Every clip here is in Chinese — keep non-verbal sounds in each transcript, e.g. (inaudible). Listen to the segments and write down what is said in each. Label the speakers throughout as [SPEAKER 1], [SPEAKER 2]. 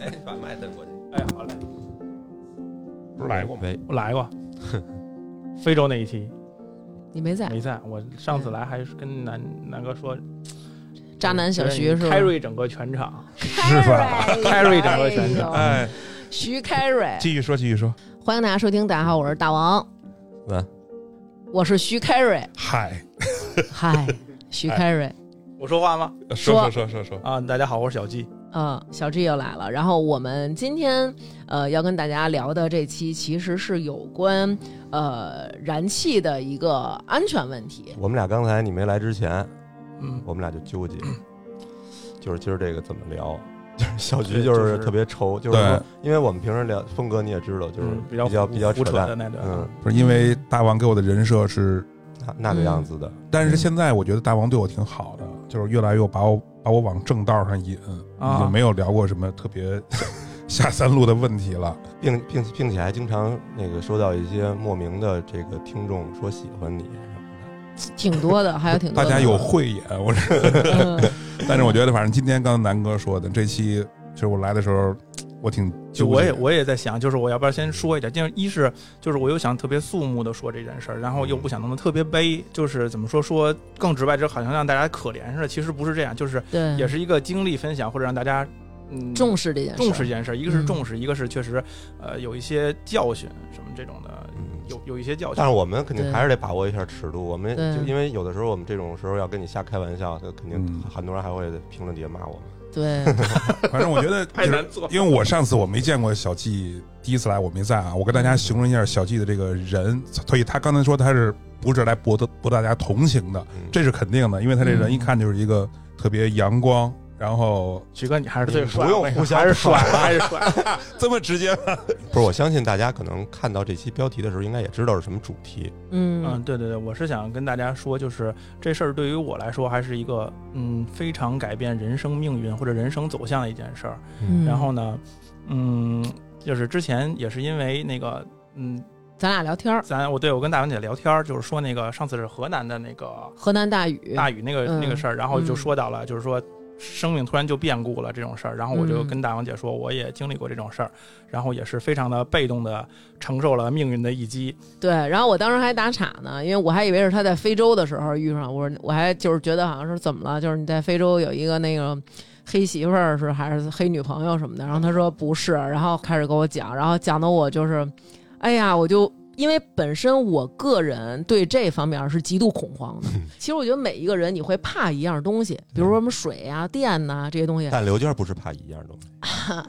[SPEAKER 1] 哎，把麦蹬过去。
[SPEAKER 2] 哎，好嘞，
[SPEAKER 3] 不是来过吗？
[SPEAKER 1] 没，
[SPEAKER 2] 我来过， (laughs) 非洲那一期
[SPEAKER 4] 你没在
[SPEAKER 2] 没在，我上次来还是跟南南哥说，
[SPEAKER 4] 渣男小徐是吧
[SPEAKER 2] 凯瑞整个全场，
[SPEAKER 3] 是吧
[SPEAKER 2] 凯瑞整个全
[SPEAKER 4] 场
[SPEAKER 3] 哎，
[SPEAKER 4] 徐凯瑞，
[SPEAKER 3] 继续说，继续说。
[SPEAKER 4] 欢迎大家收听，大家好，我是大王，
[SPEAKER 1] 嗯
[SPEAKER 4] 我是徐凯瑞，
[SPEAKER 3] 嗨，
[SPEAKER 2] (laughs)
[SPEAKER 4] 嗨，徐凯瑞，
[SPEAKER 2] 我说话吗？
[SPEAKER 3] 说说说说说，
[SPEAKER 2] 啊，大家好，我是小季，
[SPEAKER 4] 嗯，小 G 又来了。然后我们今天呃要跟大家聊的这期其实是有关呃燃气的一个安全问题。
[SPEAKER 1] 我们俩刚才你没来之前，
[SPEAKER 2] 嗯，
[SPEAKER 1] 我们俩就纠结，就是今儿这个怎么聊。就是小菊就是特别愁，就是说
[SPEAKER 3] 对，
[SPEAKER 1] 因为我们平时聊风格你也知道，就是
[SPEAKER 2] 嗯比较
[SPEAKER 1] 比较
[SPEAKER 2] 胡
[SPEAKER 1] 比较扯
[SPEAKER 2] 胡扯
[SPEAKER 1] 淡
[SPEAKER 2] 的那种
[SPEAKER 1] 嗯，
[SPEAKER 3] 不是因为大王给我的人设是，
[SPEAKER 1] 那那个样子的，
[SPEAKER 3] 但
[SPEAKER 2] 嗯
[SPEAKER 3] 是现在我觉得大王对我挺好的，就是越来越把我把我往正道上引，
[SPEAKER 2] 啊
[SPEAKER 1] 嗯
[SPEAKER 3] 就没有聊过什么特别 (laughs) 下三路的问题了。
[SPEAKER 2] 嗯
[SPEAKER 1] 并并并且还经常那个收到一些莫名的这个听众说喜欢你什么的，
[SPEAKER 4] 挺多的，还有挺多
[SPEAKER 3] 大
[SPEAKER 4] 的。
[SPEAKER 3] 家有慧眼，我是，
[SPEAKER 4] 嗯
[SPEAKER 3] 但是我觉得反正今天刚才南哥说的这期，其实我来的时候我挺纠
[SPEAKER 2] 就
[SPEAKER 3] 结
[SPEAKER 2] 我也我也在想，就是我要不要先说一点，就是一是就是我又想特别肃穆的说这件事儿，然后又不想弄得特别悲，就是怎么说说更直白，就是好像让大家可怜似的，其实不是这样，就是
[SPEAKER 4] 对，
[SPEAKER 2] (laughs) 也是一个经历分享，或者让大家嗯
[SPEAKER 4] 重视这件事，
[SPEAKER 2] 重视这件事儿，一个是
[SPEAKER 4] 嗯
[SPEAKER 2] 重视，一个是确实呃有一些教训什么这种的，
[SPEAKER 1] 嗯，
[SPEAKER 2] 有有一些教训
[SPEAKER 1] 但。是我们肯定
[SPEAKER 4] 对
[SPEAKER 1] 还是得把握一下尺度，我们
[SPEAKER 4] 对
[SPEAKER 1] 就因为有的时候我们这种时候要跟你瞎开玩笑，就肯定
[SPEAKER 3] 嗯
[SPEAKER 1] 很多人还会在评论底下骂我们。
[SPEAKER 4] 对，
[SPEAKER 3] 反正我觉得
[SPEAKER 2] (laughs) 太难做
[SPEAKER 3] 因为我上次我没见过小季，第一次来我没在啊，我跟大家形容一下小季的这个人，所以他刚才说他是不是来博得博大家同情的，
[SPEAKER 1] 嗯
[SPEAKER 3] 这是肯定的，因为他这人
[SPEAKER 4] 嗯
[SPEAKER 3] 一看就是一个特别阳光，然后 (laughs)
[SPEAKER 2] 徐哥，你还是最帅，
[SPEAKER 1] 不用
[SPEAKER 2] 我跟你
[SPEAKER 1] 互
[SPEAKER 2] 说
[SPEAKER 1] 相
[SPEAKER 2] 还是帅，
[SPEAKER 1] (laughs)
[SPEAKER 2] 还是帅。
[SPEAKER 3] 这么直接，
[SPEAKER 1] 不是，我相信大家可能看到这期标题的时候，应该也知道是什么主题。
[SPEAKER 2] 嗯，
[SPEAKER 4] 嗯
[SPEAKER 2] 对对对，我是想跟大家说，就是这事儿对于我来说还是一个嗯非常改变人生命运或者人生走向的一件事儿。
[SPEAKER 4] 嗯
[SPEAKER 2] 然后呢，嗯，就是之前也是因为那个嗯，
[SPEAKER 4] 咱俩聊天儿，
[SPEAKER 2] 咱我对我跟大文姐聊天儿，就是说那个上次是河南的那个
[SPEAKER 4] 河南大雨，
[SPEAKER 2] 大雨那个、那个事儿，然后就
[SPEAKER 4] 嗯
[SPEAKER 2] 说到了，就是说生命突然就变故了这种事儿，然后我就
[SPEAKER 4] 嗯
[SPEAKER 2] 跟大王姐说，我也经历过这种事儿，然后也是非常的被动的承受了命运的一击。
[SPEAKER 4] 对，然后我当时还打岔呢，因为我还以为是他在非洲的时候遇上，我说我还就是觉得好像是怎么了，就是你在非洲有一个那个黑媳妇儿是还是黑女朋友什么的，然后他说不是，然后开始跟我讲，然后讲的我就是，哎呀，我就。因为本身我个人对这方面是极度恐慌的。其实我觉得每一个人你会怕一样东西，比如说什么水啊、电呐、这些东西。
[SPEAKER 1] 但刘娟不是怕一样东西，
[SPEAKER 4] (laughs)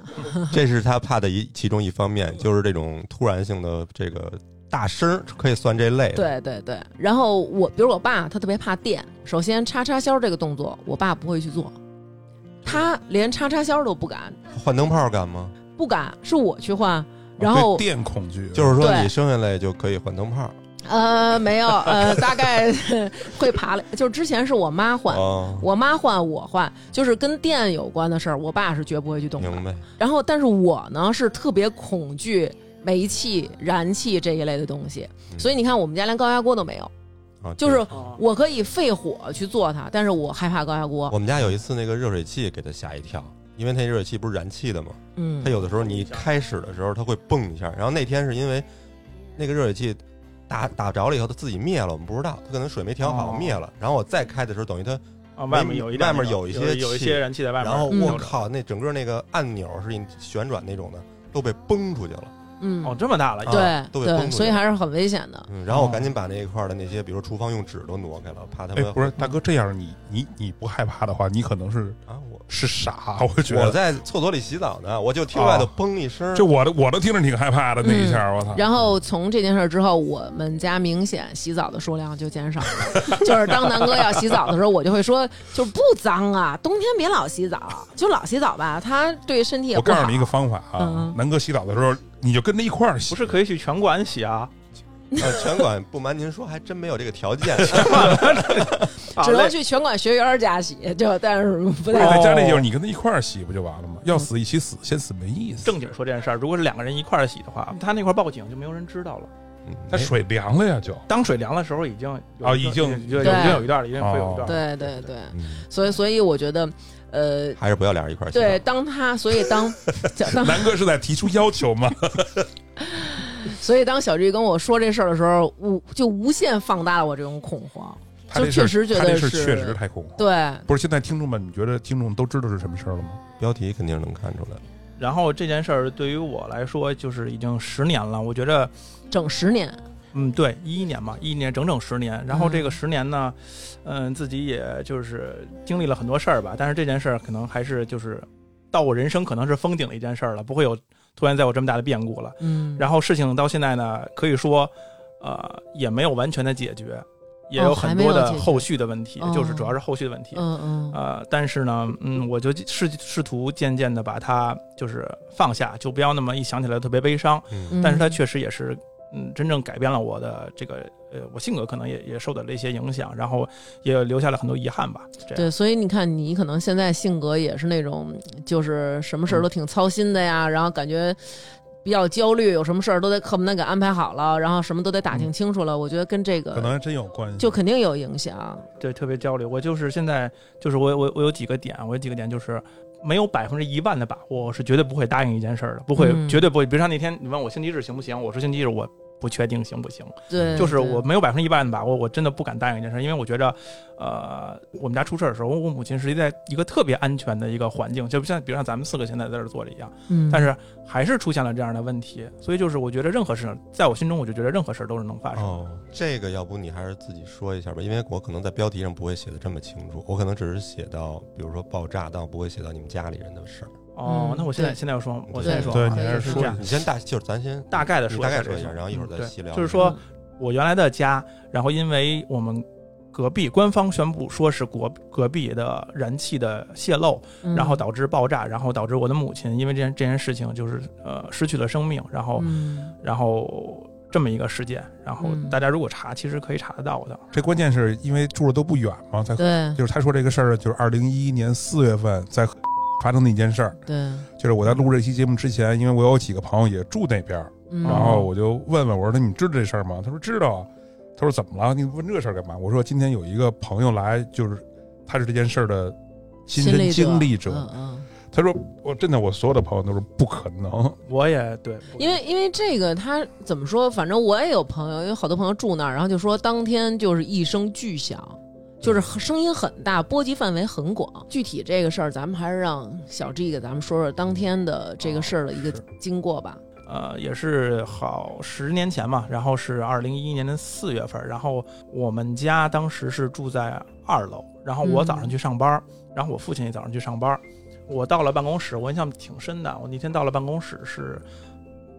[SPEAKER 1] 这是她怕的一其中一方面，就是这种突然性的这个大声儿可以算这类的。
[SPEAKER 4] 对对对。然后我比如我爸，他特别怕电。首先插插销这个动作，我爸不会去做，他连插插销都不敢，
[SPEAKER 1] 换灯泡敢吗？
[SPEAKER 4] 不敢是我去
[SPEAKER 1] 哦
[SPEAKER 4] 换。然后
[SPEAKER 3] 对电恐惧
[SPEAKER 1] 就是说
[SPEAKER 4] 对
[SPEAKER 1] 你生下来就可以换灯泡
[SPEAKER 4] 呃没有呃大概 (laughs) 会爬了，就是之前是我妈换。
[SPEAKER 1] 哦，
[SPEAKER 4] 我妈换我换，就是跟电有关的事儿，我爸是绝不会去动
[SPEAKER 1] 明
[SPEAKER 4] 的。
[SPEAKER 1] 白？
[SPEAKER 4] 然后，但是我呢是特别恐惧煤气、燃气这一类的东西，
[SPEAKER 1] 嗯
[SPEAKER 4] 所以你看我们家连高压锅都没有，
[SPEAKER 1] 啊，
[SPEAKER 4] 就
[SPEAKER 1] 对
[SPEAKER 4] 是我可以费火去做它，但是我害怕高压锅。
[SPEAKER 1] 我们家有一次那个热水器给他吓一跳，因为那热水器不是燃气的吗？
[SPEAKER 4] 嗯
[SPEAKER 1] 它，有的时候你开始的时候它会蹦一下，然后那天是因为那个热水器打打着了以后，它自己灭了，我们不知道，它可能水没调好
[SPEAKER 2] 哦
[SPEAKER 1] 灭了。然后我再开的时候，等于它，
[SPEAKER 2] 啊，外面有一辆
[SPEAKER 1] 外面
[SPEAKER 2] 那个
[SPEAKER 1] 有一些
[SPEAKER 2] 有有一
[SPEAKER 1] 气
[SPEAKER 2] 些燃气在外面，
[SPEAKER 1] 然后
[SPEAKER 4] 嗯
[SPEAKER 1] 我靠，那整个那个按钮是你旋转那种的都被崩出去了，
[SPEAKER 4] 嗯，
[SPEAKER 2] 哦这么大了，
[SPEAKER 1] 啊
[SPEAKER 4] 对
[SPEAKER 1] 都给崩
[SPEAKER 4] 对，
[SPEAKER 1] 出去
[SPEAKER 4] 所以
[SPEAKER 1] 了
[SPEAKER 4] 还是很危险的。
[SPEAKER 1] 嗯，然后我
[SPEAKER 2] 哦
[SPEAKER 1] 赶紧把那一块儿的那些，比如厨房用纸都挪开了，怕他
[SPEAKER 3] 哎，
[SPEAKER 1] 们
[SPEAKER 3] 不是大哥这样你你你不害怕的话，你可能是
[SPEAKER 1] 啊我。
[SPEAKER 3] 是傻，我觉
[SPEAKER 1] 我
[SPEAKER 3] 得。哦
[SPEAKER 1] 在厕所里洗澡呢，我就听外头嘣一声，
[SPEAKER 3] 就我的，我都听着挺害怕的那一下，我操！
[SPEAKER 4] 然后从这件事儿之后，我们家明显洗澡的数量就减少了。 (laughs) 就是当南哥要洗澡的时候，我就会说，就是不脏啊，冬天别老洗澡，就老洗澡吧，它对身体也
[SPEAKER 3] 我
[SPEAKER 4] 嗯不
[SPEAKER 3] 告
[SPEAKER 4] 好
[SPEAKER 3] 诉你一。个方法啊
[SPEAKER 4] 嗯，
[SPEAKER 3] 南哥洗澡的时候，你就跟着一块儿洗，
[SPEAKER 2] (laughs) 不是可以去拳馆洗啊？ (laughs)
[SPEAKER 1] 呃，拳馆不瞒您说，还真没有这个条
[SPEAKER 3] (laughs)
[SPEAKER 1] 件。
[SPEAKER 2] 啊
[SPEAKER 4] 只能
[SPEAKER 2] 累
[SPEAKER 4] 去拳馆学员家洗，就但是不
[SPEAKER 3] 不
[SPEAKER 4] 太
[SPEAKER 3] 是
[SPEAKER 2] 哦
[SPEAKER 3] 在家里就是你跟他一块儿洗不就完了吗？要死一起死，先死没意思。
[SPEAKER 2] 正经说这件事儿，如果是两个人一块儿洗的话，他那块儿报警就没有人知道了。
[SPEAKER 1] 嗯
[SPEAKER 3] 那水凉了呀
[SPEAKER 4] (laughs)
[SPEAKER 3] 就，
[SPEAKER 2] 当水凉的时候，已经有
[SPEAKER 3] 哦
[SPEAKER 2] 一
[SPEAKER 3] 已
[SPEAKER 2] 段
[SPEAKER 3] 经
[SPEAKER 2] 已经有
[SPEAKER 4] 对
[SPEAKER 2] 已经有一段了，已经会有一段了。
[SPEAKER 3] 哦
[SPEAKER 4] 对对对，
[SPEAKER 1] 嗯
[SPEAKER 4] 所以所以我觉得，呃，
[SPEAKER 1] 还是不要俩人一块儿洗澡。
[SPEAKER 4] 对，当他所以当 (laughs) 当
[SPEAKER 3] 南哥是在提出要求吗？
[SPEAKER 4] 所以当小志跟我说这事儿的时候，无就无限放大了我这种恐慌。
[SPEAKER 3] 他这事
[SPEAKER 4] 就确实觉
[SPEAKER 3] 儿
[SPEAKER 4] 得
[SPEAKER 3] 他这事儿
[SPEAKER 4] 是
[SPEAKER 3] 确实太恐怖。
[SPEAKER 4] 对，
[SPEAKER 3] 不是，现在听众们，你觉得听众都知道是什么事儿了吗？
[SPEAKER 1] 标题肯定能看出来。
[SPEAKER 2] 然后这件事儿对于我来说，就是已经十年了。我觉着，
[SPEAKER 4] 整十年，
[SPEAKER 2] 嗯，对，一一年嘛，一一年整整十年。然后
[SPEAKER 4] 嗯
[SPEAKER 2] 这个十年呢，嗯，自己也就是经历了很多事儿吧。但是这件事儿可能还是就是到我人生可能是封顶的一件事儿了，不会有突然在我这么大的变故了。
[SPEAKER 4] 嗯，
[SPEAKER 2] 然后事情到现在呢，可以说，呃，也没有完全的解决，也
[SPEAKER 4] 哦
[SPEAKER 2] 有
[SPEAKER 4] 还
[SPEAKER 2] 很
[SPEAKER 4] 没有
[SPEAKER 2] 多的
[SPEAKER 4] 解决
[SPEAKER 2] 后续的问题，
[SPEAKER 4] 哦
[SPEAKER 2] 就是主要是后续的问题。
[SPEAKER 4] 嗯嗯
[SPEAKER 2] 呃，但是呢，嗯，我就试试图渐渐的把它就是放下，就不要那么一想起来特别悲伤。
[SPEAKER 1] 嗯，
[SPEAKER 4] 嗯，
[SPEAKER 2] 但是它确实也是，嗯，真正改变了我的这个呃，我性格可能也也受到了一些影响，然后也留下了很多遗憾吧。这样
[SPEAKER 4] 对，所以你看，你可能现在性格也是那种，就是什么
[SPEAKER 2] 嗯
[SPEAKER 4] 事儿都挺操心的呀，然后感觉比较焦虑，有什么事儿都得恨不得给安排好了，然后什么都得打听清楚了。
[SPEAKER 2] 嗯
[SPEAKER 4] 我觉得跟这
[SPEAKER 3] 可
[SPEAKER 4] 个
[SPEAKER 3] 能还真有关系。
[SPEAKER 4] 就肯定有影响。
[SPEAKER 2] 对，特别焦虑。我就是现在就是我我我有几个点，我有几个点就是没有百分之一万的把握，我是绝对不会答应一件事儿的，不会，
[SPEAKER 4] 嗯
[SPEAKER 2] 绝对不会。比如像那天你问我星期日行不行，我说星期日我不确定行不行，
[SPEAKER 4] 对，
[SPEAKER 2] 就是
[SPEAKER 4] 对
[SPEAKER 2] 我没有百分之一万的把握，我真的不敢答应一件事儿，因为我觉着，呃，我们家出事儿的时候，我母亲是在一个特别安全的一个环境，就不像比如像咱们四个现在在这儿坐着一样，
[SPEAKER 4] 嗯，
[SPEAKER 2] 但是还是出现了这样的问题，所以就是我觉得任何事，在我心中我就觉得任何事儿都是能发生的。
[SPEAKER 1] 哦，这个要不你还是自己说一下吧，因为我可能在标题上不会写的这么清楚，我可能只是写到，比如说爆炸，但我不会写到你们家里人的事儿。
[SPEAKER 2] 哦
[SPEAKER 4] 嗯，
[SPEAKER 2] 那我现在
[SPEAKER 4] 对
[SPEAKER 2] 现在要说吗，我
[SPEAKER 1] 对
[SPEAKER 2] 现在说啊，
[SPEAKER 3] 对，
[SPEAKER 4] 可
[SPEAKER 3] 你
[SPEAKER 4] 以
[SPEAKER 3] 还是
[SPEAKER 2] 是
[SPEAKER 3] 说
[SPEAKER 2] 这样
[SPEAKER 1] 你先大，就是咱先
[SPEAKER 2] 大概的
[SPEAKER 1] 你
[SPEAKER 2] 说
[SPEAKER 1] 大概
[SPEAKER 2] 下
[SPEAKER 1] 说
[SPEAKER 2] 这
[SPEAKER 1] 一
[SPEAKER 2] 事
[SPEAKER 1] 下，
[SPEAKER 2] 儿
[SPEAKER 1] 然后一会儿
[SPEAKER 2] 嗯
[SPEAKER 1] 再
[SPEAKER 2] 对
[SPEAKER 1] 细聊。
[SPEAKER 2] 就是说我原来的家，然后因为我们隔壁官方宣布说是国隔壁的燃气的泄漏，
[SPEAKER 4] 嗯
[SPEAKER 2] 然后导致爆炸，然后导致我的母亲因为这件这件事情就是呃失去了生命，然后、
[SPEAKER 4] 嗯
[SPEAKER 2] 然后这么一个事件，然后
[SPEAKER 4] 嗯
[SPEAKER 2] 大家如果查，其实可以查得到的。
[SPEAKER 3] 这关键是因为住的都不远嘛，才
[SPEAKER 4] 对
[SPEAKER 3] 就是他说这个事儿，啊就是二零一一年四月份在发生的一件事儿。
[SPEAKER 4] 对，
[SPEAKER 3] 就是我在录这期节目之前，因为我有几个朋友也住那边儿，
[SPEAKER 4] 嗯
[SPEAKER 3] 然后我就问问我说：“那你知道这事儿吗？”他说：“知道啊。”他说：“怎么了？你问这事儿干嘛？”我说：“今天有一个朋友来，就是他是这件事儿的亲身经历者。
[SPEAKER 4] 嗯嗯。
[SPEAKER 3] 他说：“我真的，我所有的朋友都说不可能。
[SPEAKER 2] 我也对，
[SPEAKER 4] 因为因为这个他怎么说？反正我也有朋友，有好多朋友住那儿，然后就说当天就是一声巨响，就是
[SPEAKER 2] 嗯
[SPEAKER 4] 声音很大，波及范围很广。具体这个事儿，咱们还是让小 G 给咱们说说当天的这个事儿的一个
[SPEAKER 2] 哦是
[SPEAKER 4] 经过吧。
[SPEAKER 2] 呃也是好十年前嘛，然后是二零一一年的四月份，然后我们家当时是住在二楼，然后我
[SPEAKER 4] 嗯
[SPEAKER 2] 早上去上班，然后我父亲也早上去上班，我到了办公室，我印象挺深的，我那天到了办公室是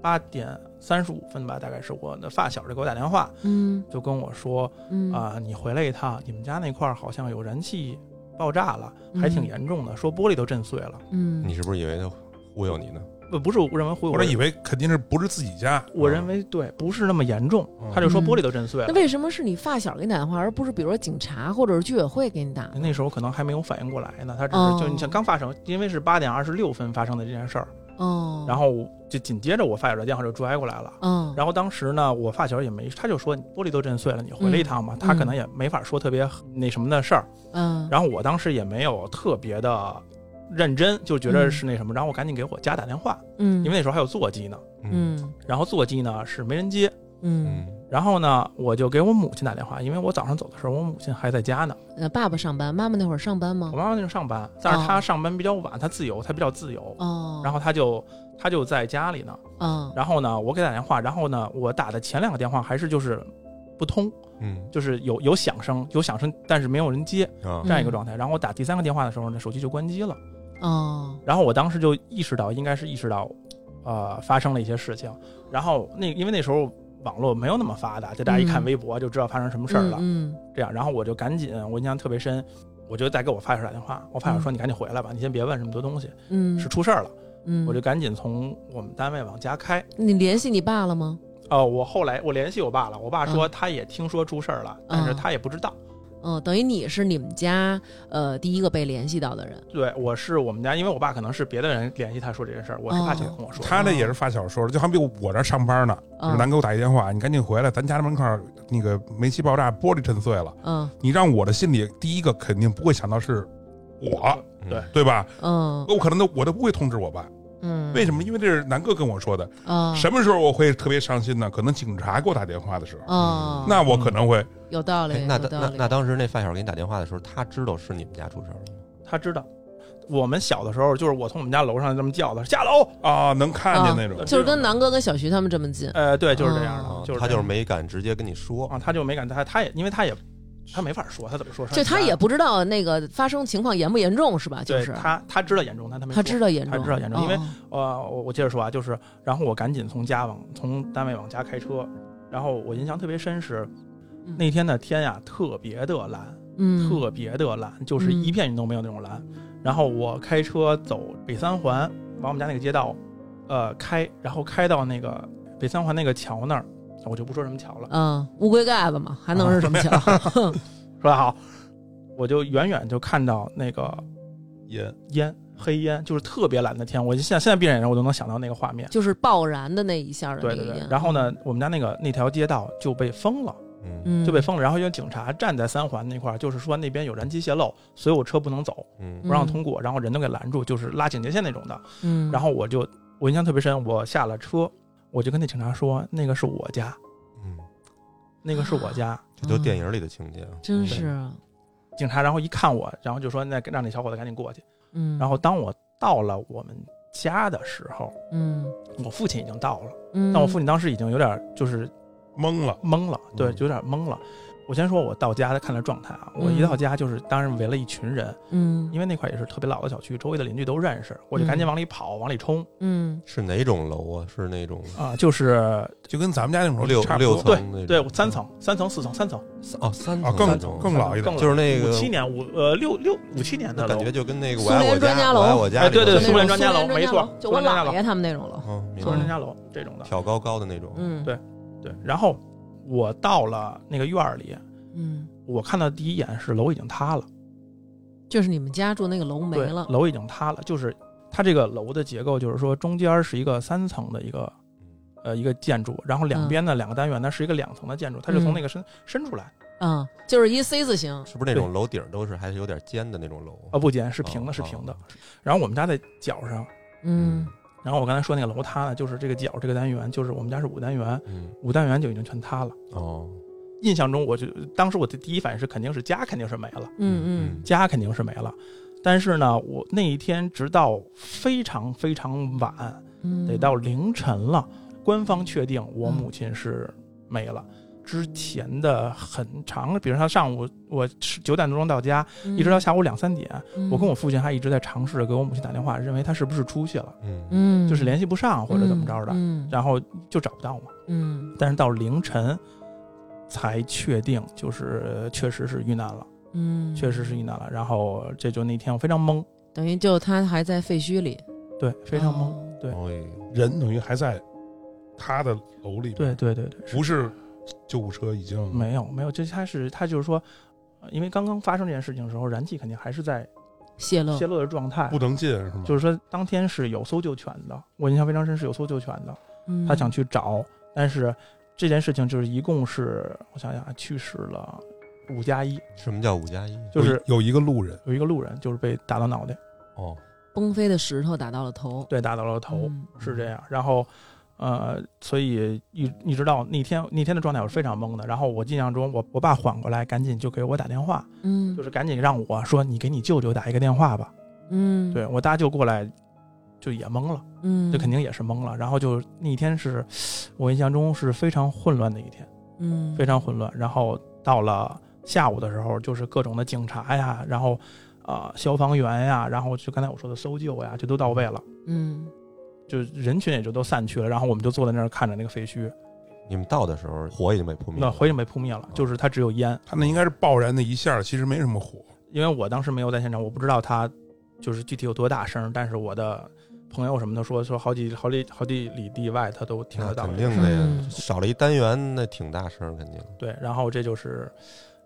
[SPEAKER 2] 八点三十五分吧，大概是我的发小就给我打电话，
[SPEAKER 4] 嗯
[SPEAKER 2] 就跟我说
[SPEAKER 4] 嗯
[SPEAKER 2] 啊、你回来一趟，你们家那块儿好像有燃气爆炸了，还
[SPEAKER 4] 嗯
[SPEAKER 2] 挺严重的，说玻璃都震碎了。
[SPEAKER 4] 嗯
[SPEAKER 1] 你是不是以为他忽悠你呢？
[SPEAKER 2] 不不是我认为忽”悠，
[SPEAKER 3] 我说：“以为肯定是不是自己家，嗯
[SPEAKER 2] 我认为对，不是那么严重。
[SPEAKER 4] 嗯
[SPEAKER 2] 他就说玻璃都震碎了
[SPEAKER 4] 那。为什么是你发小给你打电话，而不是比如说警察或者是居委会给你打？
[SPEAKER 2] 那时候可能还没有反应过来呢，他只
[SPEAKER 4] 哦
[SPEAKER 2] 是就你像刚发生，因为是八点二十六分发生的这件事儿，
[SPEAKER 4] 哦，
[SPEAKER 2] 然后我就紧接着我发小的电话就拽过来了。
[SPEAKER 4] 嗯，
[SPEAKER 2] 然后当时呢，我发小也没，他就说玻璃都震碎了，你回来一趟吧。他可能也没法说特别那什么的事儿。
[SPEAKER 4] 嗯，
[SPEAKER 2] 然后我当时也没有特别的认真，就觉得是那什么。然后我赶紧给我家打电话，
[SPEAKER 4] 嗯，
[SPEAKER 2] 因为那时候还有座机呢。
[SPEAKER 4] 嗯
[SPEAKER 2] 然后座机呢是没人接，
[SPEAKER 4] 嗯，
[SPEAKER 1] 嗯，
[SPEAKER 2] 然后呢我就给我母亲打电话，因为我早上走的时候我母亲还在家呢，
[SPEAKER 4] 呃，爸爸上班，妈妈那会儿上班吗
[SPEAKER 2] 我？妈妈那时候上班，但是她
[SPEAKER 4] 哦
[SPEAKER 2] 上班比较晚，她自由，她比较自由，
[SPEAKER 4] 哦，
[SPEAKER 2] 然后她就她就在家里呢。
[SPEAKER 4] 嗯
[SPEAKER 2] 然后呢我给她打电话，然后呢我打的前两个电话还是就是不通，
[SPEAKER 1] 嗯
[SPEAKER 2] 就是有有响声，有响声，但是没有人接
[SPEAKER 4] 嗯
[SPEAKER 1] 啊
[SPEAKER 2] 这，样一个状态。然后我打第三个电话的时候呢，手机就关机了。
[SPEAKER 4] 哦，
[SPEAKER 2] 然后我当时就意识到，应该是意识到，呃，发生了一些事情。然后那因为那时候网络没有那么发达，就大家一看
[SPEAKER 4] 嗯
[SPEAKER 2] 微博就知道发生什么事儿了。
[SPEAKER 4] 嗯
[SPEAKER 2] 这样，然后我就赶紧，我印象特别深，我就再给我发小打电话，我发小说
[SPEAKER 4] 嗯
[SPEAKER 2] 你赶紧回来吧，你先别问这么多东西，
[SPEAKER 4] 嗯，
[SPEAKER 2] 是出事儿了。
[SPEAKER 4] 嗯，
[SPEAKER 2] 我就赶紧从我们单位往家开。
[SPEAKER 4] 你联系你爸了吗？
[SPEAKER 2] 哦，我后来我联系我爸了，我爸说
[SPEAKER 4] 嗯
[SPEAKER 2] 他也听说出事儿了，但是
[SPEAKER 4] 嗯
[SPEAKER 2] 他也不知道。
[SPEAKER 4] 嗯，等于你是你们家呃第一个被联系到的人。
[SPEAKER 2] 对，我是我们家，因为我爸可能是别的人联系他说这件事儿，我是
[SPEAKER 4] 哦
[SPEAKER 2] 发小跟我说的。
[SPEAKER 3] 他这也是发小说的，就好比我这儿上班呢，
[SPEAKER 4] 嗯
[SPEAKER 3] 南给我打一电话，你赶紧回来，咱家门口儿那个煤气爆炸，玻璃震碎了。
[SPEAKER 4] 嗯
[SPEAKER 3] 你让我的心里第一个肯定不会想到是我，
[SPEAKER 1] 嗯
[SPEAKER 2] 对
[SPEAKER 3] 对吧？
[SPEAKER 4] 嗯
[SPEAKER 2] 哦
[SPEAKER 3] 我可能都我都不会通知我爸，
[SPEAKER 4] 嗯，
[SPEAKER 3] 为什么？因为这是南哥跟我说的。
[SPEAKER 4] 啊
[SPEAKER 3] 什么时候我会特别伤心呢？可能警察给我打电话的时候，
[SPEAKER 4] 啊，
[SPEAKER 3] 那我可能会
[SPEAKER 4] 有道理
[SPEAKER 1] 哎，那
[SPEAKER 4] 有
[SPEAKER 1] 那
[SPEAKER 4] 道理
[SPEAKER 1] 那当时那发小给你打电话的时候，他知道是你们家出事儿了吗？
[SPEAKER 2] 他知道。我们小的时候，就是我从我们家楼上这么叫他，下楼。
[SPEAKER 3] 啊能看见那种
[SPEAKER 2] 啊
[SPEAKER 4] 就是跟南哥跟小徐他们这么近，
[SPEAKER 2] 呃，对，就是这样
[SPEAKER 4] 哦
[SPEAKER 2] 的，
[SPEAKER 1] 啊
[SPEAKER 2] 就是
[SPEAKER 1] 他
[SPEAKER 2] 这
[SPEAKER 1] 就
[SPEAKER 2] 样
[SPEAKER 1] 是没敢直接跟你说
[SPEAKER 2] 啊，他就没敢，他他也因为他也他没法说，他怎么说？
[SPEAKER 4] 就他也不知道那个发生情况严不严重是吧？就
[SPEAKER 2] 对
[SPEAKER 4] 是
[SPEAKER 2] 他他知道严重，但他没
[SPEAKER 4] 他
[SPEAKER 2] 说
[SPEAKER 4] 知道严重，
[SPEAKER 2] 他知道严重因为
[SPEAKER 4] 哦
[SPEAKER 2] 呃，我我接着说啊，就是，然后我赶紧从家往从单位往家开车，然后我印象特别深是
[SPEAKER 4] 嗯
[SPEAKER 2] 那天的天呀、特别的蓝，
[SPEAKER 4] 嗯
[SPEAKER 2] 特别的蓝，就是
[SPEAKER 4] 嗯
[SPEAKER 2] 一片云都没有那种蓝。然后我开车走北三环，往我们家那个街道，呃，开，然后开到那个北三环那个桥那儿，我就不说什么桥了，
[SPEAKER 4] 嗯乌龟盖子嘛，还能是什么
[SPEAKER 2] 哦
[SPEAKER 4] 桥？
[SPEAKER 2] 说得好，我就远远就看到那个
[SPEAKER 1] 也
[SPEAKER 2] 烟，黑烟，就是特别蓝的天，我就现在现在闭上眼睛，我都能想到那个画面。
[SPEAKER 4] 就是爆燃的那一下的
[SPEAKER 2] 对
[SPEAKER 4] 那
[SPEAKER 2] 对
[SPEAKER 4] 一
[SPEAKER 2] 对
[SPEAKER 4] 眼，
[SPEAKER 2] 然后呢，我们家那个那条街道就被封了，
[SPEAKER 1] 嗯
[SPEAKER 4] 嗯
[SPEAKER 2] 就被封了。然后因为警察站在三环那块儿，就是说那边有燃气泄漏，所以我车不能走，
[SPEAKER 1] 嗯
[SPEAKER 4] 嗯
[SPEAKER 2] 不让通过，然后人都给拦住，就是拉警戒线那种的。
[SPEAKER 4] 嗯，
[SPEAKER 2] 然后我就我印象特别深，我下了车，我就跟那警察说，那个是我家，
[SPEAKER 1] 嗯，
[SPEAKER 2] 那个是
[SPEAKER 4] 啊
[SPEAKER 2] 我家。
[SPEAKER 1] 这都电影里的情节啊，
[SPEAKER 4] 嗯真
[SPEAKER 1] 嗯
[SPEAKER 4] 是啊
[SPEAKER 2] 警察然后一看我，然后就说那让那小伙子赶紧过去。
[SPEAKER 4] 嗯，
[SPEAKER 2] 然后当我到了我们家的时候，
[SPEAKER 4] 嗯
[SPEAKER 2] 我父亲已经到了，
[SPEAKER 4] 嗯，
[SPEAKER 2] 但我父亲当时已经有点儿就是
[SPEAKER 3] 懵了，
[SPEAKER 2] 懵了，对，
[SPEAKER 1] 嗯
[SPEAKER 2] 有点懵了。我先说我到家的看的状态啊，我
[SPEAKER 4] 嗯
[SPEAKER 2] 一到家就是当时围了一群人，
[SPEAKER 4] 嗯
[SPEAKER 2] 因为那块也是特别老的小区，周围的邻居都认识，我就
[SPEAKER 4] 嗯
[SPEAKER 2] 赶紧往里跑，往里冲
[SPEAKER 4] 嗯
[SPEAKER 1] 是哪种楼啊？是那种
[SPEAKER 2] 啊、就是
[SPEAKER 3] 就跟咱们家那种
[SPEAKER 1] 六
[SPEAKER 3] 差不
[SPEAKER 1] 六
[SPEAKER 3] 多。
[SPEAKER 1] 层那种
[SPEAKER 2] 对三层、三层、四层、三层，
[SPEAKER 1] 哦三
[SPEAKER 3] 啊
[SPEAKER 1] 层
[SPEAKER 3] 更
[SPEAKER 1] 那种
[SPEAKER 3] 更老一点
[SPEAKER 2] 更
[SPEAKER 1] 就是那个
[SPEAKER 2] 五七年五呃六六五七年的
[SPEAKER 1] 那
[SPEAKER 2] 楼
[SPEAKER 1] 感觉就跟那个
[SPEAKER 4] 苏
[SPEAKER 1] 我爱
[SPEAKER 4] 联
[SPEAKER 1] 我
[SPEAKER 4] 专家
[SPEAKER 1] 家
[SPEAKER 4] 楼
[SPEAKER 1] 我爱我家
[SPEAKER 2] 哎
[SPEAKER 1] 里
[SPEAKER 2] 对
[SPEAKER 1] 头
[SPEAKER 2] 对
[SPEAKER 1] 那
[SPEAKER 4] 就
[SPEAKER 1] 种
[SPEAKER 2] 苏
[SPEAKER 4] 那
[SPEAKER 2] 联
[SPEAKER 4] 种
[SPEAKER 2] 专家楼
[SPEAKER 4] 苏
[SPEAKER 2] 没
[SPEAKER 4] 联
[SPEAKER 2] 错
[SPEAKER 4] 就我
[SPEAKER 2] 苏联专家
[SPEAKER 4] 姥爷他们那种楼，
[SPEAKER 1] 嗯，明
[SPEAKER 2] 就是人
[SPEAKER 1] 白
[SPEAKER 2] 家楼这种的。
[SPEAKER 1] 挑高高的那种，
[SPEAKER 4] 嗯
[SPEAKER 2] 对对，然后我到了那个院儿里，
[SPEAKER 4] 嗯，
[SPEAKER 2] 我看到第一眼是楼已经塌了，
[SPEAKER 4] 就是你们家住那个楼没
[SPEAKER 2] 对
[SPEAKER 4] 了，
[SPEAKER 2] 楼已经塌了，就是它这个楼的结构就是说中间是一个三层的一个呃一个建筑，然后
[SPEAKER 4] 嗯
[SPEAKER 2] 两边呢、两个单元呢是一个两层的建筑，它是从那个伸、伸出来，
[SPEAKER 4] 嗯，就是一 C 字形，
[SPEAKER 1] 是不是那种楼顶都是还是有点尖的那种楼？
[SPEAKER 2] 啊，不尖是平
[SPEAKER 1] 哦
[SPEAKER 2] 的，是平的
[SPEAKER 1] 哦。
[SPEAKER 2] 然后我们家在角上，
[SPEAKER 4] 嗯
[SPEAKER 2] 然后我刚才说那个楼塌呢，就是这个角这个单元，就是我们家是五单元，
[SPEAKER 1] 嗯
[SPEAKER 2] 五单元就已经全塌了。
[SPEAKER 1] 哦
[SPEAKER 2] 印象中，我就当时我的第一反应是肯定是家肯定是没了，
[SPEAKER 4] 嗯
[SPEAKER 2] 家肯定是没了。但是呢，我那一天直到非常非常晚，
[SPEAKER 4] 嗯，
[SPEAKER 2] 得到凌晨了，官方确定我母亲是没了。之前的很长，比如她上午我是九点多钟到家，一直到下午两三点，
[SPEAKER 4] 嗯
[SPEAKER 2] 我跟我父亲还一直在尝试给我母亲打电话，认为她是不是出去了，
[SPEAKER 1] 嗯
[SPEAKER 4] 嗯
[SPEAKER 2] 就是联系不上或者怎么着的，
[SPEAKER 4] 嗯
[SPEAKER 2] 然后就找不到嘛。
[SPEAKER 4] 嗯
[SPEAKER 2] 但是到凌晨才确定，就是呃确实是遇难了，
[SPEAKER 4] 嗯，
[SPEAKER 2] 确实是遇难了。然后这就那天我非常懵，
[SPEAKER 4] 等于就他还在废墟里，
[SPEAKER 2] 对，非常懵，
[SPEAKER 4] 哦
[SPEAKER 2] 对
[SPEAKER 1] 哦
[SPEAKER 3] 人等于还在他的楼里，
[SPEAKER 2] 对，对对对，是
[SPEAKER 3] 不是救护车已经
[SPEAKER 2] 没有没有，这他是他就是说，呃因为刚刚发生这件事情的时候，燃气肯定还是在
[SPEAKER 4] 泄露
[SPEAKER 2] 泄漏的状态
[SPEAKER 3] 不。能进是吗？
[SPEAKER 2] 就是说，当天是有搜救犬的，我印象非常深，是有搜救犬的。他想
[SPEAKER 4] 去，
[SPEAKER 2] 去找，但是这件事情就是一共是我想想啊，去世了五加一，
[SPEAKER 1] 什么叫五加一？
[SPEAKER 2] 就是
[SPEAKER 3] 有有一个路人，
[SPEAKER 2] 有一个路人就是被打到脑袋，
[SPEAKER 1] 哦
[SPEAKER 4] 崩飞的石头打到了头，
[SPEAKER 2] 对，打到了头，
[SPEAKER 4] 嗯
[SPEAKER 2] 是这样。然后，呃，所以一一直到那天那天的状态我是非常懵的。然后我印象中，我我爸缓过来，赶紧就给我打电话，
[SPEAKER 4] 嗯，
[SPEAKER 2] 就是是赶紧让我说你给你舅舅打一个电话吧。
[SPEAKER 4] 嗯，
[SPEAKER 2] 对我大舅过来。就也懵了，
[SPEAKER 4] 嗯，
[SPEAKER 2] 这肯定也是懵了。然后就那天是，我印象中是非常混乱的一天。
[SPEAKER 4] 嗯
[SPEAKER 2] 非常混乱。然后到了下午的时候，就是各种的警察呀，然后呃消防员呀，然后就刚才我说的搜救呀，就都到位了，
[SPEAKER 4] 嗯
[SPEAKER 2] 就人群也就都散去了。然后我们就坐在那儿看着那个废墟，
[SPEAKER 1] 你们到的时候火已经被扑灭了，
[SPEAKER 2] 那火已经被扑灭了，就是它只有烟。
[SPEAKER 3] 他那应该是爆燃的一下，其实没什么火，
[SPEAKER 2] 因为我当时没有在现场，我不知道它就是具体有多大声，但是我的朋友什么的说说好几好几好几里地外，他都听
[SPEAKER 1] 那
[SPEAKER 2] 得到
[SPEAKER 1] 肯
[SPEAKER 2] 那个。
[SPEAKER 1] 定的呀，
[SPEAKER 4] 嗯
[SPEAKER 1] 少了一单元那挺大声，肯定。
[SPEAKER 2] 对，然后这就是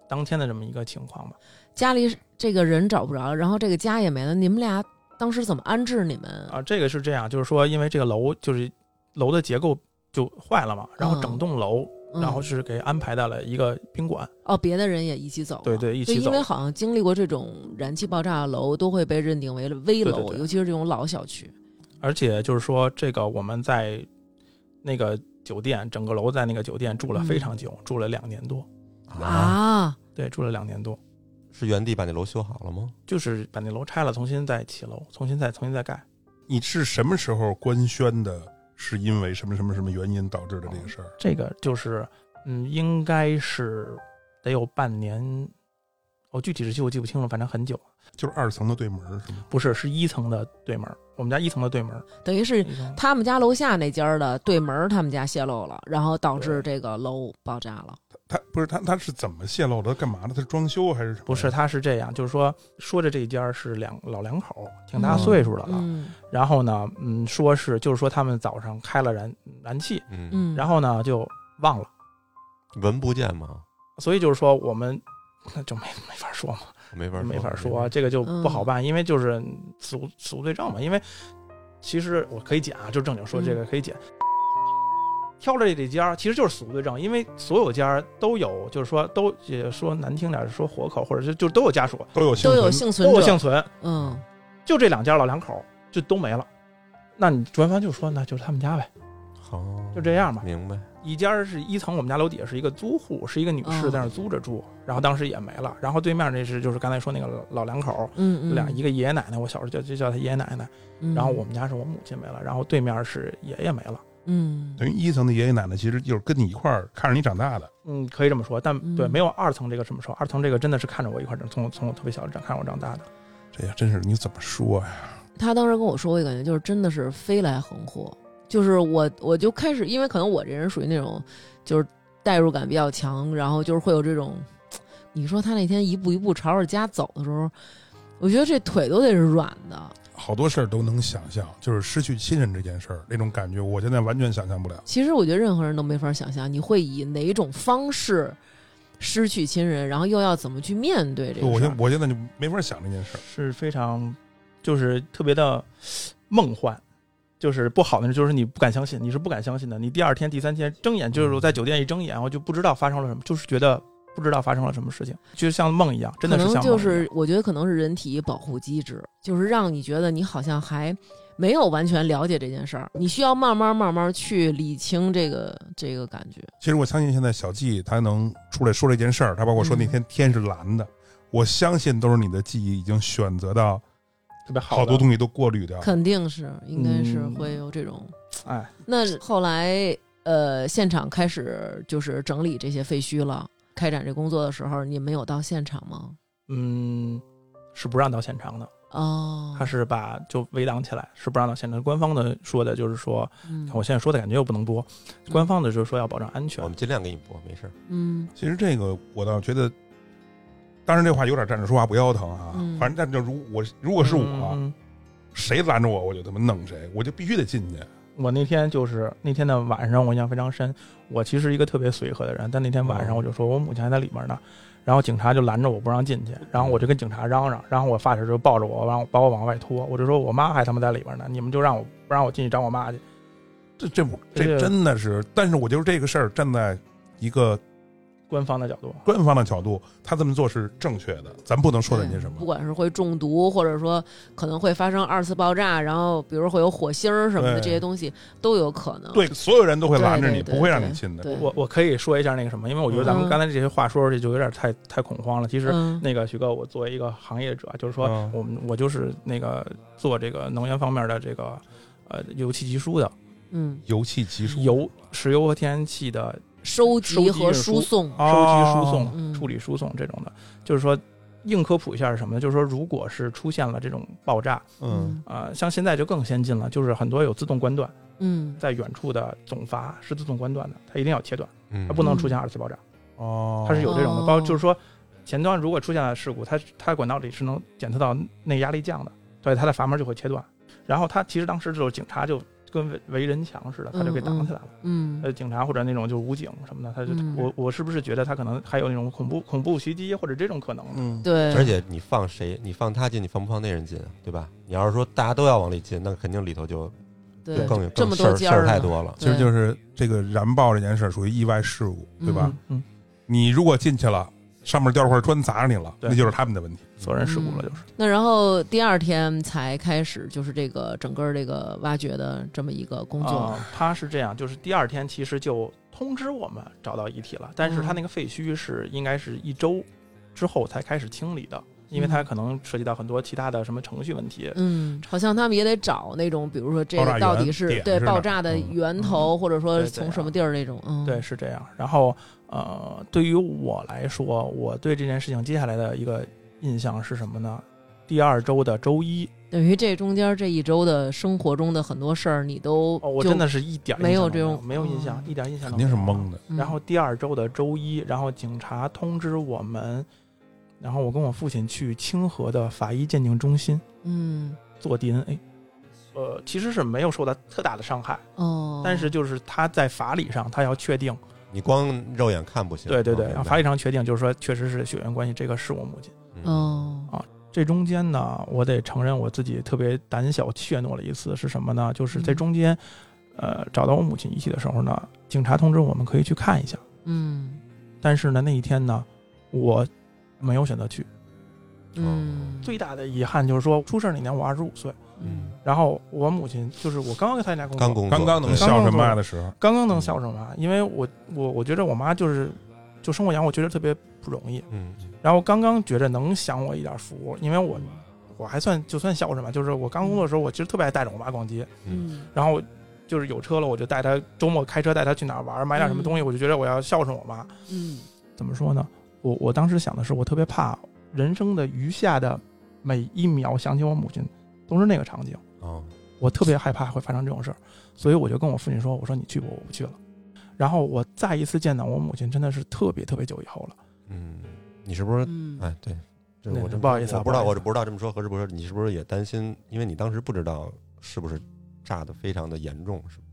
[SPEAKER 2] 当天的这么一个情况吧。
[SPEAKER 4] 家里这个人找不着，然后这个家也没了，你们俩当时怎么安置你们？
[SPEAKER 2] 啊，这个是这样，就是说，因为这个楼就是楼的结构就坏了嘛，然后
[SPEAKER 4] 嗯
[SPEAKER 2] 整栋楼
[SPEAKER 4] 嗯
[SPEAKER 2] 然后是给安排到了一个宾馆。
[SPEAKER 4] 哦，别的人也一起走了，
[SPEAKER 2] 对对一起
[SPEAKER 4] 就因
[SPEAKER 2] 走
[SPEAKER 4] 为好像经历过这种燃气爆炸的楼，都会被认定为了危楼，
[SPEAKER 2] 对对对
[SPEAKER 4] 尤其是这种老小区。
[SPEAKER 2] 而且就是说，这个我们在那个酒店，整个楼在那个酒店住了非常久，住了两年多，
[SPEAKER 4] 啊，
[SPEAKER 2] 对，住了两年多，
[SPEAKER 1] 是原地把那楼修好了吗？
[SPEAKER 2] 就是把那楼拆了，重新再起楼，重新再重新再盖。
[SPEAKER 3] 你是什么时候官宣的？是因为什么什么什么原因导致的这个事儿？
[SPEAKER 2] 这个就是，嗯，应该是得有半年，哦，具体日期我记不清了，反正很久。
[SPEAKER 3] 就是二层的对门儿是吗？
[SPEAKER 2] 不是，是一层的对门儿，我们家一层的对门儿。嗯
[SPEAKER 4] 等于是
[SPEAKER 2] 一层
[SPEAKER 4] 他们家楼下那家儿的对门儿，他们家泄露了，然后导致这个楼爆炸了。
[SPEAKER 3] 他不是他他是怎么泄露的？他干嘛的？他是装修还是什么？
[SPEAKER 2] 不是，，他是这样，就是说说着这一家儿是两老两口儿，挺大岁数的了。
[SPEAKER 4] 嗯
[SPEAKER 2] 然后呢，嗯，说是就是说他们早上开了燃燃气，
[SPEAKER 1] 嗯，
[SPEAKER 4] 嗯，
[SPEAKER 2] 然
[SPEAKER 4] 后
[SPEAKER 2] 后呢就忘了，
[SPEAKER 1] 闻不见吗？
[SPEAKER 2] 所以就是说我们那就没没法说嘛，
[SPEAKER 1] 没法
[SPEAKER 2] 没法说，，啊这个就不好
[SPEAKER 4] 嗯
[SPEAKER 2] 办，因为就是死死无对证嘛。因为其实我可以剪啊，就正经说
[SPEAKER 4] 嗯
[SPEAKER 2] 这个可以剪。挑着这家儿其实就是死无对证，因为所有家儿都有，就是说都也说难听点儿说活口，或者是就都有家属，
[SPEAKER 3] 都有幸
[SPEAKER 4] 都有
[SPEAKER 3] 存
[SPEAKER 4] 幸存
[SPEAKER 2] 都有
[SPEAKER 4] 者
[SPEAKER 2] 幸存，
[SPEAKER 4] 嗯，
[SPEAKER 2] 就这两家老两口就都没了。那你官方就说那就是他们家呗，
[SPEAKER 1] 好，
[SPEAKER 2] 就这样吧。
[SPEAKER 1] 哦明白。
[SPEAKER 2] 一家是一层，我们家楼底下是一个租户，是一个女士
[SPEAKER 4] 哦
[SPEAKER 2] 在那儿租着住，然后当时也没了。然后对面那是就是刚才说那个老老两口，
[SPEAKER 4] 嗯嗯，
[SPEAKER 2] 俩一个爷爷奶奶，我小时候就就叫他爷爷奶奶。
[SPEAKER 4] 嗯，
[SPEAKER 2] 然后我们家是我母亲没了，然后对面是爷爷没了。
[SPEAKER 4] 嗯
[SPEAKER 3] 等于一层的爷爷奶奶其实就是跟你一块儿看着你长大的，
[SPEAKER 2] 嗯，可以这么说，但
[SPEAKER 4] 嗯
[SPEAKER 2] 对没有二层这个什么时候，二层这个真的是看着我一块儿长，从我从我特别小长看着我长大的。
[SPEAKER 3] 这呀真是你怎么说呀？
[SPEAKER 4] 他当时跟我说，我感觉就是真的是飞来横祸，就是我我就开始，因为可能我这人属于那种就是代入感比较强，然后就是会有这种，你说他那天一步一步朝着家走的时候，我觉得这腿都得是软的，
[SPEAKER 3] 好多事儿都能想象，就是失去亲人这件事儿那种感觉，我现在完全想象不了。
[SPEAKER 4] 其实我觉得任何人都没法想象你会以哪种方式失去亲人，然后又要怎么去面对这个
[SPEAKER 3] 就我
[SPEAKER 4] 事儿
[SPEAKER 3] 现。我现在就没法想这件事儿。
[SPEAKER 2] 是非常，就是特别的梦幻，就是不好的，就是你不敢相信，你是不敢相信的。你第二天、第三天睁眼，
[SPEAKER 3] 嗯
[SPEAKER 2] 就是我在酒店一睁眼，我就不知道发生了什么，就是觉得不知道发生了什么事情，就像梦一样，真的
[SPEAKER 4] 可
[SPEAKER 2] 是
[SPEAKER 4] 能
[SPEAKER 2] 像梦一样。
[SPEAKER 4] 就是，我觉得可能是人体保护机制，就是让你觉得你好像还没有完全了解这件事儿，你需要慢慢慢慢去理清这个这个感觉。
[SPEAKER 3] 其实我相信现在小季他能出来说这件事儿，他包括说那天天是蓝的，
[SPEAKER 4] 嗯
[SPEAKER 3] 我相信都是你的记忆已经选择到
[SPEAKER 2] 特别好
[SPEAKER 3] 好
[SPEAKER 2] 的
[SPEAKER 3] 多东西都过滤掉了。
[SPEAKER 4] 肯定是，应该是
[SPEAKER 2] 嗯
[SPEAKER 4] 会有这种。
[SPEAKER 2] 哎，
[SPEAKER 4] 那后来呃，现场开始就是整理这些废墟了。开展这工作的时候，你们有到现场吗？
[SPEAKER 2] 嗯，是不让到现场的，
[SPEAKER 4] 哦，
[SPEAKER 2] 他是把就围挡起来，是不让到现场。官方的说的就是说，
[SPEAKER 4] 嗯
[SPEAKER 2] 我现在说的感觉又不能播，官方的就是说要保障安
[SPEAKER 3] 哦
[SPEAKER 2] 全
[SPEAKER 1] 我。们尽量给你播，没
[SPEAKER 2] 啊
[SPEAKER 1] 事儿。
[SPEAKER 4] 嗯
[SPEAKER 3] 其实这个我倒觉得，当然这话有点站着说话不腰疼啊。
[SPEAKER 4] 嗯
[SPEAKER 3] 反正但就如我如果是我，
[SPEAKER 2] 嗯
[SPEAKER 3] 谁拦着我，我就他妈弄谁，我就必须得进去。
[SPEAKER 2] 我那天就是那天的晚上，我印象非常深。我其实一个特别随和的人，但那天晚上
[SPEAKER 1] 哦
[SPEAKER 2] 我就说我母亲还在里面呢，然后警察就拦着我不让进去，然后我就跟警察嚷嚷，然后我发小就抱着我，然后把我往外拖，我就说我妈还他妈在里边呢，你们就让我不让我进去找我妈去。
[SPEAKER 3] 这这我
[SPEAKER 2] 这
[SPEAKER 3] 这
[SPEAKER 2] 个
[SPEAKER 3] 真的是，但是我就是这个事儿站在一个
[SPEAKER 2] 官方的角度，
[SPEAKER 3] 官方的角度，他这么做是正确的，咱不能说人家什
[SPEAKER 4] 不
[SPEAKER 2] 嗯
[SPEAKER 3] 么。
[SPEAKER 4] 管是会中毒，或者说可能会发生二次爆炸，然后比如会有火星儿什么的，
[SPEAKER 3] 对
[SPEAKER 4] 这些东西都有可能。
[SPEAKER 3] 对，所有人都会拦着你，
[SPEAKER 4] 对对对
[SPEAKER 3] 不会让你进的。
[SPEAKER 4] 对，
[SPEAKER 2] 我我可以说一下那个什么，因为我觉得咱
[SPEAKER 4] 嗯
[SPEAKER 2] 们刚才这些话说出去就有点太太恐慌了。其实
[SPEAKER 4] 嗯
[SPEAKER 2] 那个徐哥，我作为一个行业者，就是说
[SPEAKER 3] 嗯
[SPEAKER 2] 我们我就是那个做这个能源方面的这个呃油气集输的，
[SPEAKER 4] 嗯，
[SPEAKER 3] 油气集束，
[SPEAKER 2] 油、石油和天然气的
[SPEAKER 4] 收
[SPEAKER 2] 收
[SPEAKER 4] 集
[SPEAKER 2] 集
[SPEAKER 4] 和
[SPEAKER 2] 运输啊
[SPEAKER 4] 输送，
[SPEAKER 2] 收集、输送、
[SPEAKER 4] 嗯
[SPEAKER 2] 处理、输送这种的，就是说硬科普一下是什么呢？就是说，如果是出现了这种爆炸，
[SPEAKER 3] 嗯，
[SPEAKER 2] 呃，像现在就更先进了，就是很多有自动关断，
[SPEAKER 4] 嗯
[SPEAKER 2] 在远处的总阀是自动关断的，它一定要切断，
[SPEAKER 1] 嗯
[SPEAKER 2] 它不能出现二次爆炸，
[SPEAKER 3] 哦，
[SPEAKER 2] 它是有这种的。
[SPEAKER 4] 哦
[SPEAKER 2] 包括就是说，前端如果出现了事故，它它管道里是能检测到内压力降的，所以它的阀门就会切断。然后它其实当时就是警察就跟围围人墙似的，他就给挡起来了。
[SPEAKER 4] 嗯
[SPEAKER 2] 呃，警察或者那种就是武警什么的，他就、
[SPEAKER 4] 嗯
[SPEAKER 2] 我我是不是觉得他可能还有那种恐怖恐怖袭击或者这种可能呢？
[SPEAKER 3] 嗯，
[SPEAKER 4] 对，
[SPEAKER 1] 而且你放谁，你放他进，你放不放那人进啊，对吧？你要是说大家都要往里进，那肯定里头就就
[SPEAKER 4] 对，
[SPEAKER 1] 更有
[SPEAKER 4] 这
[SPEAKER 1] 更
[SPEAKER 4] 么
[SPEAKER 1] 事
[SPEAKER 4] 多
[SPEAKER 1] 儿
[SPEAKER 4] 尖
[SPEAKER 1] 事
[SPEAKER 4] 儿
[SPEAKER 1] 儿
[SPEAKER 4] 呢
[SPEAKER 1] 太多了。
[SPEAKER 3] 其实
[SPEAKER 4] 对
[SPEAKER 3] 就是这个燃爆这件事儿属于意外事故，对吧？
[SPEAKER 2] 嗯嗯，
[SPEAKER 3] 你如果进去了，上面掉了块砖砸着你了，
[SPEAKER 2] 对
[SPEAKER 3] 那就是他们的问题。
[SPEAKER 2] 责任事故了就是。
[SPEAKER 4] 那然后第二天才开始，就是这个整个这个挖掘的这么一个工作。
[SPEAKER 2] 啊，他是这样，就是第二天其实就通知我们找到遗体了，但是他
[SPEAKER 4] 嗯
[SPEAKER 2] 那个废墟是应该是一周之后才开始清理的，因为它可能涉及到很多其他的什么程序问题。
[SPEAKER 4] 嗯，好像他们也得找那种，比如说这
[SPEAKER 3] 爆炸
[SPEAKER 4] 个
[SPEAKER 3] 源
[SPEAKER 4] 到底是
[SPEAKER 3] 点
[SPEAKER 4] 对
[SPEAKER 3] 是吧
[SPEAKER 4] 爆炸的
[SPEAKER 3] 嗯
[SPEAKER 4] 源头，或者说
[SPEAKER 2] 对对
[SPEAKER 4] 从
[SPEAKER 2] 啊
[SPEAKER 4] 什么地儿那种。嗯，
[SPEAKER 2] 对，，是这样。然后，呃，对于我来说，我对这件事情接下来的一个印象是什么呢？第二周的周一，
[SPEAKER 4] 等于这中间这一周的生活中的很多事儿，你都
[SPEAKER 2] 哦，我
[SPEAKER 4] 就
[SPEAKER 2] 真的是一点儿
[SPEAKER 4] 没
[SPEAKER 2] 印象
[SPEAKER 4] 有
[SPEAKER 2] 都
[SPEAKER 4] 这种
[SPEAKER 2] 没有印象
[SPEAKER 4] 哦，
[SPEAKER 2] 一点印象
[SPEAKER 3] 肯
[SPEAKER 2] 都
[SPEAKER 3] 定是
[SPEAKER 2] 没有
[SPEAKER 3] 懵的，
[SPEAKER 4] 嗯
[SPEAKER 2] 然后第二周的周一，然后警察通知我们，然后我跟我父亲去清河的法医鉴定中心
[SPEAKER 4] 嗯
[SPEAKER 2] 做 DNA。呃，其实是没有受到特大的伤害，
[SPEAKER 4] 哦，
[SPEAKER 2] 但是就是他在法理上，他要确定，
[SPEAKER 1] 你光肉眼看不行。
[SPEAKER 2] 对对对，
[SPEAKER 1] 嗯
[SPEAKER 2] 然后法理上确定就是说确实是血缘关系，这个是我母亲。
[SPEAKER 1] 明白
[SPEAKER 4] 哦，
[SPEAKER 2] 这中间呢，我得承认我自己特别胆小怯懦了一次是什么呢？就是在
[SPEAKER 4] 嗯
[SPEAKER 2] 中间，呃，找到我母亲遗体的时候呢，警察通知我们可以去看一下，
[SPEAKER 4] 嗯
[SPEAKER 2] 但是呢，那一天呢，我没有选择去。
[SPEAKER 4] 嗯，
[SPEAKER 2] 哦最大的遗憾就是说，出事儿那年我二十五岁，
[SPEAKER 4] 嗯
[SPEAKER 2] 然后我母亲就是我刚刚参加工作，
[SPEAKER 1] 刚工作
[SPEAKER 3] 刚刚能
[SPEAKER 1] 对嗯
[SPEAKER 3] 孝顺妈的啊时候，
[SPEAKER 2] 刚刚能孝顺妈，因为我我我觉得我妈就是就生我养我，觉得特别不容易，
[SPEAKER 1] 嗯，
[SPEAKER 2] 然后刚刚觉着能享我一点福，因为我嗯我还算就算孝顺吧，就是我刚工作的时候，我其实特别爱带着我妈逛街，
[SPEAKER 4] 嗯
[SPEAKER 2] 然后就是有车了，我就带她周末开车带她去哪儿玩，买点什么东西，我就觉得我要孝顺我妈。
[SPEAKER 4] 嗯
[SPEAKER 2] 怎么说呢？我我当时想的是，我特别怕人生的余下的每一秒想起我母亲都是那个场景，
[SPEAKER 1] 哦，
[SPEAKER 2] 我特别害怕会发生这种事儿，所以我就跟我父亲说：“我说你去吧，我不去了。”然后我再一次见到我母亲，真的是特别特别久以后了。
[SPEAKER 1] 嗯，你是不是？
[SPEAKER 4] 嗯
[SPEAKER 1] 哎，对，这
[SPEAKER 2] 那
[SPEAKER 1] 我真
[SPEAKER 2] 不好意思啊
[SPEAKER 1] 我不知道，
[SPEAKER 2] 不好意
[SPEAKER 1] 我
[SPEAKER 2] 思
[SPEAKER 1] 这不知道这么说合适不合适。你是不是也担心？因为你当时不知道是不是炸的非常的严重，是吧？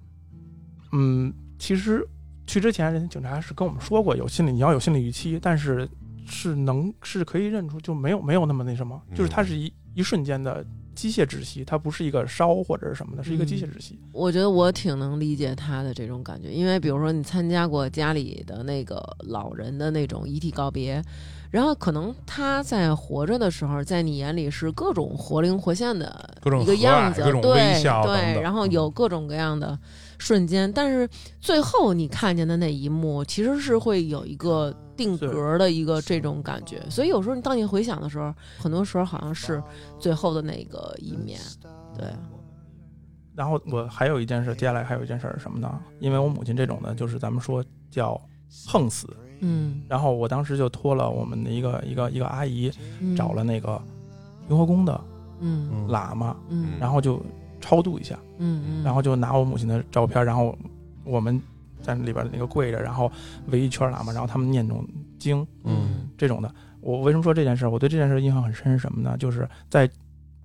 [SPEAKER 2] 嗯，其实去之前，人家警察是跟我们说过，有心理你要有心理预期，但是是能是可以认出，就没有没有那么那什么，就是它是一一瞬间的机械窒息，它不是一个烧或者是什么的，是一个机械窒息。
[SPEAKER 4] 我觉得我挺能理解他的这种感觉，因为比如说你参加过家里的那个老人的那种遗体告别，然后可能他在活着的时候，在你眼里是各种活灵活现的
[SPEAKER 3] 各种
[SPEAKER 4] 一个样子，
[SPEAKER 3] 和蔼各种微笑
[SPEAKER 4] 对
[SPEAKER 3] 等
[SPEAKER 4] 对，
[SPEAKER 3] 等嗯
[SPEAKER 4] 然后有各种各样的瞬间，但是最后你看见的那一幕，其实是会有一个定格的一个这种感觉，所以有时候你当你回想的时候，很多时候好像是最后的那个一面，对，啊
[SPEAKER 2] 然后我还有一件事，接下来还有一件事是什么呢？因为我母亲这种呢，就是咱们说叫横死，
[SPEAKER 4] 嗯，
[SPEAKER 2] 然后我当时就托了我们的一个一个一个阿姨，
[SPEAKER 4] 嗯
[SPEAKER 2] 找了，那个雍和宫的
[SPEAKER 4] 嗯
[SPEAKER 3] 嗯
[SPEAKER 2] 喇嘛，
[SPEAKER 4] 嗯，
[SPEAKER 2] 然后就超度一下。
[SPEAKER 4] 嗯，嗯
[SPEAKER 2] 然后就拿我母亲的照片，然后我们在里边那个跪着，然后围一圈喇嘛，然后他们念那种经
[SPEAKER 4] 嗯
[SPEAKER 2] 这种的。我为什么说这件事儿？我对这件事儿印象很深是什么呢？就是在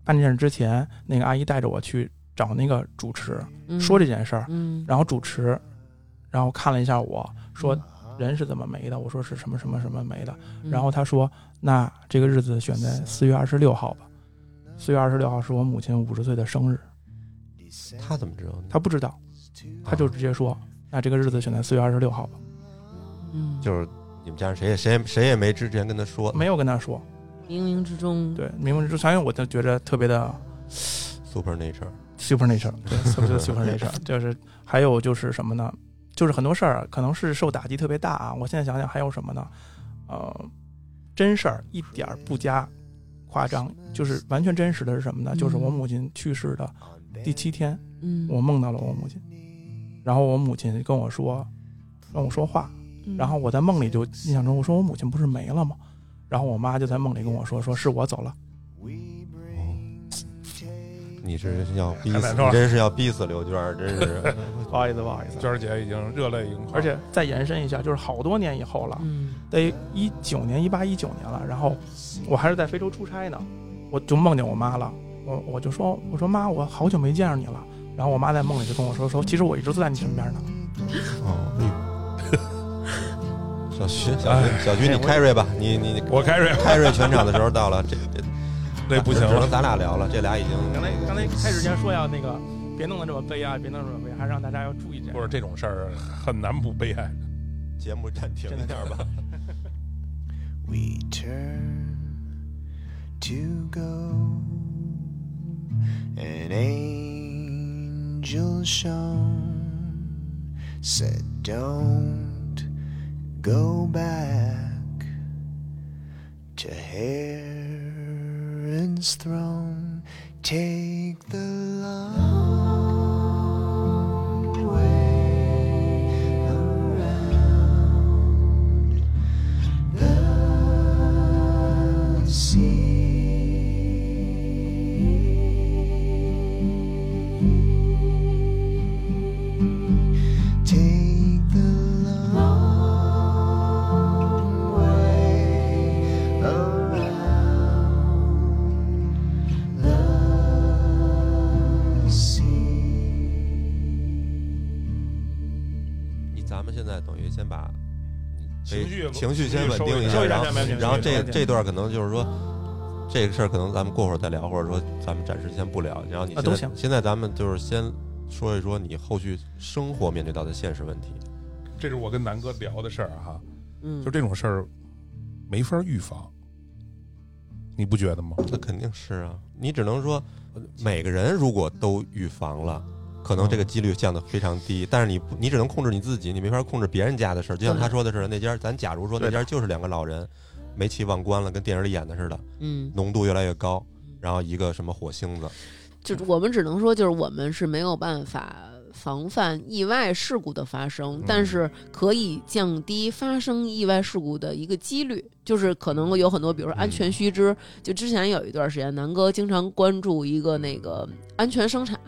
[SPEAKER 2] 办这件事之前，那个阿姨带着我去找那个主持
[SPEAKER 4] 嗯
[SPEAKER 2] 说这，件事儿，
[SPEAKER 4] 嗯，
[SPEAKER 2] 然后主持然后看了一下我说
[SPEAKER 4] 嗯
[SPEAKER 2] 人是怎么没的，我说是什么什么什么没的，
[SPEAKER 4] 嗯
[SPEAKER 2] 然后他说那这个日子选在四月二十六号吧。四月二十六号是我母亲五十岁的生日，
[SPEAKER 1] 他怎么知道呢？啊
[SPEAKER 2] 她不知道。他就直接说：“那这个日子选在四月二十六号吧。
[SPEAKER 4] 嗯，
[SPEAKER 1] 就是你们家人谁也谁也谁也没之前跟他”说，
[SPEAKER 2] 没有跟他说，
[SPEAKER 4] 冥冥之中，
[SPEAKER 2] 对，冥冥之中，因为我就觉着特别的
[SPEAKER 1] super nature，
[SPEAKER 2] super nature，对，super super nature，就是还有就是什么呢？就是很多事儿啊可能是受打击特别大啊。我现在想想还有什么呢？呃，真事儿一点儿不加夸张，就是完全真实的是什么呢？
[SPEAKER 4] 嗯
[SPEAKER 2] 就是我母亲去世的第七天，
[SPEAKER 4] 嗯，
[SPEAKER 2] 我梦到了我母亲，然后我母亲跟我说，让我说话，
[SPEAKER 4] 嗯，
[SPEAKER 2] 然后我在梦里就印象中，我说我母亲不是没了吗？然后我妈就在梦里跟我说，说是我走了。
[SPEAKER 1] 你这是要逼
[SPEAKER 3] 太
[SPEAKER 1] 死，
[SPEAKER 3] 难受了
[SPEAKER 1] 你真是要逼死刘娟儿，真是
[SPEAKER 2] 不好意思，不好意思。
[SPEAKER 3] 娟儿姐已经热泪盈眶，
[SPEAKER 2] 而且再延伸一下，就是好多年以后了，
[SPEAKER 4] 嗯，
[SPEAKER 2] 得一九年、一八、一九年了。然后我还是在非洲出差呢，我就梦见我妈了。我我就说，我说妈，我好久没见着你了。然后我妈在梦里就跟我说，说其实我一直都在你身边呢。
[SPEAKER 1] 哦，哎呦小徐，小徐，小徐，你 carry 吧，你你你
[SPEAKER 3] 我开始 (laughs)
[SPEAKER 1] carry 全场的时候到了，这这
[SPEAKER 3] 累不行
[SPEAKER 1] 只能
[SPEAKER 3] 了， (laughs)
[SPEAKER 1] 咱俩聊了，这俩已经
[SPEAKER 2] 刚才刚才开始之前说要那个别弄得这么悲哀，别弄得这么悲哀，还是让大家要注意这
[SPEAKER 3] 或者
[SPEAKER 2] 样。
[SPEAKER 3] 这种事儿很难不悲哀。
[SPEAKER 1] 节目暂停一下吧。
[SPEAKER 5] we turn to go. An angel shone, said, Don't go back to Heron's throne. Take the long way around the sea. Take the long way around the sea.
[SPEAKER 1] 你咱们现在等于先把
[SPEAKER 3] 情绪
[SPEAKER 1] 情绪先稳定一
[SPEAKER 3] 收
[SPEAKER 1] 下，
[SPEAKER 2] 一下
[SPEAKER 1] 然后
[SPEAKER 2] 下面情绪
[SPEAKER 1] 然后
[SPEAKER 2] 收一
[SPEAKER 1] 这
[SPEAKER 2] 下
[SPEAKER 1] 这段可能就是说，这个事儿可能咱们过会儿再聊，或者说咱们暂时先不聊。然后你
[SPEAKER 2] 啊
[SPEAKER 1] 现
[SPEAKER 2] 都
[SPEAKER 1] 在、
[SPEAKER 2] 行
[SPEAKER 1] 现在咱们就是先说一说你后续生活面对到的现实问题。
[SPEAKER 3] 这是我跟南哥聊的事儿啊哈，
[SPEAKER 4] 嗯
[SPEAKER 3] 就，这种事儿没法预防，你不觉得吗？
[SPEAKER 1] 那肯定是啊，你只能说呃每个人如果都预防了。可能这个几率降得非常低，但是你不你只能控制你自己，你没法控制别人家的事儿。就像他说的是，那家咱假如说那家就是两个老人煤气忘关了，跟电影里演的似的，
[SPEAKER 4] 嗯，
[SPEAKER 1] 浓度越来越高，然后一个什么火星子，
[SPEAKER 4] 就是我们只能说，就是我们是没有办法防范意外事故的发
[SPEAKER 2] 嗯
[SPEAKER 4] 生，但是可以降低发生意外事故的一个几率。就是可能有很多，比如说安全须知。就之前有一段时间，南哥经常关注一个那个安全生产，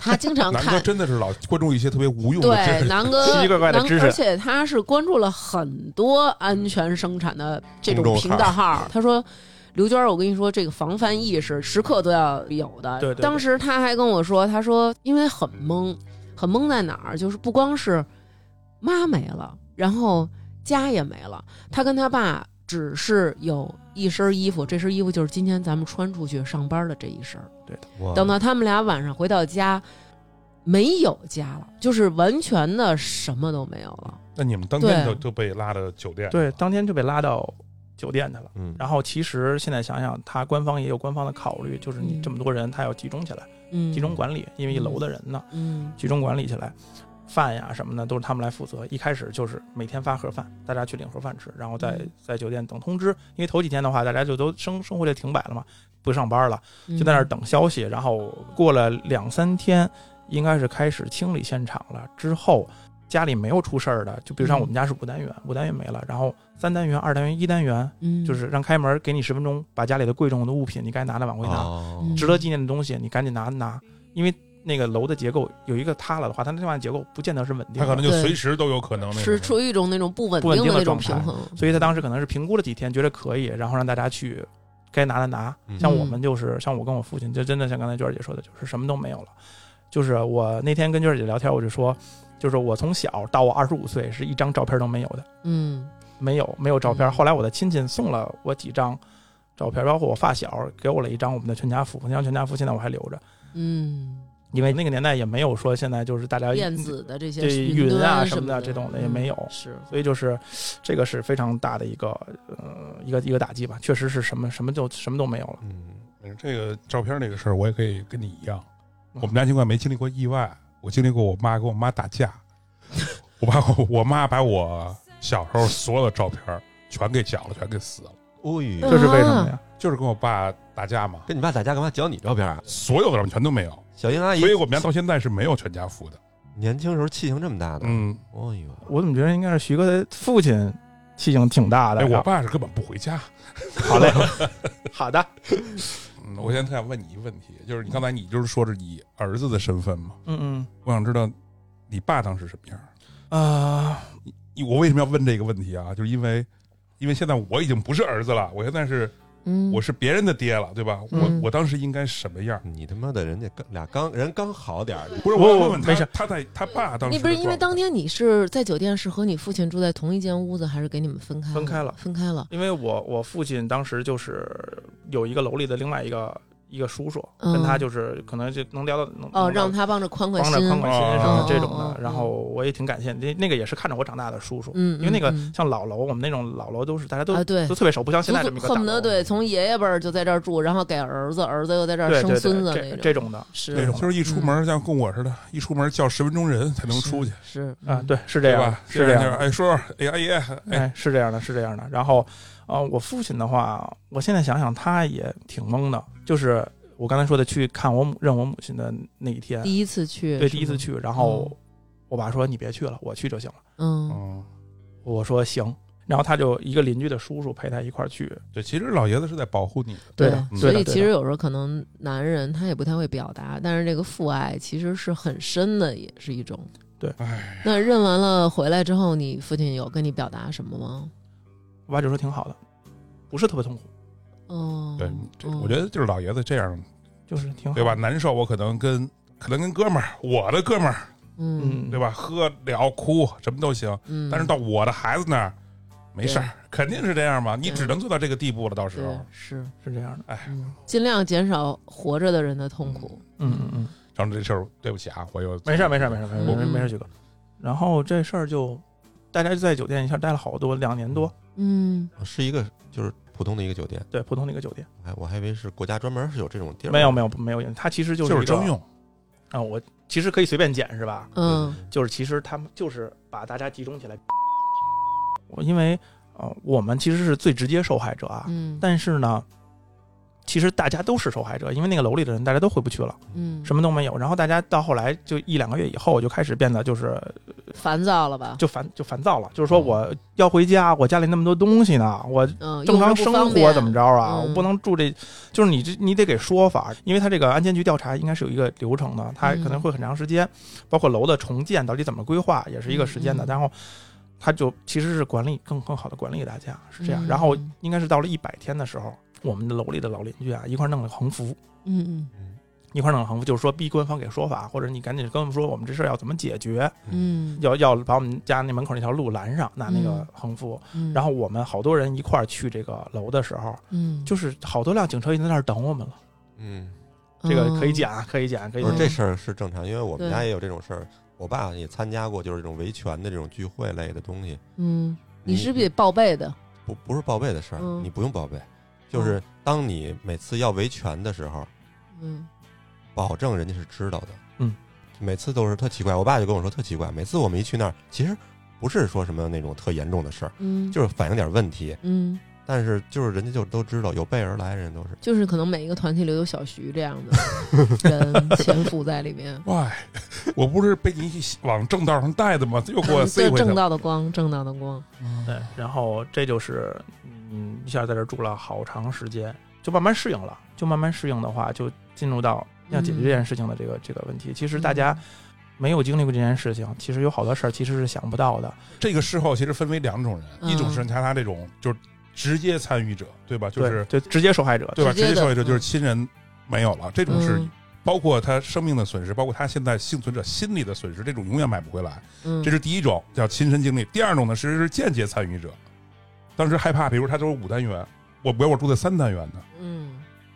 [SPEAKER 4] 他经常
[SPEAKER 3] 南哥
[SPEAKER 4] 看。
[SPEAKER 3] 真的是老关注一些特别无用的
[SPEAKER 4] 对，
[SPEAKER 3] 知识，
[SPEAKER 4] 南哥，
[SPEAKER 2] 奇奇怪怪的
[SPEAKER 4] 南
[SPEAKER 2] 知识
[SPEAKER 4] 而且他是关注了很多安全生产的这种
[SPEAKER 1] 公众
[SPEAKER 4] 频道号。他说：“刘娟儿，我跟你说，这个防范意识时刻都要有的。
[SPEAKER 2] 对对对
[SPEAKER 4] 当时他还跟我说，他说因为很懵，很懵在哪儿？就是不光是妈没了，然后家也没了，他跟他爸只是有一身衣服，这身衣服就是今天咱们穿出去上班的这一身儿。
[SPEAKER 2] 啊
[SPEAKER 1] 哇
[SPEAKER 4] 等到他们俩晚上回到家，没有家了，就是完全的什么都没有了。
[SPEAKER 3] 那你们当天
[SPEAKER 4] 对
[SPEAKER 3] 就就被拉到酒店，
[SPEAKER 2] 对，，当天就被拉到酒店去了。
[SPEAKER 1] 嗯，
[SPEAKER 2] 然后其实现在想想，他官方也有官方的考虑，就是你
[SPEAKER 4] 嗯
[SPEAKER 2] 这么多人，他要集中起来，
[SPEAKER 4] 嗯，
[SPEAKER 2] 集中管理，因为一楼的人呢，
[SPEAKER 4] 嗯，
[SPEAKER 2] 集中管理起来，饭呀什么的都是他们来负责。一开始就是每天发盒饭，大家去领盒饭吃，然后在
[SPEAKER 4] 嗯
[SPEAKER 2] 在酒店等通知。因为头几天的话，大家就都生生活就停摆了嘛，不上班了，
[SPEAKER 4] 嗯
[SPEAKER 2] 就在那儿。等消息。然后过了两三天，应该是开始清理现场了。之后家里没有出事儿的，就比如像
[SPEAKER 4] 嗯
[SPEAKER 2] 我们家是五单元，五单元没了，然后三单元、二单元、一单元，
[SPEAKER 4] 嗯，
[SPEAKER 2] 就是让开门给你十分钟，把家里的贵重的物品你该拿的往回拿。
[SPEAKER 1] 哦
[SPEAKER 4] 嗯
[SPEAKER 2] 值得纪念的东西，你赶紧拿拿，因为那个楼的结构有一个塌了的话，它那另外结构不见得是稳定
[SPEAKER 3] 他可能
[SPEAKER 2] 的。
[SPEAKER 3] 就
[SPEAKER 4] 对
[SPEAKER 3] 随时都有可能那
[SPEAKER 4] 是
[SPEAKER 3] 种
[SPEAKER 4] 处于一种那种不稳
[SPEAKER 2] 不稳
[SPEAKER 4] 定
[SPEAKER 2] 定
[SPEAKER 4] 的那
[SPEAKER 2] 的
[SPEAKER 4] 种
[SPEAKER 2] 状
[SPEAKER 4] 平
[SPEAKER 2] 态
[SPEAKER 4] 衡，
[SPEAKER 2] 所以他当时可能是评估了几天，觉得可以，然后让大家去该拿的拿。
[SPEAKER 1] 嗯
[SPEAKER 2] 像我们就是，像我跟我父亲，就真的像刚才娟儿姐说的，就是什么都没有了。就是我那天跟娟儿姐聊天，我就说，就是我从小到我二十五岁是一张照片都没有的，
[SPEAKER 4] 嗯
[SPEAKER 2] 没有没有照片。
[SPEAKER 4] 嗯
[SPEAKER 2] 后来我的亲戚送了我几张照片，包括我发小给我了一张我们的全家福，那张全家福现在我还留着。
[SPEAKER 4] 嗯，
[SPEAKER 2] 因为那个年代也没有说现在就是大家
[SPEAKER 4] 电子的这些
[SPEAKER 2] 这哎云
[SPEAKER 4] 端
[SPEAKER 2] 啊
[SPEAKER 4] 什
[SPEAKER 2] 什么
[SPEAKER 4] 的嗯
[SPEAKER 2] 的这种的也没有
[SPEAKER 4] 是，
[SPEAKER 2] 所以就是这个是非常大的一个呃一个一个打击吧，确实是什么什么就什么都没有了。
[SPEAKER 1] 嗯，
[SPEAKER 3] 这个照片这个事儿，我也可以跟你一样，我们家尽管没经历过意外，我经历过我妈跟我妈
[SPEAKER 4] (laughs)
[SPEAKER 3] 打架，我把我我妈把我小时候所有的照片儿全给绞了，全给撕了，
[SPEAKER 1] 无语，
[SPEAKER 4] 嗯
[SPEAKER 2] 这是为什么呀？
[SPEAKER 3] 就是跟我爸打架嘛，
[SPEAKER 1] 哎跟你爸打架干嘛？教你照片啊？
[SPEAKER 3] 所有的照片全都没有，
[SPEAKER 1] 小英阿姨
[SPEAKER 3] 所以我们家到现在是没有全家福的。
[SPEAKER 1] 年轻时候气性这么大的，
[SPEAKER 3] 嗯，
[SPEAKER 1] 哦呦，
[SPEAKER 2] 我怎么觉得应该是徐哥的父亲气性挺大的
[SPEAKER 3] 哎，
[SPEAKER 2] 呀？
[SPEAKER 4] 啊
[SPEAKER 3] 我爸是根本不回家。
[SPEAKER 2] 好嘞，
[SPEAKER 3] (laughs)
[SPEAKER 2] 好的，
[SPEAKER 3] 嗯，我现在特想问你一个问题，就是你刚才你就是说是以儿子的身份嘛，
[SPEAKER 2] 嗯
[SPEAKER 3] 我想知道你爸当时什么样儿。
[SPEAKER 2] 嗯啊、
[SPEAKER 3] 你我为什么要问这个问题啊？就是因为，因为现在我已经不是儿子了，我现在是
[SPEAKER 4] 嗯，
[SPEAKER 3] 我是别人的爹了，对吧？
[SPEAKER 4] 嗯
[SPEAKER 3] 我我当时应该什么样？
[SPEAKER 1] 你他妈的人家刚俩刚人刚好点儿，
[SPEAKER 3] 不是，
[SPEAKER 2] 我
[SPEAKER 3] 我想
[SPEAKER 2] 我
[SPEAKER 3] 问问
[SPEAKER 2] 没
[SPEAKER 3] 他
[SPEAKER 2] 事，
[SPEAKER 3] 他在他爸当时
[SPEAKER 4] 你
[SPEAKER 3] 的
[SPEAKER 4] 不是因为
[SPEAKER 3] 状态
[SPEAKER 4] 当天你是在酒店是和你父亲住在同一间屋子，还是给你们分开？
[SPEAKER 2] 分开了
[SPEAKER 4] 分开了。
[SPEAKER 2] 因为我我父亲当时就是有一个楼里的另外一个一个叔叔，
[SPEAKER 4] 嗯
[SPEAKER 2] 跟他就是可能就能聊到能
[SPEAKER 4] 哦，
[SPEAKER 2] 能聊
[SPEAKER 4] 让他帮着宽宽
[SPEAKER 2] 嗯帮
[SPEAKER 4] 心
[SPEAKER 2] 着，宽宽心什
[SPEAKER 4] 哦
[SPEAKER 2] 么的这种
[SPEAKER 4] 哦哦
[SPEAKER 2] 的。然后我也挺感谢那那个也是看着我长大的叔叔，
[SPEAKER 4] 嗯，
[SPEAKER 2] 因为那个
[SPEAKER 4] 嗯
[SPEAKER 2] 像老楼，我们那种老楼都是大家
[SPEAKER 4] 嗯
[SPEAKER 2] 都
[SPEAKER 4] 啊，对
[SPEAKER 2] 都，特别熟，不像现在这么一个大
[SPEAKER 4] 恨不得
[SPEAKER 2] 楼
[SPEAKER 4] 对，从爷爷辈儿就在这儿住，然后给儿子，儿子又在这儿
[SPEAKER 2] 对
[SPEAKER 4] 生
[SPEAKER 2] 对
[SPEAKER 4] 孙子
[SPEAKER 2] 对，这
[SPEAKER 4] 种，
[SPEAKER 2] 这种的
[SPEAKER 4] 是
[SPEAKER 3] 对，就是一出门像跟我似的，一出门叫十分钟人才能出去，
[SPEAKER 4] 嗯是嗯
[SPEAKER 2] 啊，，对，是
[SPEAKER 3] 对
[SPEAKER 2] 这样
[SPEAKER 3] 吧，？
[SPEAKER 2] 是这样
[SPEAKER 3] 就是
[SPEAKER 2] 的，
[SPEAKER 3] 哎，叔叔，哎呀，阿姨，哎，
[SPEAKER 2] 哎，是这样的，是这样的。然后，呃，我父亲的话，我现在想想，他也挺懵的，就是我刚才说的，去看我母认我母亲的那一天
[SPEAKER 4] 嗯，第一次去，
[SPEAKER 2] 对，
[SPEAKER 4] 是
[SPEAKER 2] 第一次
[SPEAKER 4] 吗，
[SPEAKER 2] 去。然后我爸说：“你别去了，我去就行了。
[SPEAKER 4] 嗯，
[SPEAKER 3] 嗯，”
[SPEAKER 2] 我说：“行。”然后他就一个邻居的叔叔陪他一块儿去，
[SPEAKER 3] 对，其实老爷子是在保护你的，
[SPEAKER 2] 对
[SPEAKER 4] 对
[SPEAKER 2] 的，
[SPEAKER 4] 所
[SPEAKER 2] 对的
[SPEAKER 4] 以
[SPEAKER 2] 对
[SPEAKER 4] 其
[SPEAKER 2] 的
[SPEAKER 4] 实有时候可能男人他也不太会表达，但是这个父爱其实是很深的，也是一种。
[SPEAKER 3] 哎，
[SPEAKER 4] 那认完了回来之后，你父亲有跟你表达什么吗？
[SPEAKER 2] 我爸就说挺好的，不是特别痛苦，
[SPEAKER 4] 哦，
[SPEAKER 3] 对，这
[SPEAKER 4] 嗯
[SPEAKER 3] 我觉得就是老爷子这样，
[SPEAKER 2] 就是挺好，
[SPEAKER 3] 对吧？？难受，我可能跟可能跟哥们儿，我的哥们儿，
[SPEAKER 4] 嗯
[SPEAKER 2] 嗯，
[SPEAKER 3] 对？吧？喝聊哭什么都行，
[SPEAKER 4] 嗯，
[SPEAKER 3] 但是到我的孩子那儿，没事儿，肯定是这样嘛，你只能做到这个地步了，到时
[SPEAKER 4] 嗯对
[SPEAKER 3] 候。哎
[SPEAKER 4] 是，
[SPEAKER 2] 是这样的，
[SPEAKER 4] 嗯，尽量减少活着的人的痛苦。
[SPEAKER 2] 嗯嗯嗯，
[SPEAKER 3] 然后这事儿，对不起啊，我又
[SPEAKER 2] 没事儿没事儿没事儿没事儿没事儿
[SPEAKER 4] 嗯
[SPEAKER 2] 没事儿，举哥。然后这事儿就大家就在酒店一下待了好多两年多，
[SPEAKER 4] 嗯，
[SPEAKER 1] 是一个就是普通的一个酒店，
[SPEAKER 2] 对，普通的一个酒店，
[SPEAKER 1] 哎，我还以为是国家专门是有这种地儿，
[SPEAKER 2] 没有没有没有，它其实就是
[SPEAKER 3] 就
[SPEAKER 2] 一
[SPEAKER 3] 是
[SPEAKER 2] 个
[SPEAKER 3] 征用，
[SPEAKER 2] 啊，我其实可以随便剪是吧？
[SPEAKER 4] 嗯，
[SPEAKER 2] 就是其实他们就是把大家集中起来， (laughs) 我因为呃我们其实是最直接受害者啊，
[SPEAKER 4] 嗯，
[SPEAKER 2] 但是呢，其实大家都是受害者，因为那个楼里的人大家都回不去了，
[SPEAKER 4] 嗯，
[SPEAKER 2] 什么都没有。然后大家到后来就一两个月以后，就开始变得就是
[SPEAKER 4] 烦躁了吧？
[SPEAKER 2] 就烦就烦躁了，就是说我要回家，我家里那么多东西呢，我
[SPEAKER 4] 嗯，
[SPEAKER 2] 正常
[SPEAKER 4] 用着不
[SPEAKER 2] 生
[SPEAKER 4] 方
[SPEAKER 2] 活
[SPEAKER 4] 便
[SPEAKER 2] 怎么着啊？
[SPEAKER 4] 嗯
[SPEAKER 2] 我不能住这，就是你这你得给说法，因为他这个安监局调查应该是有一个流程的，它可
[SPEAKER 4] 嗯
[SPEAKER 2] 能会很长时间，包括楼的重建到底怎么规划也是一个时间的。
[SPEAKER 4] 嗯嗯
[SPEAKER 2] 然后他就其实是管理更更好的管理大家是这
[SPEAKER 4] 嗯
[SPEAKER 2] 样。然后应该是到了一百天的时候，我们的楼里的老邻居啊一块弄了横幅，
[SPEAKER 4] 嗯
[SPEAKER 2] 一块弄了横幅，就是说逼官方给说法，或者你赶紧跟我们说我们这事儿要怎么解决，
[SPEAKER 4] 嗯
[SPEAKER 2] 要要把我们家那门口那条路拦上，拿那个横幅。
[SPEAKER 4] 嗯，
[SPEAKER 2] 然后我们好多人一块儿去这个楼的时候。
[SPEAKER 4] 嗯，
[SPEAKER 2] 就是好多辆警车已经在那儿等我们了。
[SPEAKER 1] 嗯，
[SPEAKER 2] 这个可以
[SPEAKER 4] 嗯
[SPEAKER 2] 剪，啊，可以剪，可以
[SPEAKER 1] 不是
[SPEAKER 2] 剪。
[SPEAKER 1] 这事儿是正常，因为我们
[SPEAKER 4] 对
[SPEAKER 1] 家也有这种事儿，我爸也参加过，就是这种维权的这种聚会类的东西。
[SPEAKER 4] 嗯，你是不是得报备的？
[SPEAKER 1] 不不是报备的事儿，
[SPEAKER 4] 嗯
[SPEAKER 1] 你不用报备，就是当你每次要维权的时候，
[SPEAKER 4] 嗯
[SPEAKER 1] 保证人家是知道的。
[SPEAKER 2] 嗯，
[SPEAKER 1] 每次都是特奇怪，我爸就跟我说特奇怪，每次我们一去那儿，其实不是说什么那种特严重的事儿，
[SPEAKER 4] 嗯，
[SPEAKER 1] 就是反映点问题，
[SPEAKER 4] 嗯，
[SPEAKER 1] 但是就是人家就都知道，有备而来，人家都是。
[SPEAKER 4] 就是可能每一个团体里有小徐这
[SPEAKER 2] (laughs)
[SPEAKER 4] 样的人潜伏在里面，
[SPEAKER 3] 哇，我不是被你往正道上带的吗？又给我塞
[SPEAKER 4] 这
[SPEAKER 3] 回去
[SPEAKER 4] 嗯正
[SPEAKER 3] 了。
[SPEAKER 4] 道的光，正道的光，
[SPEAKER 2] 对，然后这就是嗯，一下在这儿住了好长时间，就慢慢适应了。就慢慢适应的话，就进入到要解决这件事情的这
[SPEAKER 1] 嗯
[SPEAKER 2] 个、这个问题。其
[SPEAKER 4] 嗯
[SPEAKER 2] 实大家没有经历过这件事情，其实有好多事儿其实是想不到的。
[SPEAKER 3] 这个事后其实分为两种人，
[SPEAKER 4] 嗯
[SPEAKER 3] 一种是像他这种就是直接参与者，对吧？就是
[SPEAKER 2] 对，就直接受害者。
[SPEAKER 3] 对吧？
[SPEAKER 4] 直
[SPEAKER 3] 直
[SPEAKER 4] 接的
[SPEAKER 3] 接受害者
[SPEAKER 4] 嗯
[SPEAKER 3] 就是亲人没有了，这种是
[SPEAKER 4] 嗯
[SPEAKER 3] 包括他生命的损失，包括他现在幸存者心理的损失，这种永远买不回来。
[SPEAKER 4] 嗯，
[SPEAKER 3] 这是第一种叫亲身经历。第二种呢，其实是间接参与者，当时害怕，比如他都是五单元，我不要我住在三单元呢，
[SPEAKER 4] 嗯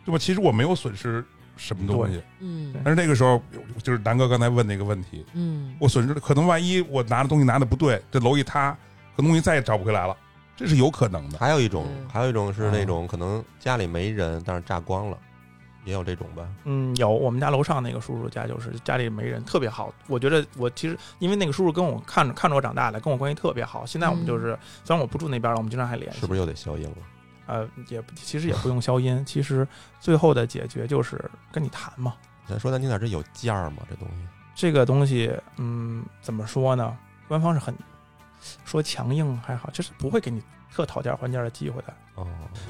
[SPEAKER 3] 对吧？其实我没有损失什么东西，
[SPEAKER 4] 嗯
[SPEAKER 3] 但是那个时候就是南哥刚才问那个问题，
[SPEAKER 4] 嗯，
[SPEAKER 3] 我损失了可能万一我拿的东西拿的不对，这楼一塌，可能东西再也找不回来了，这是有可能的。
[SPEAKER 1] 还有一种，
[SPEAKER 4] 嗯
[SPEAKER 1] 还有一种是那种可能家里没人，但是炸光了，也有这种吧。
[SPEAKER 2] 嗯，有我们家楼上那个叔叔家就是家里没人，特别好。我觉得我其实因为那个叔叔跟我看着看着我长大的，跟我关系特别好。现在我们就是、虽然我不住那边了，我们经常还联系。
[SPEAKER 1] 嗯是不是又得消音了？
[SPEAKER 2] 呃，也不其实也不用消音，其实最后的解决就是跟你谈嘛。
[SPEAKER 1] 咱说难听点，这有价儿吗？这东西
[SPEAKER 2] 这个东西，嗯，怎么说呢？官方是很说强硬还好，就是不会给你特讨价还价的机会的。
[SPEAKER 1] 哦，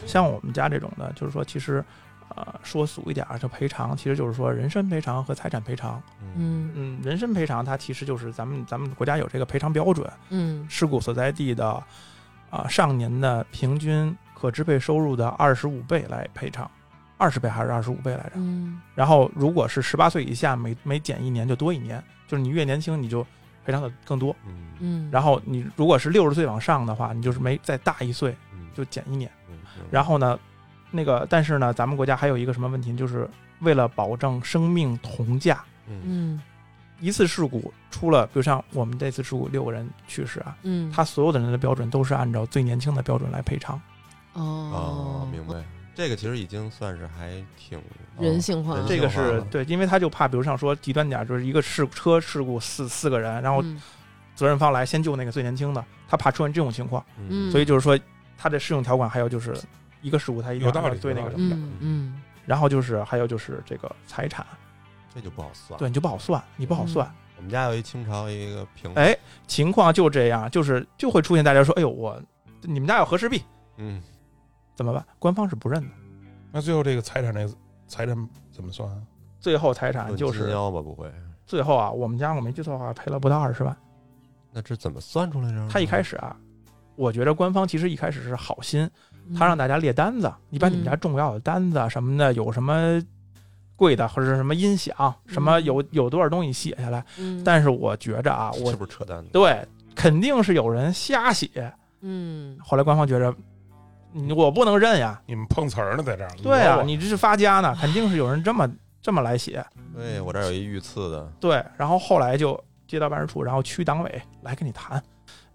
[SPEAKER 2] 像我们家这种的，就是说其实。呃，说俗一点儿，就赔偿，其实就是说人身赔偿和财产赔偿。
[SPEAKER 1] 嗯，
[SPEAKER 4] 嗯
[SPEAKER 2] 嗯，人身赔偿它其实就是咱们咱们国家有这个赔偿标准，
[SPEAKER 4] 嗯
[SPEAKER 2] 事故所在地的啊、上年的平均可支配收入的二十五倍来赔偿，二十倍还是二十五倍来着？
[SPEAKER 4] 嗯
[SPEAKER 2] 然后如果是十八岁以下，每每减一年就多一年，就是你越年轻你就赔偿的更多。
[SPEAKER 1] 嗯嗯
[SPEAKER 4] 嗯，
[SPEAKER 2] 然后你如果是六十岁往上的话，你就是每再大一岁
[SPEAKER 1] 嗯
[SPEAKER 2] 就减一年。
[SPEAKER 1] 嗯，
[SPEAKER 2] 然后呢，那个，但是呢，咱们国家还有一个什么问题，就是为了保证生命同价，
[SPEAKER 1] 嗯
[SPEAKER 4] 嗯
[SPEAKER 2] 一次事故出了，比如像我们这次事故六个人去世啊，
[SPEAKER 4] 嗯，
[SPEAKER 2] 他所有的人的标准都是按照最年轻的标准来赔偿。
[SPEAKER 1] 哦
[SPEAKER 4] 哦，，
[SPEAKER 1] 明白。这个其实已经算是还挺哦
[SPEAKER 4] 人性化
[SPEAKER 1] 人，
[SPEAKER 2] 这个
[SPEAKER 1] 性化
[SPEAKER 2] 是
[SPEAKER 1] 了
[SPEAKER 2] 对，因为他就怕，比如像说极端点儿，就是一个事车事故四四个人，然后
[SPEAKER 4] 嗯
[SPEAKER 2] 责任方来先救那个最年轻的，他怕出现这种情况，
[SPEAKER 4] 嗯
[SPEAKER 2] 所以就是说他的适用条款还有就是一个事故他一定
[SPEAKER 3] 有
[SPEAKER 2] 要
[SPEAKER 3] 道理
[SPEAKER 2] 对那
[SPEAKER 3] 有
[SPEAKER 2] 个
[SPEAKER 3] 道理
[SPEAKER 2] 什么的，
[SPEAKER 4] 嗯嗯，
[SPEAKER 2] 然后就是还有就是这个财产，
[SPEAKER 1] 这就不好算。
[SPEAKER 2] 对，你就不好算，你
[SPEAKER 4] 嗯
[SPEAKER 2] 不好算。
[SPEAKER 1] 我们家有一清朝一个平，
[SPEAKER 2] 哎，情况就这样，就是就会出现大家说，哎呦我你们家有和氏璧
[SPEAKER 1] 嗯，
[SPEAKER 2] 怎么办？官方是不认的。
[SPEAKER 3] 那最后这个财产这个财产怎么算啊？
[SPEAKER 2] 最后财产
[SPEAKER 1] 论
[SPEAKER 2] 就
[SPEAKER 1] 斤
[SPEAKER 2] 是
[SPEAKER 1] 腰吧，不会。
[SPEAKER 2] 最后啊，我们家我没记错的话赔了不到二十万。
[SPEAKER 1] 那这怎么算出来
[SPEAKER 4] 嗯
[SPEAKER 1] 着？
[SPEAKER 2] 他一开
[SPEAKER 1] 始
[SPEAKER 2] 始啊，我觉得官方其实一开始是好心，
[SPEAKER 4] 嗯
[SPEAKER 2] 他让大家列单子，你把你们家重要的单子啊什么的，有什么贵的或者是什么音响，什么
[SPEAKER 4] 嗯
[SPEAKER 2] 有有多少东西写下来。
[SPEAKER 4] 嗯
[SPEAKER 2] 但是我觉着啊，我
[SPEAKER 1] 是不是扯淡的？
[SPEAKER 2] 对肯定是有人瞎写。
[SPEAKER 4] 嗯
[SPEAKER 2] 后来官方觉着，你我不能认
[SPEAKER 1] 嗯
[SPEAKER 2] 呀，
[SPEAKER 3] 你们碰瓷儿呢，在这儿？
[SPEAKER 2] 对啊，
[SPEAKER 3] 你
[SPEAKER 2] 你这是发家呢，肯定是有人这么这么来写。
[SPEAKER 1] 对哎我这儿有一御赐的，
[SPEAKER 2] 对，然后后来就街道办事处，然后区党委来跟你谈，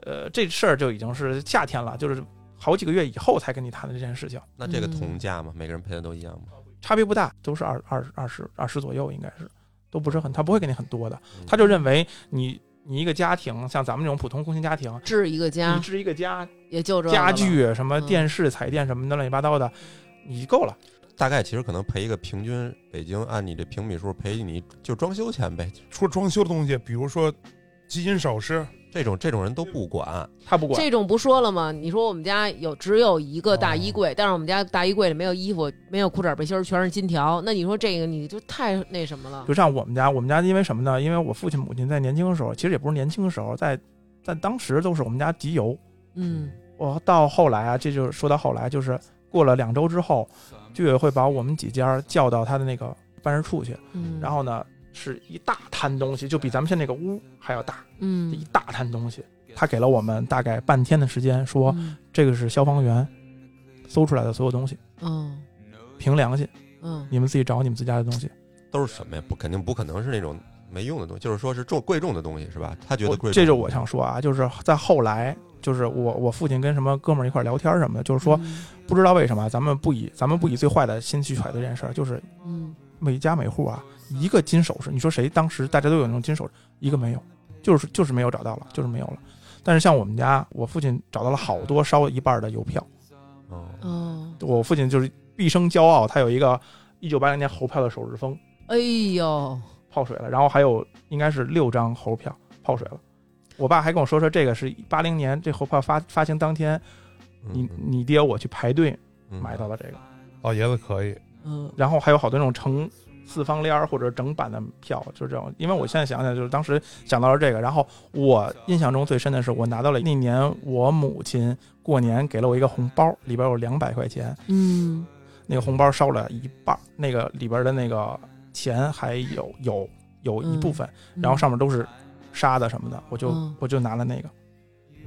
[SPEAKER 2] 呃，这事儿就已经是夏天了，就是好几个月以后才跟你谈的这件事情，
[SPEAKER 1] 那这个
[SPEAKER 4] 嗯
[SPEAKER 1] 同价嘛，每个人赔的都一样嘛。
[SPEAKER 2] 差别不大，都是二二二十二十左右，应该是都不是很，他不会给你很多的，
[SPEAKER 1] 嗯
[SPEAKER 2] 他就认为你你一个家庭，像咱们这种普通工薪家庭，
[SPEAKER 4] 治一个
[SPEAKER 2] 你
[SPEAKER 4] 家
[SPEAKER 2] 置一个家
[SPEAKER 4] 也就这个
[SPEAKER 2] 嗯家
[SPEAKER 4] 了，
[SPEAKER 2] 具什么
[SPEAKER 4] 嗯
[SPEAKER 2] 电视、彩电什么的乱七八糟的，你够了。
[SPEAKER 1] 大概其实可能赔一个平均，北京按你这平米数赔你就装修钱呗。
[SPEAKER 3] 说装修的东西，比如说金银首饰，
[SPEAKER 1] 这种这种人都不管，
[SPEAKER 2] 他不管，
[SPEAKER 4] 这种不说了吗？你说我们家有只有一个大衣
[SPEAKER 2] 哦
[SPEAKER 4] 柜，但是我们家大衣柜里没有衣服，没有裤衩、背心儿，全是金条。那你说这个你就太那什么了
[SPEAKER 2] 就？像我们家，我们家因为什么呢？因为我父亲母亲在年轻的时候，其实也不是年轻的时候，在在当时都是我们家集邮，
[SPEAKER 4] 嗯
[SPEAKER 2] 我到后来啊，这就是说到后来，就是过了两周之后，居委会把我们几家叫到他的那个办事处去，
[SPEAKER 4] 嗯，
[SPEAKER 2] 然后呢是一大摊东西，就比咱们现在这个屋还要大，
[SPEAKER 4] 嗯
[SPEAKER 2] 一大摊东西。他给了我们大概半天的时间，说
[SPEAKER 4] 嗯
[SPEAKER 2] 这个是消防员搜出来的所有东西，
[SPEAKER 4] 嗯
[SPEAKER 2] 凭良心，
[SPEAKER 4] 嗯
[SPEAKER 2] 你们自己找你们自家的东西。
[SPEAKER 1] 都是什么呀？不肯定不可能是那种没用的东西，就是说是重贵重的东西是吧？他觉得
[SPEAKER 2] 我
[SPEAKER 1] 贵重，
[SPEAKER 2] 这就是我想说啊，就是在后来，就是我我父亲跟什么哥们儿一块儿聊天什么的，就是说
[SPEAKER 4] 嗯
[SPEAKER 2] 不知道为什么啊咱们不以咱们不以最坏的心去揣度这件事儿，就是
[SPEAKER 4] 嗯
[SPEAKER 2] 每家每户啊，一个金首饰，你说谁当时大家都有那种金首饰，一个没有，就是就是没有找到了，就是没有了。但是像我们家，我父亲找到了好多烧一半的邮票，
[SPEAKER 1] 哦，
[SPEAKER 4] 哦，
[SPEAKER 2] 我父亲就是毕生骄傲，他有一个一九八零年猴票的首日封
[SPEAKER 4] 哎呦，
[SPEAKER 2] 泡水了，然后还有应该是六张猴票泡水了。我爸还跟我说说，这个是八零年这猴票发发行当天，你
[SPEAKER 1] 嗯
[SPEAKER 2] 你爹我去排队
[SPEAKER 1] 嗯
[SPEAKER 2] 买到的这个，
[SPEAKER 3] 老爷子可以，
[SPEAKER 4] 嗯
[SPEAKER 2] 然后还有好多那种成四方帘儿或者整版的票，就是这种。因为我现在想想，就是当时想到了这个，然后我印象中最深的是，我拿到了那年我母亲过年给了我一个红包，里边有两百块钱，
[SPEAKER 4] 嗯
[SPEAKER 2] 那个红包烧了一半儿，那个里边的那个钱还有有有一部分，
[SPEAKER 4] 嗯
[SPEAKER 2] 然后上面都是沙子什么的，我就、
[SPEAKER 4] 嗯
[SPEAKER 2] 我就拿了那个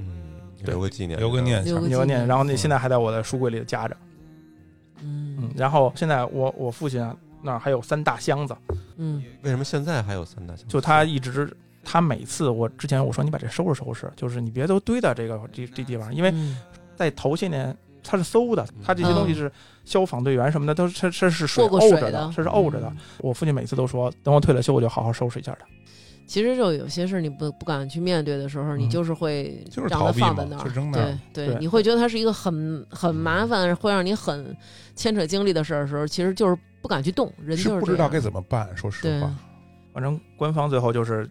[SPEAKER 1] 嗯
[SPEAKER 2] 对
[SPEAKER 1] 留个纪念，
[SPEAKER 3] 留个念
[SPEAKER 4] 留
[SPEAKER 3] 想
[SPEAKER 4] 个。
[SPEAKER 2] 留念，然后那
[SPEAKER 1] 嗯
[SPEAKER 2] 现在还在我的书柜里夹着，嗯
[SPEAKER 4] 嗯，
[SPEAKER 2] 然后现在我我父亲啊那儿还有三大箱子。
[SPEAKER 4] 嗯
[SPEAKER 1] 为什么现在还有三大箱？
[SPEAKER 2] 就他一直，他每次我之前我说你把这收拾收拾，就是你别都堆到这个这这地方，因为
[SPEAKER 4] 嗯
[SPEAKER 2] 在头些年他是搜的，他这些
[SPEAKER 4] 嗯
[SPEAKER 2] 东西是消防队员什么的，都是这这是水
[SPEAKER 4] 过过
[SPEAKER 2] 沤
[SPEAKER 4] 水
[SPEAKER 2] 着
[SPEAKER 4] 的嗯
[SPEAKER 2] 这是沤着的。我父亲每次都说，等我退了休，我就好好收拾一下它。
[SPEAKER 4] 其实就有些事你不不敢去面对的时候，你
[SPEAKER 2] 嗯
[SPEAKER 4] 就是会
[SPEAKER 3] 就是
[SPEAKER 4] 让
[SPEAKER 3] 逃
[SPEAKER 4] 它
[SPEAKER 3] 避
[SPEAKER 4] 放
[SPEAKER 3] 嘛
[SPEAKER 4] 在那儿，
[SPEAKER 3] 就扔那儿
[SPEAKER 4] 对对
[SPEAKER 2] 对嗯
[SPEAKER 4] 你会觉得它是一个很很麻烦，会让你很牵扯精力的事儿的时候，其实就是不敢去动，人
[SPEAKER 3] 是
[SPEAKER 4] 就是
[SPEAKER 3] 不
[SPEAKER 4] 这
[SPEAKER 3] 知道
[SPEAKER 4] 样
[SPEAKER 3] 该怎么办。说实话，
[SPEAKER 2] 反正官方最后就是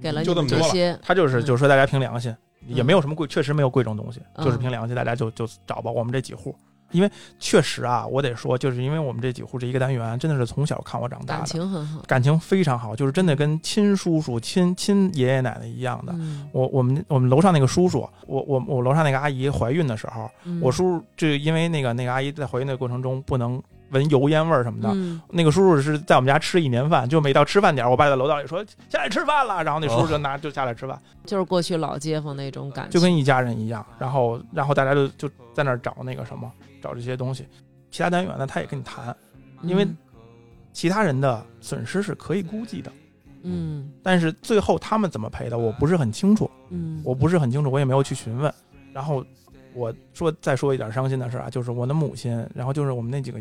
[SPEAKER 4] 给了
[SPEAKER 3] 就这
[SPEAKER 4] 你
[SPEAKER 3] 么
[SPEAKER 4] 这
[SPEAKER 3] 多了
[SPEAKER 4] 些，
[SPEAKER 2] 他就是
[SPEAKER 4] 嗯
[SPEAKER 2] 就是说大家凭良心，也
[SPEAKER 4] 嗯
[SPEAKER 2] 没有什么贵，确实没有贵重东西，就是
[SPEAKER 4] 嗯
[SPEAKER 2] 凭良心，大家就就找吧。我们这几户，因为确实啊，我得说，就是因为我们这几户这一个单元真的是从小看我长大
[SPEAKER 4] 感
[SPEAKER 2] 的，
[SPEAKER 4] 情很好
[SPEAKER 2] 感情非常好，就是真的跟亲叔叔、亲亲爷爷奶奶一样的。
[SPEAKER 4] 嗯
[SPEAKER 2] 我我们我们楼上那个叔叔，我我我楼上那个阿姨怀孕的时候，
[SPEAKER 4] 嗯
[SPEAKER 2] 我叔叔就因为那个那个阿姨在怀孕的过程中不能闻油烟味儿什么的，
[SPEAKER 4] 嗯
[SPEAKER 2] 那个叔叔是在我们家吃一年饭，就每到吃饭点儿，我爸在楼道里说下来吃饭了，然后那叔叔就拿、就下来吃饭，
[SPEAKER 4] 就是过去老街坊那种感觉，
[SPEAKER 2] 就跟一家人一样。然后然后大家就就在那儿找那个什么，找这些东西。其他单元呢，他也跟你谈，因为其他人的损失是可以估计的，
[SPEAKER 4] 嗯
[SPEAKER 2] 但是最后他们怎么赔的，我不是很清楚，
[SPEAKER 4] 嗯，
[SPEAKER 2] 我不是很清楚，我也没有去询问。然后我说再说一点伤心的事啊，就是我的母亲，然后就是我们那几个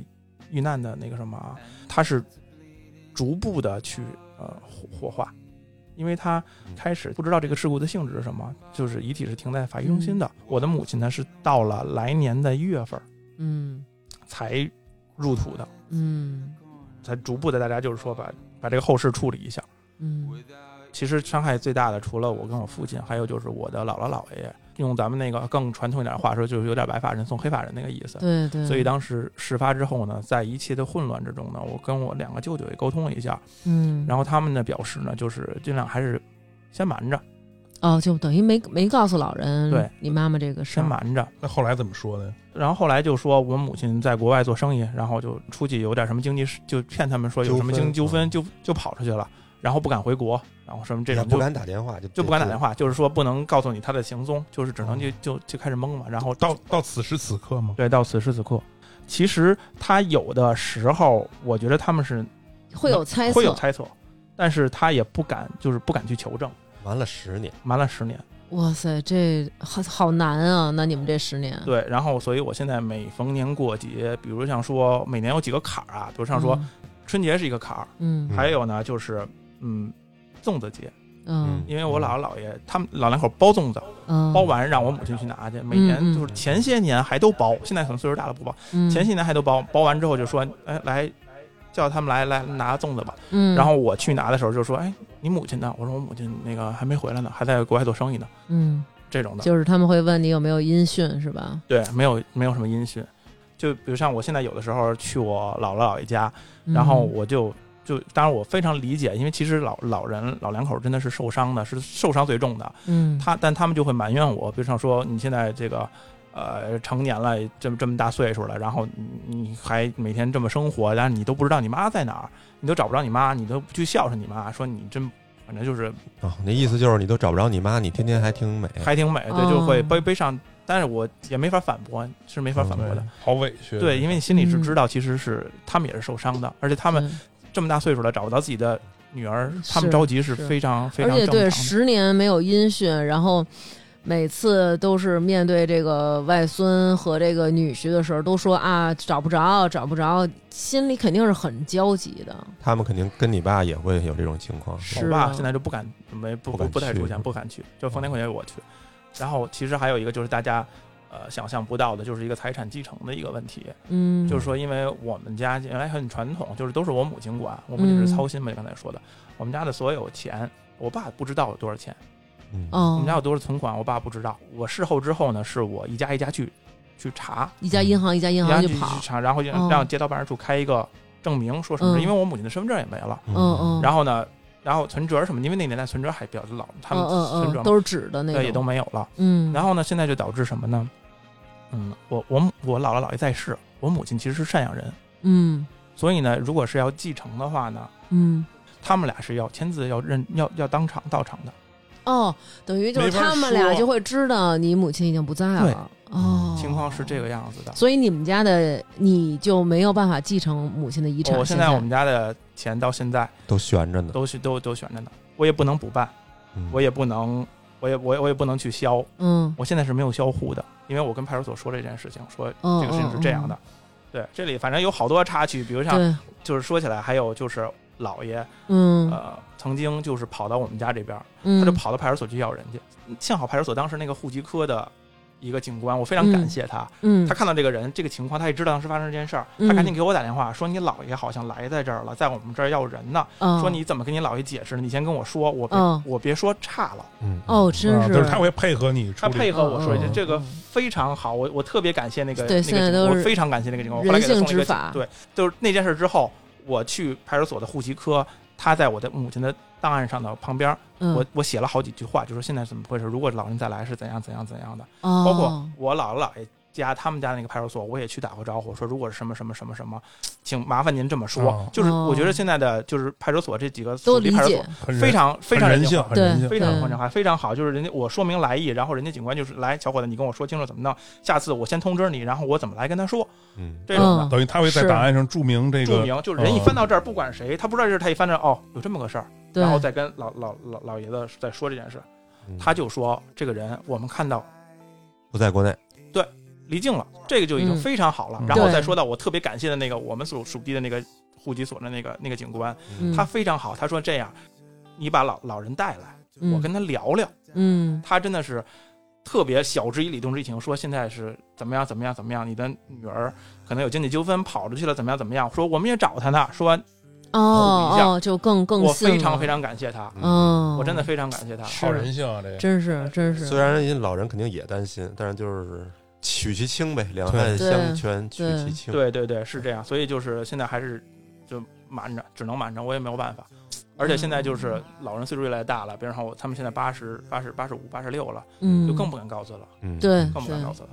[SPEAKER 2] 遇难的那个什么啊，
[SPEAKER 4] 嗯
[SPEAKER 2] 她是逐步的去呃火火化，因为她开始不知道这个事故的性质是什么，就是遗体是停在法医中心的。我的母亲呢是到了来年的一月份儿
[SPEAKER 4] 嗯
[SPEAKER 2] 才入土的，
[SPEAKER 4] 嗯
[SPEAKER 2] 才逐步的大家就是说把把这个后事处理一下。
[SPEAKER 4] 嗯
[SPEAKER 2] 其实伤害最大的，除了我跟我父亲，还有就是我的姥姥姥爷。用咱们那个更传统一点的话说，就是有点白发人送黑发人那个意思。
[SPEAKER 4] 对对，
[SPEAKER 2] 所以当时事发之后呢，在一切的混乱之中呢，我跟我两个舅舅也沟通了一下，
[SPEAKER 4] 嗯，
[SPEAKER 2] 然后他们的表示呢，就是尽量还是先瞒着，
[SPEAKER 4] 哦，就等于没没告诉老人，
[SPEAKER 2] 对
[SPEAKER 4] 你妈妈这个事
[SPEAKER 2] 先
[SPEAKER 4] 儿，
[SPEAKER 2] 瞒着。
[SPEAKER 3] 那后来怎么说呢？
[SPEAKER 2] 然后后来就说我母亲在国外做生意，然后就出去有点什么经济事，就骗他们说有什么经济
[SPEAKER 1] 纠
[SPEAKER 2] 纠
[SPEAKER 1] 纷
[SPEAKER 2] 纷，
[SPEAKER 1] 嗯
[SPEAKER 2] 就就跑出去了，然后不敢回国，然后什么这
[SPEAKER 1] 也
[SPEAKER 2] 种
[SPEAKER 1] 不
[SPEAKER 2] 就
[SPEAKER 1] 敢打电话，就
[SPEAKER 2] 就不敢打电
[SPEAKER 1] 话。
[SPEAKER 2] 话，就是说不能告诉你他的行踪，就是只
[SPEAKER 4] 哦
[SPEAKER 2] 能就就就开始蒙嘛。然后
[SPEAKER 3] 到到此时此刻吗？
[SPEAKER 2] 对到此时此刻，其实他有的时候，我觉得他们是
[SPEAKER 4] 会有猜测，
[SPEAKER 2] 会有猜测，但是他也不敢，就是不敢去求证，
[SPEAKER 1] 瞒了十年，
[SPEAKER 2] 瞒了十年。
[SPEAKER 4] 哇塞，这好好难啊！那你们这十年，
[SPEAKER 2] 对，然后所以我现在每逢年过节，比如像说每年有几个坎儿啊，比如像说春节是一个坎儿，
[SPEAKER 4] 嗯，嗯
[SPEAKER 2] 还有呢就是嗯粽子节，
[SPEAKER 4] 嗯
[SPEAKER 2] 因为我姥姥姥爷他们老两口包粽子，
[SPEAKER 4] 嗯，
[SPEAKER 2] 包完让我母亲去拿去，每年
[SPEAKER 4] 嗯嗯
[SPEAKER 2] 就是前些年还都包，现在可能岁数大了不包，
[SPEAKER 4] 嗯
[SPEAKER 2] 前些年还都包，包完之后就说，哎，来叫他们来来拿粽子吧。
[SPEAKER 4] 嗯，
[SPEAKER 2] 然后我去拿的时候就说，哎，你母亲呢？我说我母亲那个还没回来呢，还在国外做生意呢，
[SPEAKER 4] 嗯，
[SPEAKER 2] 这种的，
[SPEAKER 4] 就是他们会问你有没有音讯是吧？
[SPEAKER 2] 对，没有没有什么音讯。就比如像我现在有的时候去我姥姥姥爷家，
[SPEAKER 4] 嗯
[SPEAKER 2] 然后我就就当然我非常理解，因为其实老老人老两口真的是受伤的，是受伤最重的。啊
[SPEAKER 4] 嗯，
[SPEAKER 2] 他但他们就会埋怨我，比如像说你现在这个呃成年了，这么这么大岁数了，然后你你还每天这么生活，然后你都不知道你妈在哪儿，你都找不着你妈，你都不去孝顺你妈，说你真反正就是
[SPEAKER 1] 哦，那意思就是你都找不着你妈，你天天还挺美，
[SPEAKER 2] 还挺美，
[SPEAKER 4] 哦
[SPEAKER 2] 对，就会悲悲伤，但是我也没法反驳，是没法反驳的。
[SPEAKER 3] 好委屈。啊
[SPEAKER 2] 对，因为你心里是
[SPEAKER 4] 嗯
[SPEAKER 2] 知道，其实是他们也是受伤的，而且他们
[SPEAKER 4] 是
[SPEAKER 2] 这么大岁数了，找不到自己的女儿，他
[SPEAKER 4] 嗯是
[SPEAKER 2] 们着急是
[SPEAKER 4] 是
[SPEAKER 2] 非常非
[SPEAKER 4] 而
[SPEAKER 2] 常
[SPEAKER 4] 且
[SPEAKER 2] 正常
[SPEAKER 4] 对。
[SPEAKER 2] 的
[SPEAKER 4] 十年没有音讯，然后每次都是面对这个外孙和这个女婿的时候，都说啊找不着，找不着，心里肯定是很焦急的。
[SPEAKER 1] 他们肯定跟你爸也会有这种情况。
[SPEAKER 4] 是
[SPEAKER 2] 我
[SPEAKER 4] 啊
[SPEAKER 2] 爸现在就不敢，没不不
[SPEAKER 1] 不敢
[SPEAKER 2] 不太
[SPEAKER 1] 去
[SPEAKER 2] 出现，不敢去。就逢年过节我去。然后其实还有一个就是大家呃想象不到的，就是一个财产继承的一个问题。
[SPEAKER 4] 嗯，
[SPEAKER 2] 就是说，因为我们家原来很传统，就是都是我母亲管，我母亲是操心嘛，就刚才说的，我们家的所有钱，我爸不知道有多少钱，
[SPEAKER 1] 嗯，
[SPEAKER 4] 哦，
[SPEAKER 2] 我们家有多少存款，我爸不知道。我事后之后呢，是我一家一家去去查，
[SPEAKER 4] 一家银行一家银
[SPEAKER 2] 一
[SPEAKER 4] 行
[SPEAKER 2] 家
[SPEAKER 4] 去
[SPEAKER 2] 去去
[SPEAKER 4] 跑，
[SPEAKER 2] 查，然后就
[SPEAKER 4] 哦
[SPEAKER 2] 让街道办事处开一个证明，说什
[SPEAKER 4] 嗯
[SPEAKER 2] 么事，因为我母亲的身份证也没了。
[SPEAKER 1] 嗯
[SPEAKER 4] 嗯嗯，
[SPEAKER 2] 然后呢，然后存折什么，因为那年代存折还比较老，他们
[SPEAKER 4] 嗯
[SPEAKER 2] 存
[SPEAKER 4] 嗯嗯
[SPEAKER 2] 折
[SPEAKER 4] 都是纸的那种，
[SPEAKER 2] 对也都没有了。
[SPEAKER 4] 嗯，
[SPEAKER 2] 然后呢，现在就导致什么呢？嗯，我我母我姥姥姥爷在世，我母亲其实是赡养人，
[SPEAKER 4] 嗯
[SPEAKER 2] 所以呢，如果是要继承的话呢，
[SPEAKER 4] 嗯。
[SPEAKER 2] 他们俩是要签字要认要要当场到场的。
[SPEAKER 4] 哦，等于就是
[SPEAKER 3] 没法
[SPEAKER 4] 他们俩
[SPEAKER 3] 说
[SPEAKER 4] 就会知道你母亲已经不在了。哦，
[SPEAKER 2] 情况是这个样子的。
[SPEAKER 4] 所以你们家的你就没有办法继承母亲的遗产。
[SPEAKER 2] 哦我
[SPEAKER 4] 现
[SPEAKER 2] 现在我们家的钱到现在
[SPEAKER 1] 都悬着呢。
[SPEAKER 2] 都是都都悬着呢，我也不能补办，
[SPEAKER 1] 嗯
[SPEAKER 2] 我也不能，我也我也我也不能去销，
[SPEAKER 4] 嗯
[SPEAKER 2] 我现在是没有销户的，因为我跟派出所说这件事情，说
[SPEAKER 4] 哦哦
[SPEAKER 2] 这个事情是这样的。对，这里反正有好多插曲，比如像
[SPEAKER 4] 对
[SPEAKER 2] 就是说起来，还有就是姥爷，
[SPEAKER 4] 嗯
[SPEAKER 2] 呃，曾经就是跑到我们家这边，
[SPEAKER 4] 嗯，
[SPEAKER 2] 他就跑到派出所去要人去。幸好派出所当时那个户籍科的一个警官，我非常感谢他，
[SPEAKER 4] 嗯
[SPEAKER 2] 他看到这个人这个情况，他也知道当时发生这件事儿，
[SPEAKER 4] 嗯
[SPEAKER 2] 他赶紧给我打电话说：“你姥爷好像来在这儿了，在我们这儿要人呢。
[SPEAKER 4] 哦
[SPEAKER 2] 说你怎么跟你姥爷解释呢？你先跟我说，我别、
[SPEAKER 4] 哦
[SPEAKER 2] 我别说差了。
[SPEAKER 1] 嗯
[SPEAKER 4] 哦，
[SPEAKER 1] 嗯
[SPEAKER 4] 真
[SPEAKER 3] 啊
[SPEAKER 4] 是
[SPEAKER 3] 就是他会配合你处
[SPEAKER 2] 呃他
[SPEAKER 3] 理，
[SPEAKER 2] 配合我说
[SPEAKER 4] 嗯嗯嗯
[SPEAKER 2] 这个非常好，我我特别感谢那个
[SPEAKER 4] 对
[SPEAKER 2] 那个
[SPEAKER 4] 现在
[SPEAKER 2] 警
[SPEAKER 4] 都
[SPEAKER 2] 官，我
[SPEAKER 4] 是
[SPEAKER 2] 非常感谢那个警官。我后来给他
[SPEAKER 4] 人性
[SPEAKER 2] 送了一个
[SPEAKER 4] 执法
[SPEAKER 2] 对，就是那件事之后，我去派出所的户籍科，他在我的母亲的档案上的旁边，
[SPEAKER 4] 嗯
[SPEAKER 2] 我我写了好几句话，就说现在怎么回事？如果老人再来是怎样怎样怎样的。
[SPEAKER 4] 哦
[SPEAKER 2] 包括我姥姥姥爷家他们家那个派出所，我也去打过招呼，说如果是什么什么什么什么，请麻烦您这么说。
[SPEAKER 3] 哦
[SPEAKER 2] 就是
[SPEAKER 4] 哦
[SPEAKER 2] 我觉得现在的就是派出所这几个
[SPEAKER 4] 都
[SPEAKER 2] 属地
[SPEAKER 4] 理
[SPEAKER 2] 派出
[SPEAKER 4] 解
[SPEAKER 2] 所，非常非常嗯
[SPEAKER 3] 人
[SPEAKER 2] 性
[SPEAKER 3] 性，
[SPEAKER 2] 化
[SPEAKER 3] 很人性。
[SPEAKER 2] 非常
[SPEAKER 4] 对
[SPEAKER 2] 宽敞，还非常好。就是人家我说明来意，然后人家警官就是来，小伙子，你跟我说清楚怎么弄，下次我先通知你，然后我怎么来跟他说
[SPEAKER 1] 嗯，
[SPEAKER 2] 这种的。
[SPEAKER 3] 等于他会在
[SPEAKER 4] 是
[SPEAKER 3] 档案上注明这
[SPEAKER 2] 注
[SPEAKER 3] 个，嗯
[SPEAKER 2] 明就是人一翻到这儿，不管谁，他不知道这事，他一翻这儿哦，有这么个事儿，
[SPEAKER 4] 对
[SPEAKER 2] 然后再跟老老老老爷子再说这件事，
[SPEAKER 1] 嗯
[SPEAKER 2] 他就说这个人我们看到
[SPEAKER 1] 不在国内，
[SPEAKER 2] 离境了，这个就已经
[SPEAKER 4] 嗯
[SPEAKER 2] 非常好了。
[SPEAKER 3] 嗯
[SPEAKER 2] 然后
[SPEAKER 4] 对
[SPEAKER 2] 再说到我特别感谢的那个我们所属地的那个户籍所的那个那个警官，
[SPEAKER 4] 嗯
[SPEAKER 2] 他非常好，他说这样，你把老老人带来，
[SPEAKER 4] 嗯
[SPEAKER 2] 我跟他聊聊。
[SPEAKER 4] 嗯
[SPEAKER 2] 他真的是特别晓之以理，动之以情，说现在是怎么样怎么样怎么样，你的女儿可能有经济纠纷跑出去了，怎么样怎么样，说我们也找他呢，说
[SPEAKER 4] 哦
[SPEAKER 2] 一下
[SPEAKER 4] 哦，就更更
[SPEAKER 2] 我
[SPEAKER 4] 信
[SPEAKER 2] 非常
[SPEAKER 4] 了
[SPEAKER 2] 非常感谢他，
[SPEAKER 4] 嗯，
[SPEAKER 2] 我真的非常感谢他。
[SPEAKER 3] 好人性啊，这个
[SPEAKER 4] 真是真是，
[SPEAKER 1] 虽然人家老人肯定也担心，但是就是取其轻呗，两害
[SPEAKER 4] 对
[SPEAKER 1] 相权取
[SPEAKER 4] 对
[SPEAKER 1] 其轻。，
[SPEAKER 2] 对对对，是这样，所以就是现在还是就瞒着，只能瞒着，我也没有办法。而且现在
[SPEAKER 4] 嗯
[SPEAKER 2] 就是老人岁数越来越大了，比如说我他们现在八十八十八十五八十六了，
[SPEAKER 4] 嗯，
[SPEAKER 2] 就更不敢告知了，
[SPEAKER 1] 嗯，
[SPEAKER 4] 对
[SPEAKER 2] 更不敢告知了。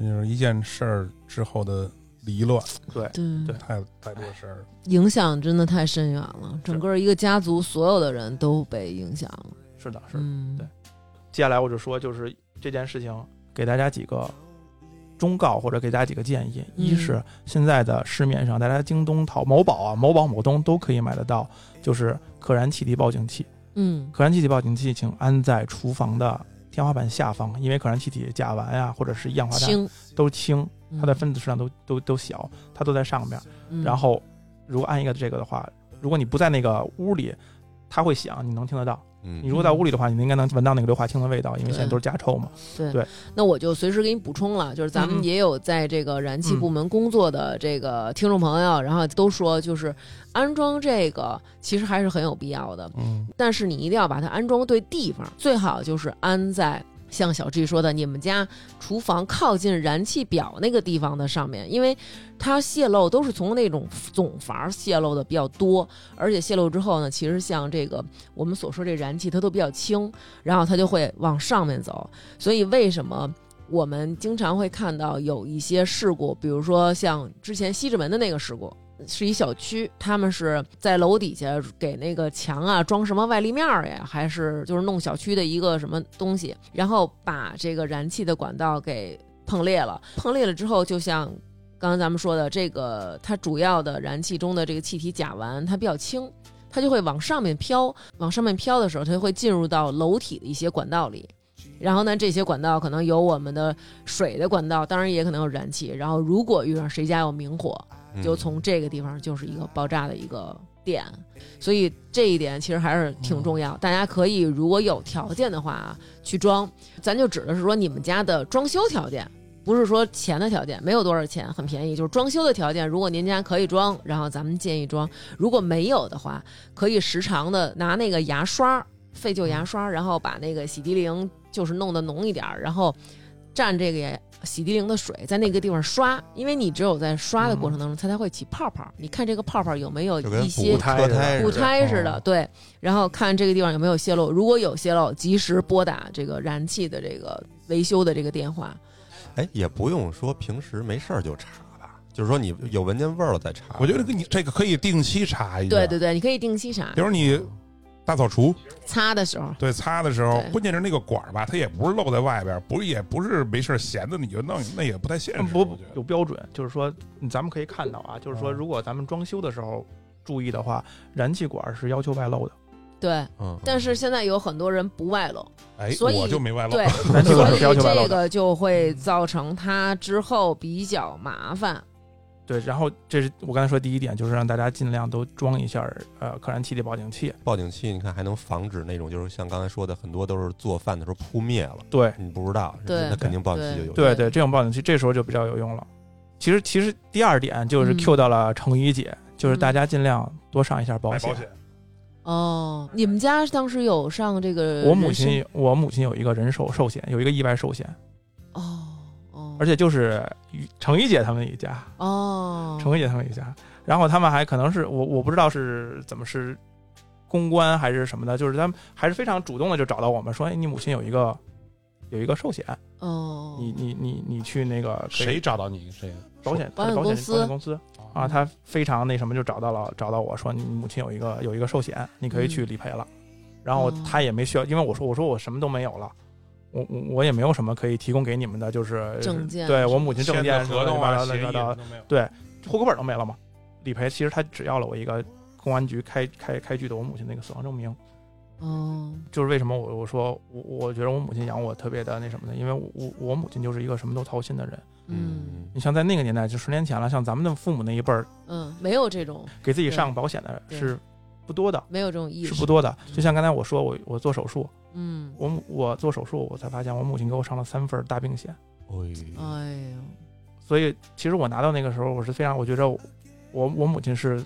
[SPEAKER 3] 就是一件事儿之后的离乱，
[SPEAKER 4] 对
[SPEAKER 2] 对
[SPEAKER 3] 太太多事儿了。
[SPEAKER 4] 影响真的太深远了，整个一个家族所有的人都被影响了，
[SPEAKER 2] 是的，是的。
[SPEAKER 4] 嗯，
[SPEAKER 2] 对接下来我就说，就是这件事情给大家几个忠告，或者给大家几个建议。
[SPEAKER 4] 嗯
[SPEAKER 2] 一是现在的市面上，大家京东、淘某宝啊、某宝、某东都可以买得到，就是可燃气体报警器。
[SPEAKER 4] 嗯
[SPEAKER 2] 可燃气体报警器请安在厨房的天花板下方，因为可燃气体甲烷呀、或者是一氧化碳
[SPEAKER 4] 轻，
[SPEAKER 2] 都轻，它的
[SPEAKER 4] 嗯，
[SPEAKER 2] 分子数量都都都小，它都在上边。
[SPEAKER 4] 嗯
[SPEAKER 2] 然后如果按一个这个的话，如果你不在那个屋里，它会响，你能听得到。
[SPEAKER 1] 嗯，
[SPEAKER 2] 你如果在屋里的话，你应该能闻到那个硫化氢的味道，因为现在都是甲臭嘛。
[SPEAKER 4] 那我就随时给你补充了，就是咱
[SPEAKER 2] 嗯
[SPEAKER 4] 们
[SPEAKER 2] 嗯
[SPEAKER 4] 也有在这个燃气部门工作的这个听众朋友，然后都说就是安装这个其实还是很有必要的，
[SPEAKER 3] 嗯，
[SPEAKER 4] 但是你一定要把它安装对地方，最好就是安在像小 G 说的，你们家厨房靠近燃气表那个地方的上面，因为它泄漏都是从那种总阀泄漏的比较多，而且泄漏之后呢，其实像这个我们所说这燃气它都比较轻，然后它就会往上面走，所以为什么？我们经常会看到有一些事故，比如说像之前西直门的那个事故，是一小区，他们是在楼底下给那个墙啊装什么外立面儿呀，还是就是弄小区的一个什么东西，然后把这个燃气的管道给碰裂了。碰裂了之后，就像刚刚咱们说的，这个它主要的燃气中的这个气体甲烷，它比较轻。它就会往上面飘，往上面飘的时候，它就会进入到楼体的一些管道里，然后呢，这些管道可能有我们的水的管道，当然也可能有燃气。然后如果遇上谁家有明火，
[SPEAKER 1] 嗯
[SPEAKER 4] 就从这个地方就是一个爆炸的一个点，所以这一点其实还是挺重要。大家可以如果有条件的话啊，去装。咱就指的是说你们家的装修条件，不是说钱的条件，没有多少钱，很便宜。就是装修的条件，如果您家可以装，然后咱们建议装；如果没有的话，可以时常的拿那个牙刷，废旧牙刷，然后把那个洗涤灵就是弄得浓一点，儿，然后蘸这个牙洗涤灵的水在那个地方刷，因为你只有在刷的过程当中，它才会起泡泡。你看这个泡泡有没有
[SPEAKER 1] 就跟
[SPEAKER 4] 一
[SPEAKER 1] 补
[SPEAKER 4] 些
[SPEAKER 1] 胎车胎
[SPEAKER 4] 补
[SPEAKER 1] 似的
[SPEAKER 4] 胎似的，
[SPEAKER 3] 哦
[SPEAKER 4] 对。然后看这个地方有没有泄漏，如果有泄漏，及时拨打这个燃气的这个维修的这个电话。
[SPEAKER 1] 哎，也不用说平时没事儿就查吧，就是说你有闻见味儿了再
[SPEAKER 2] 哎
[SPEAKER 1] 查。
[SPEAKER 3] 我觉得你这个可以定期查一下，
[SPEAKER 4] 对对对，你可以定期查
[SPEAKER 3] 比，如你大扫除，
[SPEAKER 4] 擦的时候。
[SPEAKER 3] 对擦的时候，
[SPEAKER 4] 对
[SPEAKER 3] 关键是那个管儿吧，它也不是露在外边儿，不是也不是没事儿闲的你就弄，那也不太现
[SPEAKER 2] 嗯
[SPEAKER 3] 实。
[SPEAKER 2] 不
[SPEAKER 3] 我觉得
[SPEAKER 2] 有标准，就是说嗯咱们可以看到啊，就是说
[SPEAKER 3] 嗯
[SPEAKER 2] 如果咱们装修的时候注意的话，燃气管是要求外露的，
[SPEAKER 4] 对，
[SPEAKER 1] 嗯，
[SPEAKER 4] 但是现在有很多人不外露，
[SPEAKER 3] 哎，
[SPEAKER 4] 所以
[SPEAKER 3] 我就没外露。
[SPEAKER 4] 对，
[SPEAKER 2] (laughs) 燃气
[SPEAKER 4] 所
[SPEAKER 2] 管
[SPEAKER 4] 以
[SPEAKER 2] 是要求外露
[SPEAKER 4] 这
[SPEAKER 2] 的。
[SPEAKER 4] 个就会造成它之后比较麻烦。
[SPEAKER 2] 对，然后这是我刚才说第一点，就是让大家尽量都装一下呃可燃气体报警器。
[SPEAKER 1] 报警器你看还能防止那种，就是像刚才说的，很多都是做饭的时候扑灭了，
[SPEAKER 2] 对
[SPEAKER 1] 你不知道，
[SPEAKER 4] 对
[SPEAKER 1] 那肯定报警器就有。
[SPEAKER 2] 对对，这种报警器这时候就比较有用了。其实其实第二点就是
[SPEAKER 4] 嗯
[SPEAKER 2] Q 到了程怡姐，就是大家尽量多上一下保
[SPEAKER 3] (laughs) 买
[SPEAKER 2] 险
[SPEAKER 3] 保。险，
[SPEAKER 4] 哦，你们家当时有上这个？
[SPEAKER 2] 我母亲，我母亲有一个人寿寿险，有一个意外寿险，
[SPEAKER 4] 哦哦，
[SPEAKER 2] 而且就是与程怡姐他们一家，
[SPEAKER 4] 哦，
[SPEAKER 2] 程怡姐他们一家，然后他们还可能是我我不知道是怎么是公关还是什么的，就是他们还是非常主动的就找到我们说，哎，你母亲有一个有一个寿险，
[SPEAKER 4] 哦，
[SPEAKER 2] 你你你你去那个给
[SPEAKER 3] 谁哦找到你这个？
[SPEAKER 2] 保险
[SPEAKER 4] 保险
[SPEAKER 2] 保
[SPEAKER 4] 公
[SPEAKER 2] 险
[SPEAKER 4] 司
[SPEAKER 2] 保险公司啊，他非常那什么，就找到了找到我说你母亲有一个有一个寿险，你可以去理赔了。然后
[SPEAKER 4] 嗯哦
[SPEAKER 2] 他也没需要，因为我说我说我什么都没有了，我我我也没有什么可以提供给你们的，就是
[SPEAKER 4] 证件
[SPEAKER 2] 对我母亲证
[SPEAKER 3] 签
[SPEAKER 2] 件
[SPEAKER 3] 的合同啊、
[SPEAKER 2] 乱七
[SPEAKER 3] 协
[SPEAKER 2] 八
[SPEAKER 3] 议
[SPEAKER 2] 糟
[SPEAKER 3] 啊
[SPEAKER 2] 乱
[SPEAKER 3] 都没有。
[SPEAKER 2] 七八糟户口本都没了嘛。理赔其实他只要了我一个公安局开开开具的我母亲那个死亡证明，
[SPEAKER 4] 哦，
[SPEAKER 2] 就是为什么我我说我我觉得我母亲养我特别的那什么的，因为我我我母亲就是一个什么都操心的人。
[SPEAKER 4] 嗯
[SPEAKER 2] 你像在那个年代，就十年前了，像咱们的父母那一辈儿，
[SPEAKER 4] 嗯，没有这种
[SPEAKER 2] 给自己上保险的
[SPEAKER 4] 对
[SPEAKER 2] 是不多的，
[SPEAKER 4] 没有这种意识
[SPEAKER 2] 是不，多的。
[SPEAKER 4] 嗯
[SPEAKER 2] 就像刚才我说，我我做手术，
[SPEAKER 4] 嗯，
[SPEAKER 2] 我母我做手术，我才发现我母亲给我上了三份大病险。
[SPEAKER 3] 嗯
[SPEAKER 1] 哎，
[SPEAKER 4] 哎呦，
[SPEAKER 2] 所以其实我拿到那个时候，我是非常，我觉着我我我母亲是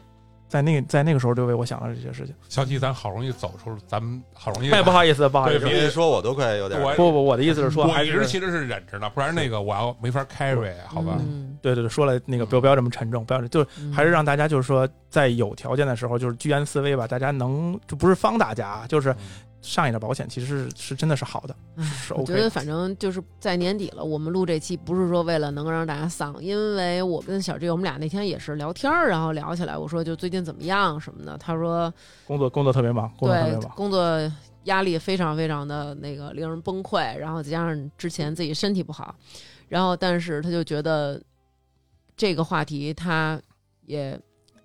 [SPEAKER 2] 在那在那个时候就为我想了这些事情。
[SPEAKER 3] 小七，咱好容易走出，咱们好容易。
[SPEAKER 2] (laughs) 哎，不好意思，不好意
[SPEAKER 3] 对
[SPEAKER 2] 思
[SPEAKER 1] 你，一说我都快有点儿，
[SPEAKER 3] 我
[SPEAKER 2] 不不，我的意思是说，
[SPEAKER 3] 我
[SPEAKER 2] 还
[SPEAKER 3] 一直
[SPEAKER 2] 是
[SPEAKER 3] 其实是忍着呢，不然那个我要没法 carry，好吧？
[SPEAKER 4] 嗯
[SPEAKER 2] 对对对，说了那个不要不要这么沉重，不要就是。
[SPEAKER 4] 嗯
[SPEAKER 2] 还是让大家就是说，在有条件的时候，就是居安思危吧。大家能就不是帮大家啊，
[SPEAKER 3] 嗯
[SPEAKER 2] 就是上一点保险，其实是是真的是好的，
[SPEAKER 4] 唉
[SPEAKER 2] 是
[SPEAKER 4] 嗯哎我
[SPEAKER 2] OK
[SPEAKER 4] 觉
[SPEAKER 2] 的
[SPEAKER 4] 得反正就是在年底了，我们录这期不是说为了能让大家丧，因为我跟小 G 我们俩那天也是聊天儿，然后聊起来，我说就最近怎么样什么的，他说
[SPEAKER 2] 工作工作特别忙，工作特
[SPEAKER 4] 对
[SPEAKER 2] 别忙，
[SPEAKER 4] 工作压力非常非常的那个令人崩溃，然后再加上之前自己身体不好，然后但是他就觉得这个话题他也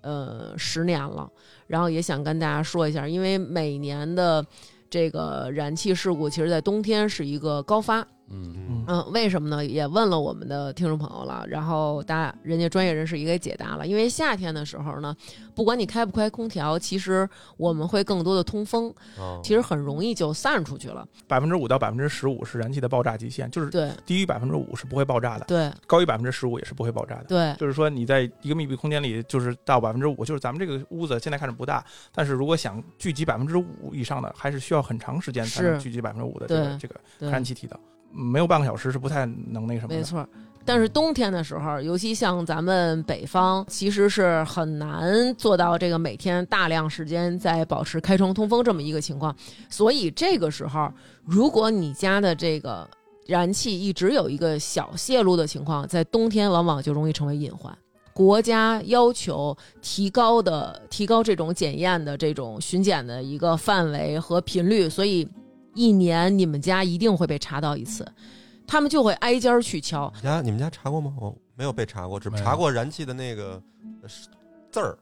[SPEAKER 4] 呃十年了，然后也想跟大家说一下，因为每年的这个燃气事故，其实在冬天是一个高发，
[SPEAKER 3] 嗯，
[SPEAKER 1] 嗯
[SPEAKER 4] 嗯，为什么呢？也问了我们的听众朋友了，然后大家人家专业人士也给解答了。因为夏天的时候呢，不管你开不开空调，其实我们会更多的通风，
[SPEAKER 1] 哦
[SPEAKER 4] 其实很容易就散出去了。
[SPEAKER 2] 百分之五到百分之十五是燃气的爆炸极限，就是
[SPEAKER 4] 对
[SPEAKER 2] 低于百分之五是不会爆炸的，
[SPEAKER 4] 对
[SPEAKER 2] 高于百分之十五也是不会爆炸的。
[SPEAKER 4] 对，
[SPEAKER 2] 就是说你在一个密闭空间里，就是到百分之五，就是咱们这个屋子现在看着不大，但是如果想聚集百分之五以上的，还是需要很长时间才能
[SPEAKER 4] 是
[SPEAKER 2] 聚集百分之五的这个
[SPEAKER 4] 对
[SPEAKER 2] 这个
[SPEAKER 4] 对
[SPEAKER 2] 燃气体的，没有半个小时是不太能那什么
[SPEAKER 4] 嗯没
[SPEAKER 2] 的。
[SPEAKER 4] 错。但是冬天的时候，尤其像咱们北方，其实是很难做到这个每天大量时间在保持开窗通风这么一个情况。所以这个时候，如果你家的这个燃气一直有一个小泄露的情况，在冬天往往就容易成为隐患。国家要求提高的提高这种检验的这种巡检的一个范围和频率，所以一年你们家一定会被查到一次，他们就会挨家儿去敲。
[SPEAKER 1] 你家你们家查过吗？我没有被查过，只
[SPEAKER 3] 没有
[SPEAKER 1] 查过燃气的那个呃是字儿。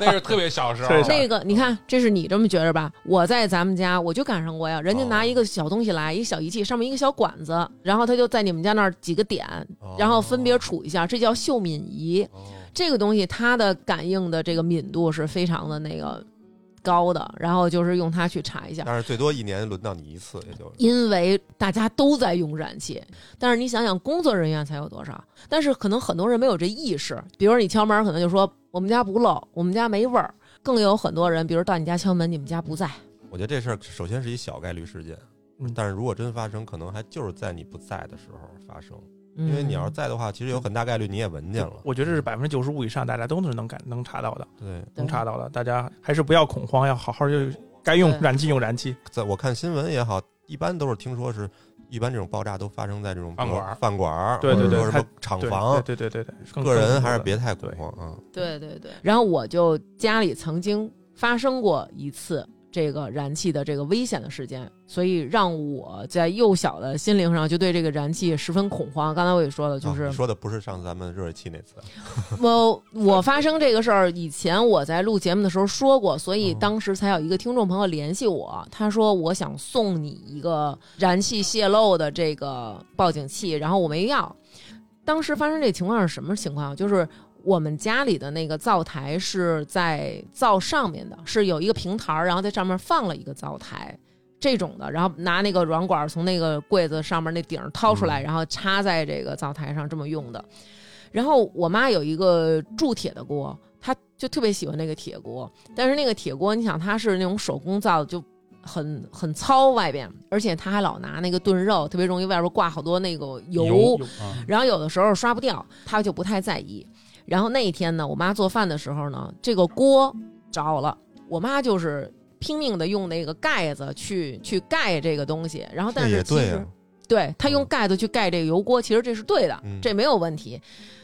[SPEAKER 3] 那是特别小时候，
[SPEAKER 2] 嗯特别小
[SPEAKER 4] 那个，你看，这是你这么觉着吧？我在咱们家，我就赶上过呀。人家拿一个小东西来，一小仪器，上面一个小管子，然后他就在你们家那儿几个点，
[SPEAKER 1] 哦
[SPEAKER 4] 然后分别杵一下，这叫嗅敏仪。
[SPEAKER 1] 哦
[SPEAKER 4] 这个东西它的感应的这个敏度是非常的那个高的，然后就是用它去查一下。
[SPEAKER 1] 但是最多一年轮到你一次，也就是
[SPEAKER 4] 因为大家都在用燃气，但是你想想，工作人员才有多少？但是可能很多人没有这意识，比如说你敲门，可能就说我们家不漏，我们家没味儿。更有很多人，比如到你家敲门，你们家不在，
[SPEAKER 1] 我觉得这事儿首先是一小概率事件，
[SPEAKER 2] 嗯
[SPEAKER 1] 但是如果真发生，可能还就是在你不在的时候发生，
[SPEAKER 4] 因
[SPEAKER 1] 因为你要是在的话，其实有很大概率你也闻见了。
[SPEAKER 2] 嗯我觉得是百分之九十五以上，大家都是能感能查到的，
[SPEAKER 1] 对，
[SPEAKER 2] 能查到的。大家还是不要恐慌，要好好就该用
[SPEAKER 4] 对
[SPEAKER 2] 燃气用燃气。
[SPEAKER 1] 在我看新闻也好，一般都是听说是，一般这种爆炸都发生在这种
[SPEAKER 3] 饭馆儿
[SPEAKER 1] 饭馆儿，
[SPEAKER 2] 对
[SPEAKER 1] 或者
[SPEAKER 2] 对对
[SPEAKER 1] 说什么厂
[SPEAKER 2] 对
[SPEAKER 1] 房，
[SPEAKER 2] 对对对对对，更
[SPEAKER 1] 啊个人
[SPEAKER 2] 更
[SPEAKER 1] 还
[SPEAKER 2] 多
[SPEAKER 1] 是
[SPEAKER 2] 的
[SPEAKER 1] 别太恐慌啊。
[SPEAKER 4] 对对对。然后我就家里曾经发生过一次这个燃气的这个危险的事件，所以让我在幼小的心灵上就对这个燃气十分恐慌。刚才我也说了，就
[SPEAKER 1] 啊
[SPEAKER 4] 是、
[SPEAKER 1] 你说的不是上次咱们热水器那次，
[SPEAKER 4] (laughs) 我我发生这个事儿以前，我在录节目的时候说过，所以当时才有一个听众朋友联系我，他说我想送你一个燃气泄漏的这个报警器，然后我没要。当时发生这情况是什么情况？就是我们家里的那个灶台是在灶上面的，是有一个平台儿，然后在上面放了一个灶台。这种的，然后拿那个软管儿从那个柜子上面那顶儿掏出来，
[SPEAKER 1] 嗯
[SPEAKER 4] 然后插在这个灶台上这么用的。然后我妈有一个铸铁的锅，她就特别喜欢那个铁锅，但是那个铁锅，你想它是那种手工造的，就很很糙外边，而且她还老拿那个炖肉，特别容易外边挂好多那个油，
[SPEAKER 3] 油啊
[SPEAKER 4] 然后有的时候刷不掉，她就不太在意。然后那一天呢，我妈做饭的时候呢，这个锅着了，我妈就是拼命的用那个盖子去去盖这个东西，然后但
[SPEAKER 1] 也
[SPEAKER 4] 是其
[SPEAKER 1] 对
[SPEAKER 4] 实
[SPEAKER 1] 啊，
[SPEAKER 4] 对他用盖子去盖这个油锅，其实这是对的
[SPEAKER 1] 嗯，
[SPEAKER 4] 这没有问题。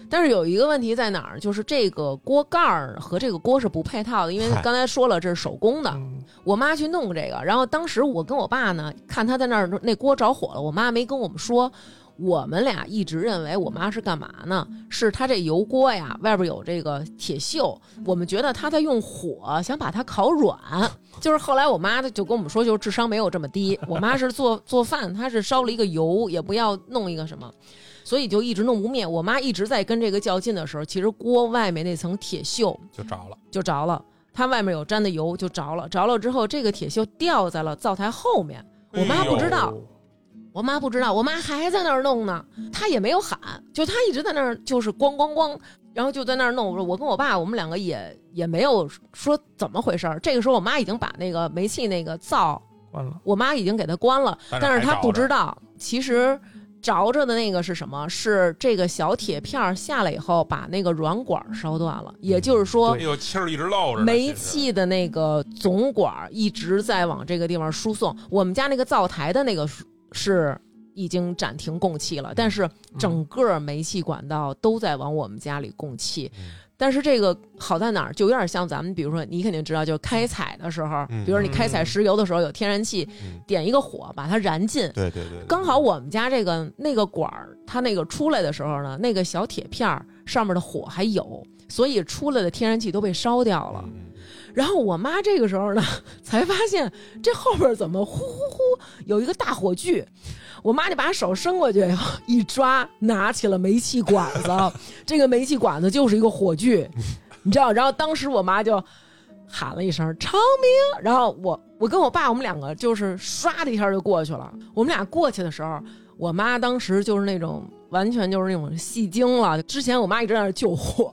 [SPEAKER 4] 但是有一个问题在哪儿，就是这个锅盖儿和这个锅是不配套的，因为
[SPEAKER 1] 嗨
[SPEAKER 4] 刚才说了这是手工的，
[SPEAKER 2] 嗯
[SPEAKER 4] 我妈去弄这个，然后当时我跟我爸呢，看他在那儿那锅着火了，我妈没跟我们说。我们俩一直认为我妈是干嘛呢？是她这油锅呀，外边有这个铁锈，我们觉得她在用火想把它烤软。就是后来我妈就跟我们说，就是智商没有这么低。我妈是做做饭，她是烧了一个油，也不要弄一个什么，所以就一直弄不灭。我妈一直在跟这个较劲的时候，其实锅外面那层铁锈
[SPEAKER 3] 就着了。
[SPEAKER 4] 就着了，它外面有沾的油就着了，着了之后这个铁锈掉在了灶台后面。我
[SPEAKER 3] 哎
[SPEAKER 4] 妈不知道，我妈不知道，我妈还在那儿弄呢，她也没有喊，就她一直在那儿就是咣咣咣，然后就在那儿弄。我说我跟我爸，我们两个也也没有说怎么回事儿。这个时候我妈已经把那个煤气那个灶，
[SPEAKER 2] 关了，
[SPEAKER 4] 我妈已经给它关了，
[SPEAKER 3] 但是
[SPEAKER 4] 但是
[SPEAKER 3] 还
[SPEAKER 4] 她
[SPEAKER 3] 着
[SPEAKER 4] 不
[SPEAKER 3] 着
[SPEAKER 4] 知道，其实。着着的那个是什么？是这个小铁片儿下来以后，把那个软管儿烧断了。也就是说，
[SPEAKER 3] 哎呦，气儿一直漏着呢，
[SPEAKER 4] 呃煤
[SPEAKER 3] 其实
[SPEAKER 4] 气的那个总管儿一直在往这个地方输送。我们家那个灶台的那个输是已经暂停供气了，但
[SPEAKER 1] 嗯
[SPEAKER 4] 是
[SPEAKER 2] 嗯
[SPEAKER 4] 整个煤气管道都在往我们家里供气。
[SPEAKER 1] 嗯
[SPEAKER 4] 但是这个好在哪儿，就有点像咱们，比如说你肯定知道，就是开采的时候，
[SPEAKER 1] 嗯
[SPEAKER 4] 比如说你开采石油的时候，有天然气，
[SPEAKER 1] 嗯
[SPEAKER 4] 点一个火把它燃尽，
[SPEAKER 1] 对对对，对
[SPEAKER 4] 刚好我们家这个那个管儿，它那个出来的时候呢，那个小铁片儿上面的火还有，所以出来的天然气都被烧掉了。
[SPEAKER 1] 嗯嗯
[SPEAKER 4] 然后我妈这个时候呢， (laughs) 才发现这后边怎么呼呼呼有一个大火炬，我妈就把手伸过去以后一抓，拿起了煤气管子，这个煤气管子就是一个火炬，你知道？然后当时我妈就喊了一声“长明”，然后我我跟我爸我们两个就是唰的一下就过去了。我们俩过去的时候，我妈当时就是那种完全就是那种戏精了。之前我妈一直在那儿救火，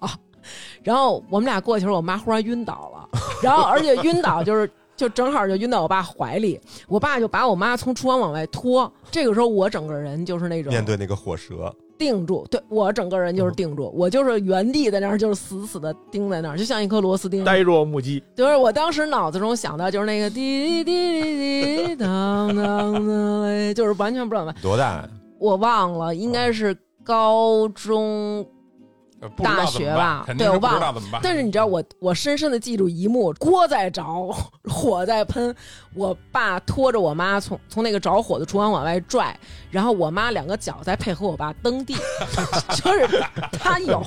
[SPEAKER 4] 然后我们俩过去的时候，我妈忽然晕倒了，然后而且晕倒就是。就正好就晕到我爸怀里，我爸就把我妈从厨房往外拖。这个时候，我整个人就是那种
[SPEAKER 1] 面对那个火舌，
[SPEAKER 4] 定住，对我整个人就是定住，我就是原地在那儿，就是死死的钉在那儿，就像一颗螺丝钉。
[SPEAKER 2] 呆若木鸡，
[SPEAKER 4] 就是我当时脑子中想到就是那个滴滴滴滴滴当当当，哎就是完全不知道吧，
[SPEAKER 1] 多大？
[SPEAKER 4] 我忘了，应该是高中。
[SPEAKER 3] 呃不知道
[SPEAKER 4] 大
[SPEAKER 3] 怎么
[SPEAKER 4] 学
[SPEAKER 3] 办
[SPEAKER 4] 吧
[SPEAKER 3] 肯
[SPEAKER 4] 对
[SPEAKER 3] 定是
[SPEAKER 4] 我
[SPEAKER 3] 不知
[SPEAKER 4] 忘
[SPEAKER 3] 道怎么办。
[SPEAKER 4] 但是你知道我，我深深的记住一幕：锅在着，火在喷，我爸拖着我妈从从那个着火的厨房往外拽，然后我妈两个脚在配合我爸蹬地， (laughs) 就是他有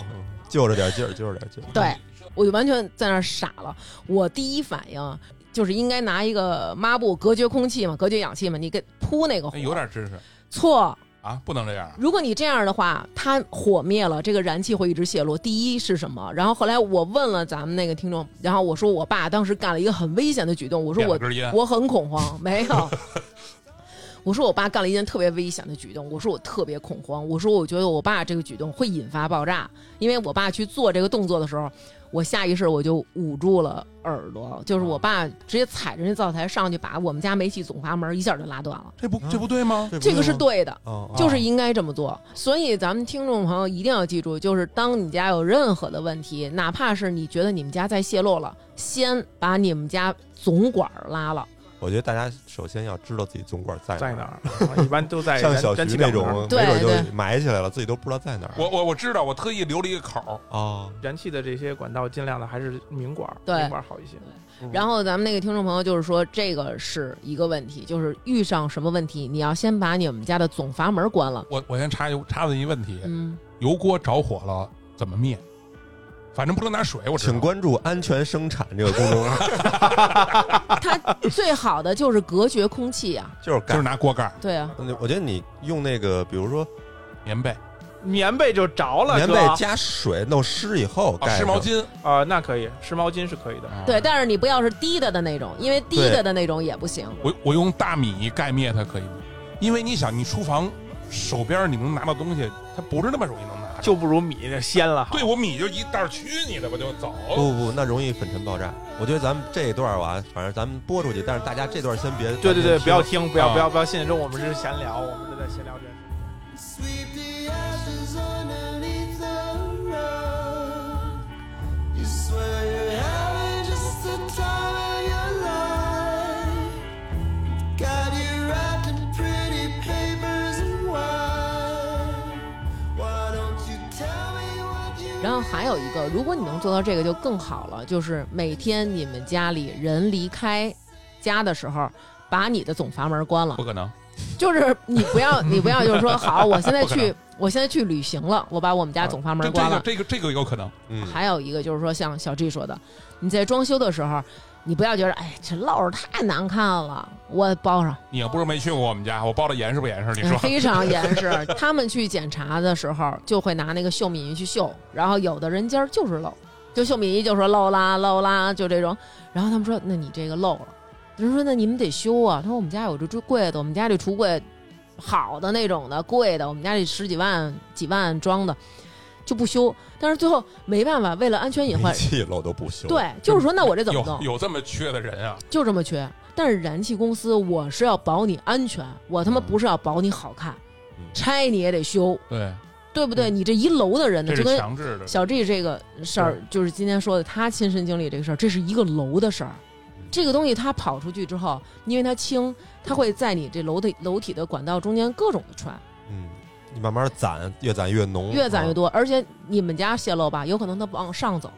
[SPEAKER 1] 就着点劲儿，就着点劲儿。
[SPEAKER 4] 对，我就完全在那儿傻了。我第一反应就是应该拿一个抹布隔绝空气嘛，隔绝氧气嘛，你给扑那个火。
[SPEAKER 3] 哎有点知识
[SPEAKER 4] 错，
[SPEAKER 3] 啊，不能这样。
[SPEAKER 4] 如果你这样的话，它火灭了，这个燃气会一直泄露。第一是什么？然后后来我问了咱们那个听众，然后我说我爸当时干了一个很危险的举动，我说
[SPEAKER 3] 点
[SPEAKER 4] 我
[SPEAKER 3] 了根烟，
[SPEAKER 4] 我很恐慌，没有。我说我爸干了一件特别危险的举动，我说我特别恐慌，我说我觉得我爸这个举动会引发爆炸，因为我爸去做这个动作的时候，我下意识我就捂住了耳朵，就是我爸直接踩着那灶台上去，把我们家煤气总阀门一下就拉断了，
[SPEAKER 3] 这不这不对吗？
[SPEAKER 1] 这不
[SPEAKER 4] 这个是
[SPEAKER 1] 吗，
[SPEAKER 4] 对的，
[SPEAKER 1] 哦，哦
[SPEAKER 4] 就是应该这么做。所以咱们听众朋友一定要记住，就是当你家有任何的问题，哪怕是你觉得你们家在泄露了，先把你们家总管儿拉了。
[SPEAKER 1] 我觉得大家首先要知道自己总管在
[SPEAKER 2] 在
[SPEAKER 1] 哪
[SPEAKER 2] 哪
[SPEAKER 1] 儿。
[SPEAKER 2] 儿？啊一般都在
[SPEAKER 1] 哎 (laughs) 像
[SPEAKER 2] 燃
[SPEAKER 1] 小
[SPEAKER 2] 燃
[SPEAKER 1] 徐
[SPEAKER 2] 气
[SPEAKER 1] 那
[SPEAKER 2] 表
[SPEAKER 1] 种
[SPEAKER 2] 那儿，
[SPEAKER 1] 没
[SPEAKER 4] 对
[SPEAKER 1] 准
[SPEAKER 4] 对
[SPEAKER 1] 就埋起来了，自己都不知道在哪儿。
[SPEAKER 3] 我我我知道，我特意留了一个口儿。
[SPEAKER 1] 哦，
[SPEAKER 2] 燃气的这些管道尽量的还是明管儿，
[SPEAKER 4] 对
[SPEAKER 2] 明管儿好一些。
[SPEAKER 4] 然后咱们那个听众朋友就是说，这个是一个问题，就是遇上什么问题，你要先把你们家的总阀门关了。
[SPEAKER 3] 我我先插一插问一问题：
[SPEAKER 4] 嗯，
[SPEAKER 3] 油锅着火了怎么灭？反正不能拿水，我知道
[SPEAKER 1] 请关注“安全生产”这个公众号，
[SPEAKER 4] 它最好的就是隔绝空气啊。
[SPEAKER 1] 就是
[SPEAKER 3] 就是
[SPEAKER 1] 干。
[SPEAKER 3] 拿锅盖儿、
[SPEAKER 4] 对啊，
[SPEAKER 1] 那我觉得你用那个，比如说
[SPEAKER 3] 棉被、
[SPEAKER 2] 棉被就着了，
[SPEAKER 1] 棉被
[SPEAKER 2] 哥
[SPEAKER 1] 加水弄湿以后
[SPEAKER 3] 啊
[SPEAKER 1] 盖
[SPEAKER 3] 湿
[SPEAKER 1] 上
[SPEAKER 3] 毛，巾。
[SPEAKER 2] 啊、那可以，湿毛巾是可以的。
[SPEAKER 3] 嗯啊
[SPEAKER 4] 对，但是你不要是滴的的那种，因为滴的的那种也不行。
[SPEAKER 3] 我我用大米盖灭它可以吗？因为你想，你厨房手边儿你能拿到东西，它不是那么容易能拿着。
[SPEAKER 2] 就不如米这鲜了好
[SPEAKER 3] 对，我米就一袋儿去你的吧，就走。
[SPEAKER 1] 不不不，那容易粉尘爆炸。我觉得咱们这一段儿啊，反正咱们播出去，但是大家这段儿先别。
[SPEAKER 2] 对对对，不要
[SPEAKER 1] 听。
[SPEAKER 2] 听，不要
[SPEAKER 3] 啊
[SPEAKER 2] 不要不要信，这我们这是闲聊，我们这在闲聊这件事。
[SPEAKER 5] Sweep the ashes underneath the rug. You swear you're having just the time of your life. Got you wrapped in pretty papers and
[SPEAKER 4] 然后还有一个，如果你能做到这个就更好了，就是每天你们家里人离开家的时候，把你的总阀门关了
[SPEAKER 3] 不。可能，
[SPEAKER 4] 就是你不要，你不要就是说，好，我现在
[SPEAKER 3] (laughs) 不可能
[SPEAKER 4] 去，我现在去旅行了，我把我们家总阀
[SPEAKER 3] 这
[SPEAKER 4] 门
[SPEAKER 3] 这
[SPEAKER 4] 关
[SPEAKER 3] 个
[SPEAKER 4] 了。
[SPEAKER 3] 这个这个有可能，
[SPEAKER 1] 嗯，
[SPEAKER 4] 还有一个就是说，像小 G 说的，你在装修的时候，你不要觉得，哎，这落着太难看了，我包上。
[SPEAKER 3] 你要不是没去过我们家，我包的严实不严实？你说
[SPEAKER 4] 非常严实。他们去检查的时候，就会拿那个秀敏仪去秀，然后有的人家就是漏，就秀敏仪就说漏啦漏啦，就这种。然后他们说，那你这个漏了，人说那你们得修啊。他说我们家有这这柜子，我们家这橱柜好的那种的贵的，我们家这十几万几万装的就不修。但是最后没办法，为了安全隐
[SPEAKER 1] 煤
[SPEAKER 4] 患，
[SPEAKER 1] 气漏都不修，，
[SPEAKER 4] 对，就是说那我这怎么弄
[SPEAKER 3] 有？有这么缺的人啊？
[SPEAKER 4] 就这么缺。但是燃气公司，我是要保你安全，我他妈
[SPEAKER 3] 嗯
[SPEAKER 4] 不是要保你好看
[SPEAKER 1] 嗯，
[SPEAKER 4] 拆你也得修，
[SPEAKER 3] 对，
[SPEAKER 4] 对不对？你这一楼的人呢，
[SPEAKER 3] 嗯这
[SPEAKER 4] 就是跟
[SPEAKER 3] 强制的。
[SPEAKER 4] 小 G 这个事儿，就是今天说的他亲身经历这个事儿，这是一个楼的事儿。
[SPEAKER 1] 嗯
[SPEAKER 4] 这个东西它跑出去之后，因为它轻，它会在你这楼的楼体的管道中间各种的穿，
[SPEAKER 1] 嗯，你慢慢攒，越攒越浓，
[SPEAKER 3] 哦
[SPEAKER 1] 啊
[SPEAKER 4] 越攒越多。
[SPEAKER 1] 多，
[SPEAKER 4] 而且你们家泄漏吧，有可能它往上走。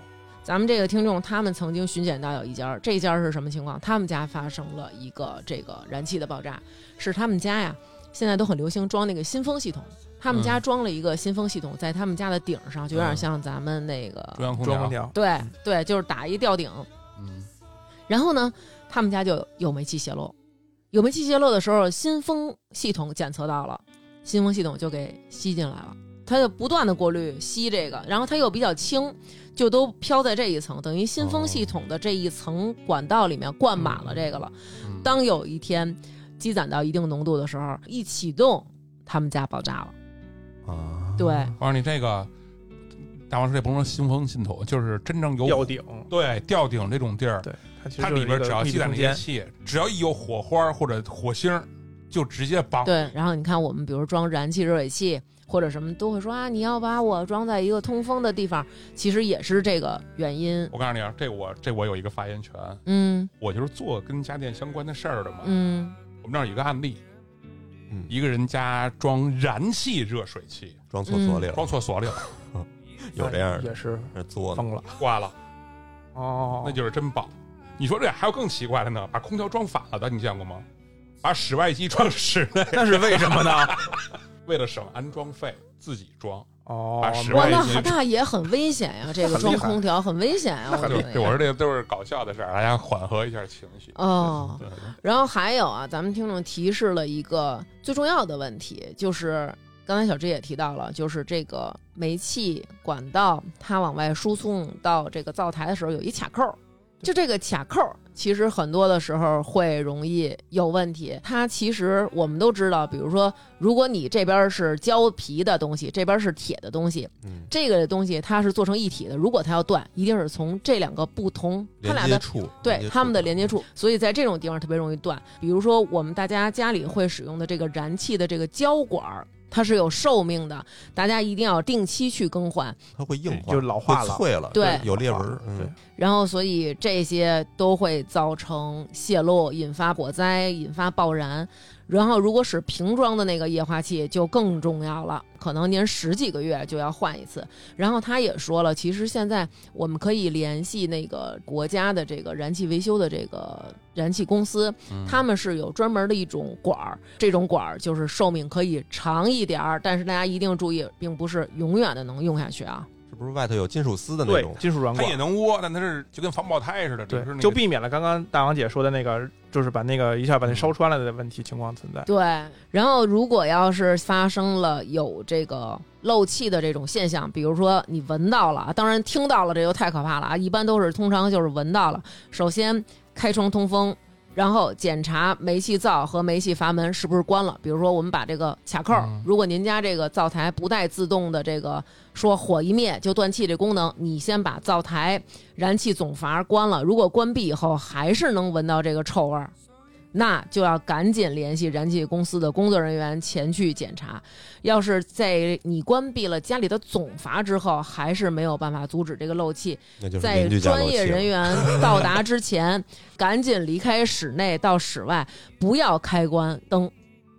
[SPEAKER 4] 咱们这个听众他们曾经巡检到有一家，这一家是什么情况？他们家发生了一个这个燃气的爆炸，是他们家呀，现在都很流行装那个新风系统。他们家
[SPEAKER 3] 嗯
[SPEAKER 4] 装了一个新风系统，在他们家的顶上，就有点
[SPEAKER 3] 嗯
[SPEAKER 4] 像咱们那个
[SPEAKER 3] 中央空
[SPEAKER 2] 装空
[SPEAKER 3] 调，
[SPEAKER 2] 调，
[SPEAKER 4] 对对，就是打一吊顶。
[SPEAKER 3] 嗯，
[SPEAKER 4] 然后呢，他们家就有煤气泄漏，有煤气泄漏的时候，新风系统检测到了，新风系统就给吸进来了，它就不断的过滤吸这个，然后它又比较轻，就都飘在这一层，等于新风系统的这一层管道里面灌满了这个了。
[SPEAKER 3] 嗯
[SPEAKER 4] 当有一天积攒到一定浓度的时候，一启动，他们家爆炸了。
[SPEAKER 1] 啊，
[SPEAKER 4] 对，
[SPEAKER 3] 我告诉你这个，大王说这甭说新风信头，就是真正有
[SPEAKER 2] 吊顶，
[SPEAKER 3] 对吊顶这种地儿，
[SPEAKER 2] 对，它其实
[SPEAKER 3] 它
[SPEAKER 2] 就是
[SPEAKER 3] 里边
[SPEAKER 2] 一个
[SPEAKER 3] 只要
[SPEAKER 2] 密
[SPEAKER 3] 积
[SPEAKER 2] 闭
[SPEAKER 3] 攒
[SPEAKER 2] 空
[SPEAKER 3] 这些
[SPEAKER 2] 间，
[SPEAKER 3] 气，只要一有火花或者火星儿，就直接爆。
[SPEAKER 4] 对，然后你看我们比如装燃气热水器或者什么，都会说啊，你要把我装在一个通风的地方，其实也是这个原因。
[SPEAKER 3] 我告诉你啊，这我这我有一个发言权，
[SPEAKER 4] 嗯
[SPEAKER 3] 我就是做跟家电相关的事儿的嘛。
[SPEAKER 4] 嗯
[SPEAKER 3] 我们那儿有一个案例，
[SPEAKER 1] 嗯，
[SPEAKER 3] 一个人家装燃气热水器，
[SPEAKER 1] 装厕所里了，
[SPEAKER 3] 装厕所里了，
[SPEAKER 1] 有这样的
[SPEAKER 2] 也是
[SPEAKER 1] 这作呢，
[SPEAKER 2] 疯了
[SPEAKER 3] 挂了，
[SPEAKER 2] 哦，
[SPEAKER 3] 那就是真爆。你说这还有更奇怪的呢？把空调装反了的，你见过吗？把室外机装室内，
[SPEAKER 2] 那是为什么呢？
[SPEAKER 3] 为了省安装费，自己装。
[SPEAKER 2] 哦
[SPEAKER 3] 把，室
[SPEAKER 4] 哇，
[SPEAKER 3] 外
[SPEAKER 4] 那
[SPEAKER 3] 机
[SPEAKER 4] 好那也很危险呀、这个
[SPEAKER 2] 很厉
[SPEAKER 4] 装
[SPEAKER 2] 害
[SPEAKER 4] 空调很危险呀、我觉
[SPEAKER 3] 对，
[SPEAKER 4] 得
[SPEAKER 3] (laughs) 对我
[SPEAKER 4] 也。
[SPEAKER 3] 说这都是搞笑的事儿，大家缓和一下情绪。
[SPEAKER 4] 哦，
[SPEAKER 3] 对，对
[SPEAKER 4] 然后还有啊，咱们听众提示了一个最重要的问题，就是刚才小芝也提到了，就是这个煤气管道它往外输送到这个灶台的时候有一卡扣儿，就这个卡扣儿其实很多的时候会容易有问题。它其实我们都知道，比如说，如果你这边是胶皮的东西，这边是铁的东西，
[SPEAKER 1] 嗯，
[SPEAKER 4] 这个东西它是做成一体的，如果它要断，一定是从这两个不同它
[SPEAKER 1] 连
[SPEAKER 4] 俩
[SPEAKER 1] 接
[SPEAKER 4] 的
[SPEAKER 1] 处，连
[SPEAKER 4] 对
[SPEAKER 1] 接
[SPEAKER 4] 它们的连接
[SPEAKER 1] 处，
[SPEAKER 4] 处，所以在这种地方特别容易断。比如说我们大家家里会使用的这个燃气的这个胶管儿，它是有寿命的，大家一定要定期去更换。
[SPEAKER 1] 它会硬化，
[SPEAKER 2] 就老化
[SPEAKER 1] 会
[SPEAKER 2] 了，
[SPEAKER 1] 脆了，
[SPEAKER 4] 对
[SPEAKER 1] 有裂纹
[SPEAKER 2] 老
[SPEAKER 1] 儿
[SPEAKER 2] 化，
[SPEAKER 1] 嗯，
[SPEAKER 4] 然后，所以这些都会造成泄漏，引发火灾，引发爆燃。然后，如果使瓶装的那个液化气就更重要了，可能您十几个月就要换一次。然后他也说了，其实现在我们可以联系那个国家的这个燃气维修的这个燃气公司，
[SPEAKER 3] 嗯
[SPEAKER 4] 他们是有专门的一种管儿，这种管儿就是寿命可以长一点儿，但是大家一定注意，并不是永远的能用下去啊。
[SPEAKER 1] 是不是外头有金属丝的那
[SPEAKER 2] 对
[SPEAKER 1] 种，？
[SPEAKER 2] 金属软
[SPEAKER 3] 它也
[SPEAKER 2] 管。
[SPEAKER 3] 能窝，但它是就跟防爆胎似的，只
[SPEAKER 2] 对
[SPEAKER 3] 是那，个
[SPEAKER 2] 就避免了刚刚大王姐说的那个，就是把那个一下把那烧穿了的问题情况存在。
[SPEAKER 4] 对，然后如果要是发生了有这个漏气的这种现象，比如说你闻到了，当然听到了，这就太可怕了啊！一般都是通常就是闻到了，首先开窗通风。然后检查煤气灶和煤气阀门是不是关了。比如说，我们把这个卡扣儿，
[SPEAKER 3] 嗯
[SPEAKER 4] 如果您家这个灶台不带自动的这个说火一灭就断气这功能，你先把灶台燃气总阀关了。如果关闭以后还是能闻到这个臭味儿，那就要赶紧联系燃气公司的工作人员前去检查。要是在你关闭了家里的总阀之后，还是没有办法阻止这个漏气，
[SPEAKER 1] 那就是
[SPEAKER 4] 在
[SPEAKER 1] 邻居家
[SPEAKER 4] 专
[SPEAKER 1] 楼
[SPEAKER 4] 业
[SPEAKER 1] 气了
[SPEAKER 4] 人员到达 (laughs) 之前，赶紧离开室内到室外，不要开关灯。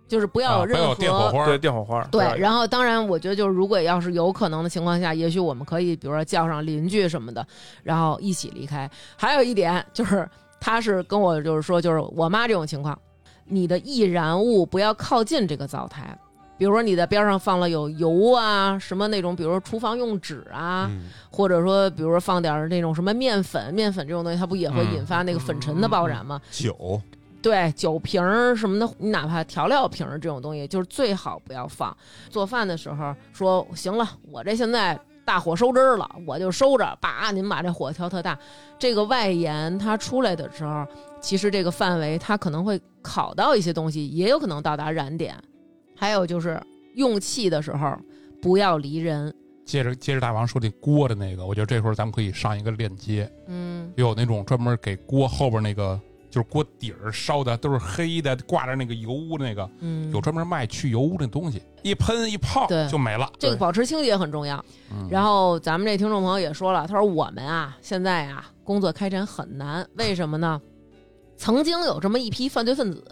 [SPEAKER 4] 就是不要
[SPEAKER 3] 啊
[SPEAKER 4] 有
[SPEAKER 3] 不
[SPEAKER 4] 任
[SPEAKER 3] 要
[SPEAKER 4] 何、
[SPEAKER 3] 有电火花
[SPEAKER 2] 对，
[SPEAKER 3] 儿，
[SPEAKER 2] 电火花儿。
[SPEAKER 4] 对
[SPEAKER 2] 吧，
[SPEAKER 4] 然后当然，我觉得就是如果要是有可能的情况下，也许我们可以，比如说叫上邻居什么的，然后一起离开。还有一点就是，他是跟我就是说，就是我妈这种情况，你的易燃物不要靠近这个灶台，比如说你在边上放了有油啊，什么那种，比如说厨房用纸啊，
[SPEAKER 1] 嗯
[SPEAKER 4] 或者说比如说放点儿那种什么面粉，面粉这种东西，它不也会
[SPEAKER 3] 嗯
[SPEAKER 4] 引发那个粉尘的爆燃吗？
[SPEAKER 1] 酒，
[SPEAKER 4] 对酒瓶儿什么的，你哪怕调料瓶儿这种东西，就是最好不要放。做饭的时候说行了，我这现在大火收汁儿了，我就收着，叭，您把这火调特大。这个外延它出来的时候，其实这个范围它可能会烤到一些东西，也有可能到达燃点。还有就是用气的时候，不要离人。
[SPEAKER 3] 接着接着大王说那锅的那个，我觉得这时候咱们可以上一个链接，
[SPEAKER 4] 嗯，
[SPEAKER 3] 有那种专门给锅后边那个就是锅底儿烧的都是黑的，挂着那个油污的那个，
[SPEAKER 4] 嗯
[SPEAKER 3] 有专门卖去油污那东西，一喷一泡
[SPEAKER 4] 对
[SPEAKER 3] 就没了。
[SPEAKER 4] 这个保持清洁很重要。
[SPEAKER 3] 嗯
[SPEAKER 4] 然后咱们这听众朋友也说了，他说我们啊，现在啊工作开展很难，为什么呢？曾经有这么一批犯罪分子，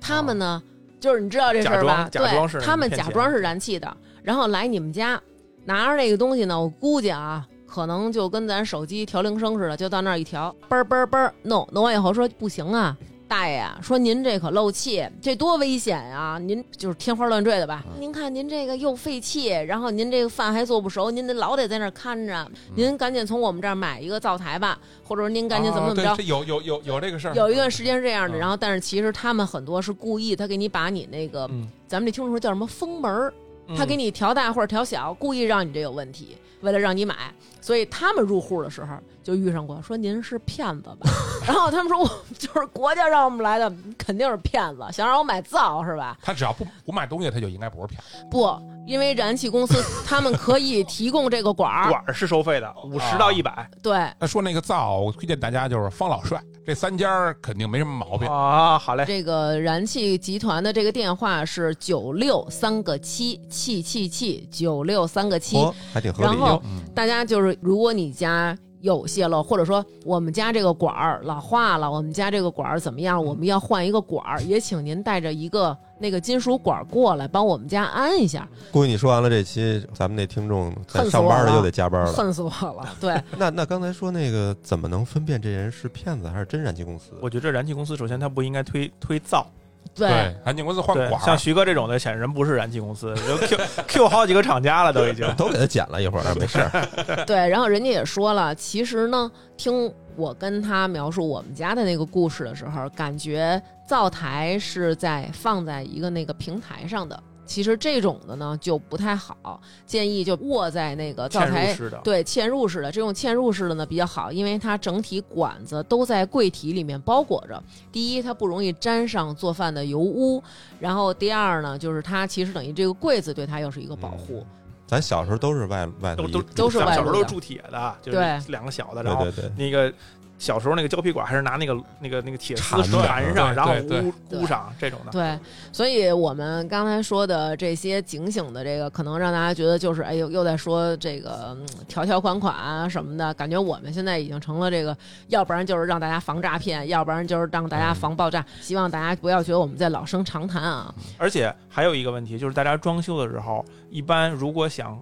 [SPEAKER 4] 他们呢，就是你知道这事儿吧？
[SPEAKER 2] 假装假装是
[SPEAKER 4] 对，他们
[SPEAKER 2] 骗钱
[SPEAKER 4] 假装是燃气的，然后来你们家拿着那个东西呢，我估计啊。可能就跟咱手机调铃声似的，就到那儿一调，嘣儿嘣儿嘣儿，弄弄完以后说不行啊，大爷啊，说您这可漏气，这多危险啊！您就是天花乱坠的吧？
[SPEAKER 3] 嗯
[SPEAKER 4] 您看您这个又费气，然后您这个饭还做不熟，您得老得在那儿看着。
[SPEAKER 3] 嗯
[SPEAKER 4] 您赶紧从我们这儿买一个灶台吧，或者说您赶紧怎么怎么着
[SPEAKER 3] 啊。对这有有有有这个事儿，
[SPEAKER 4] 有一段时间是这样的，
[SPEAKER 3] 嗯
[SPEAKER 4] 然后但是其实他们很多是故意，他给你把你那个、
[SPEAKER 2] 嗯
[SPEAKER 4] 咱们这听众说叫什么封门儿，
[SPEAKER 2] 嗯
[SPEAKER 4] 他给你调大或者调小，故意让你这有问题，为了让你买。所以他们入户的时候就遇上过，说您是骗子吧？ (laughs) 然后他们说我就是国家让我们来的，肯定是骗子，想让我买灶是吧？
[SPEAKER 3] 嗯他只要不不卖东西，他就应该不是骗子。
[SPEAKER 4] 不，因为燃气公司他们可以提供这个管儿，
[SPEAKER 2] (laughs) 嗯管儿是收费的，五十到一百
[SPEAKER 4] 对。
[SPEAKER 3] 他说那个灶，我推荐大家就是方老帅这三家儿肯定没什么毛病。
[SPEAKER 2] 啊。好嘞，
[SPEAKER 4] 这个燃气集团的这个电话是九六三个七气气气九六三个七，
[SPEAKER 1] 哦，还挺合
[SPEAKER 4] 然
[SPEAKER 1] 理。
[SPEAKER 4] 后
[SPEAKER 3] 嗯
[SPEAKER 4] 大家就是，如果你家有泄漏，或者说我们家这个管儿老化了，我们家这个管儿怎么样？我们要换一个管儿，也请您带着一个那个金属管儿过来，帮我们家安一
[SPEAKER 2] (laughs)
[SPEAKER 4] 下。
[SPEAKER 1] 估计你说完了这期，咱们那听众在
[SPEAKER 4] 恨死
[SPEAKER 1] 上
[SPEAKER 4] 我
[SPEAKER 1] 班的
[SPEAKER 4] 了
[SPEAKER 1] 又得加班了。
[SPEAKER 4] 恨死我
[SPEAKER 2] (laughs)
[SPEAKER 4] 了！对，
[SPEAKER 1] 那那刚才说那个怎么能分辨这人是骗子还是真燃气公司？
[SPEAKER 2] 我觉得这燃气公司首先它不应该推推造，
[SPEAKER 4] 对，，
[SPEAKER 3] 安静公司换
[SPEAKER 2] 对
[SPEAKER 3] 管，儿
[SPEAKER 2] 像徐哥这种的显然不是燃气公司，就 Q Q 好几个厂家了都已经。
[SPEAKER 1] 都给他剪了一会儿，没事儿。
[SPEAKER 4] 对，然后人家也说了，其实呢，听我跟他描述我们家的那个故事的时候，感觉灶台是在放在一个那个平台上的。其实这种的呢就不太好，建议就卧在那个灶
[SPEAKER 2] 嵌入
[SPEAKER 4] 台
[SPEAKER 2] 式
[SPEAKER 3] 啊
[SPEAKER 2] 的
[SPEAKER 4] 对嵌入式的这种嵌入式的呢比较好，因为它整体管子都在柜体里面包裹着。第一，它不容易沾上做饭的油污；然后第二呢，就是它其实等于这个柜子对它又是一个
[SPEAKER 3] 嗯
[SPEAKER 4] 保护。
[SPEAKER 1] 咱小时候都是外外头
[SPEAKER 2] 都
[SPEAKER 1] 一
[SPEAKER 2] 都
[SPEAKER 4] 都是
[SPEAKER 2] 咱们
[SPEAKER 4] 外
[SPEAKER 2] 小时候
[SPEAKER 4] 露
[SPEAKER 2] 都
[SPEAKER 4] 的
[SPEAKER 2] 是铸铁的，就是
[SPEAKER 4] 对
[SPEAKER 2] 两个小的，然后
[SPEAKER 1] 对对对，
[SPEAKER 2] 那个小时候那个胶皮管还是拿那个那个那个铁丝
[SPEAKER 1] 缠上
[SPEAKER 2] 缠上，
[SPEAKER 3] 对
[SPEAKER 2] 然后
[SPEAKER 3] 对
[SPEAKER 2] 箍
[SPEAKER 4] 对
[SPEAKER 2] 箍上这种的。
[SPEAKER 4] 对，所以我们刚才说的这些警醒的这个，可能让大家觉得就是，哎呦，又在说这个嗯条条款款啊什么的，感觉我们现在已经成了这个，要不然就是让大家防诈骗，要不然就是让大
[SPEAKER 3] 嗯
[SPEAKER 4] 家防爆炸。希望大家不要觉得我们在老生常谈啊。
[SPEAKER 2] 而且还有一个问题，就是大家装修的时候，一般如果想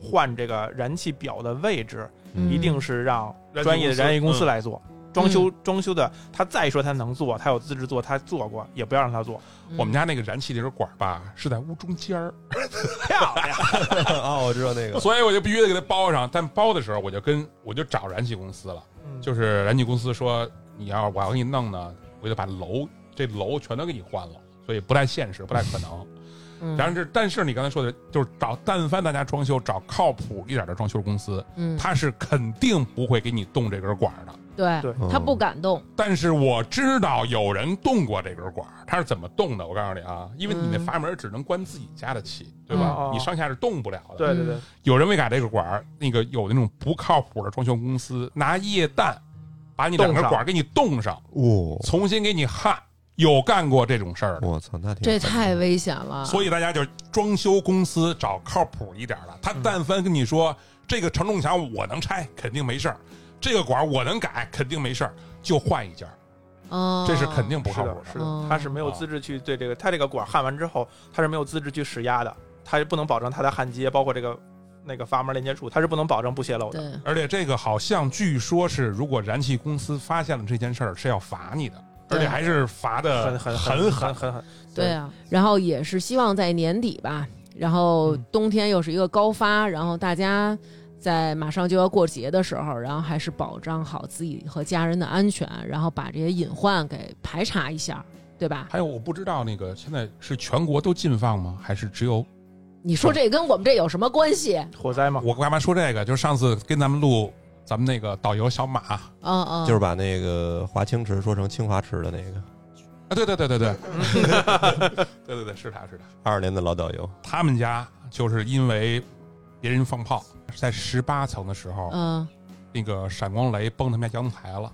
[SPEAKER 2] 换这个燃气表的位置，
[SPEAKER 1] 嗯
[SPEAKER 2] 一定是让
[SPEAKER 3] 燃气
[SPEAKER 2] 专业的
[SPEAKER 3] 公司
[SPEAKER 2] 燃气公司来做。装
[SPEAKER 4] 嗯
[SPEAKER 2] 修装修的，他再说他能做，他有资质做，他做过，也不要让他做。
[SPEAKER 4] 嗯
[SPEAKER 3] 我们家那个燃气那根管儿吧，是在屋中间儿，
[SPEAKER 2] 漂亮，
[SPEAKER 1] (laughs) 哦，我知道那个，
[SPEAKER 3] 所以我就必须得给它包上。但包的时候，我就跟我就找燃气公司了，就是燃气公司说你要我要给你弄呢，我就把楼这楼全都给你换了，所以不太现实，不太可能。
[SPEAKER 4] 嗯
[SPEAKER 3] 然后这但是你刚才说的，就是找但凡大家装修找靠谱一点的装修公司，
[SPEAKER 4] 嗯，
[SPEAKER 3] 他是肯定不会给你动这根管儿的。
[SPEAKER 4] 对，
[SPEAKER 2] 对
[SPEAKER 1] 嗯
[SPEAKER 4] 他
[SPEAKER 3] 嗯
[SPEAKER 4] 不敢动，
[SPEAKER 3] 但是我知道有人动过这根管儿，他是怎么动的？我告诉你啊，因为你那
[SPEAKER 4] 嗯
[SPEAKER 3] 阀门只能关自己家的气，对吧
[SPEAKER 2] 嗯？
[SPEAKER 3] 你上下是动不了的。
[SPEAKER 2] 对对对，
[SPEAKER 3] 有人为改这个管儿，那个有那种不靠谱的装修公司拿液氮把你两根
[SPEAKER 2] 冻上
[SPEAKER 3] 管儿给你冻上，
[SPEAKER 1] 哦，
[SPEAKER 3] 重新给你焊，有干过这种事儿的。
[SPEAKER 1] 我操，那挺
[SPEAKER 4] 这太危险
[SPEAKER 2] 哦
[SPEAKER 4] 了。
[SPEAKER 3] 所以大家就是装修公司找靠谱一点儿的，他但凡跟你说这个承重墙我能拆，肯定没事儿；这个管儿我能改，肯定没事儿，就换一家儿。
[SPEAKER 4] 哦，
[SPEAKER 3] 这是肯定不靠谱
[SPEAKER 2] 是的，是
[SPEAKER 4] 哦
[SPEAKER 2] 的，他是没有资质去对这个，他这个管焊完之后，他是没有资质去使压的，他也不能保证他的焊接，包括这个那个阀门连接处，他是不能保证不泄漏的。
[SPEAKER 4] 对，
[SPEAKER 3] 而且这个好像据说是，如果燃气公司发现了这件事儿是要罚你的，而
[SPEAKER 4] 对
[SPEAKER 3] 且还是罚的
[SPEAKER 2] 很很
[SPEAKER 3] 呃很
[SPEAKER 2] 很很很，
[SPEAKER 4] 对啊，然后也是希望在年底吧，然后
[SPEAKER 3] 嗯
[SPEAKER 4] 冬天又是一个高发，然后大家在马上就要过节的时候，然后还是保障好自己和家人的安全，然后把这些隐患给排查一下，对吧？
[SPEAKER 3] 还有我不知道那个现在是全国都禁放吗？还是只有
[SPEAKER 4] 你
[SPEAKER 3] 嗯
[SPEAKER 4] 说这跟我们这有什么关系？
[SPEAKER 2] 火灾嘛，
[SPEAKER 3] 我干嘛说这个？就是上次跟咱们录咱们那个导游小马 (laughs) 啊，
[SPEAKER 4] 嗯嗯，
[SPEAKER 1] 就是把那个华清池说成清华池的那个
[SPEAKER 3] 对对对对 (laughs) 对，对对对，是他是他，
[SPEAKER 1] 二十年的老导游，
[SPEAKER 3] 他们家就是因为别人放炮，在十八层的时候，
[SPEAKER 4] 嗯
[SPEAKER 3] 那个闪光雷崩他们家阳台了，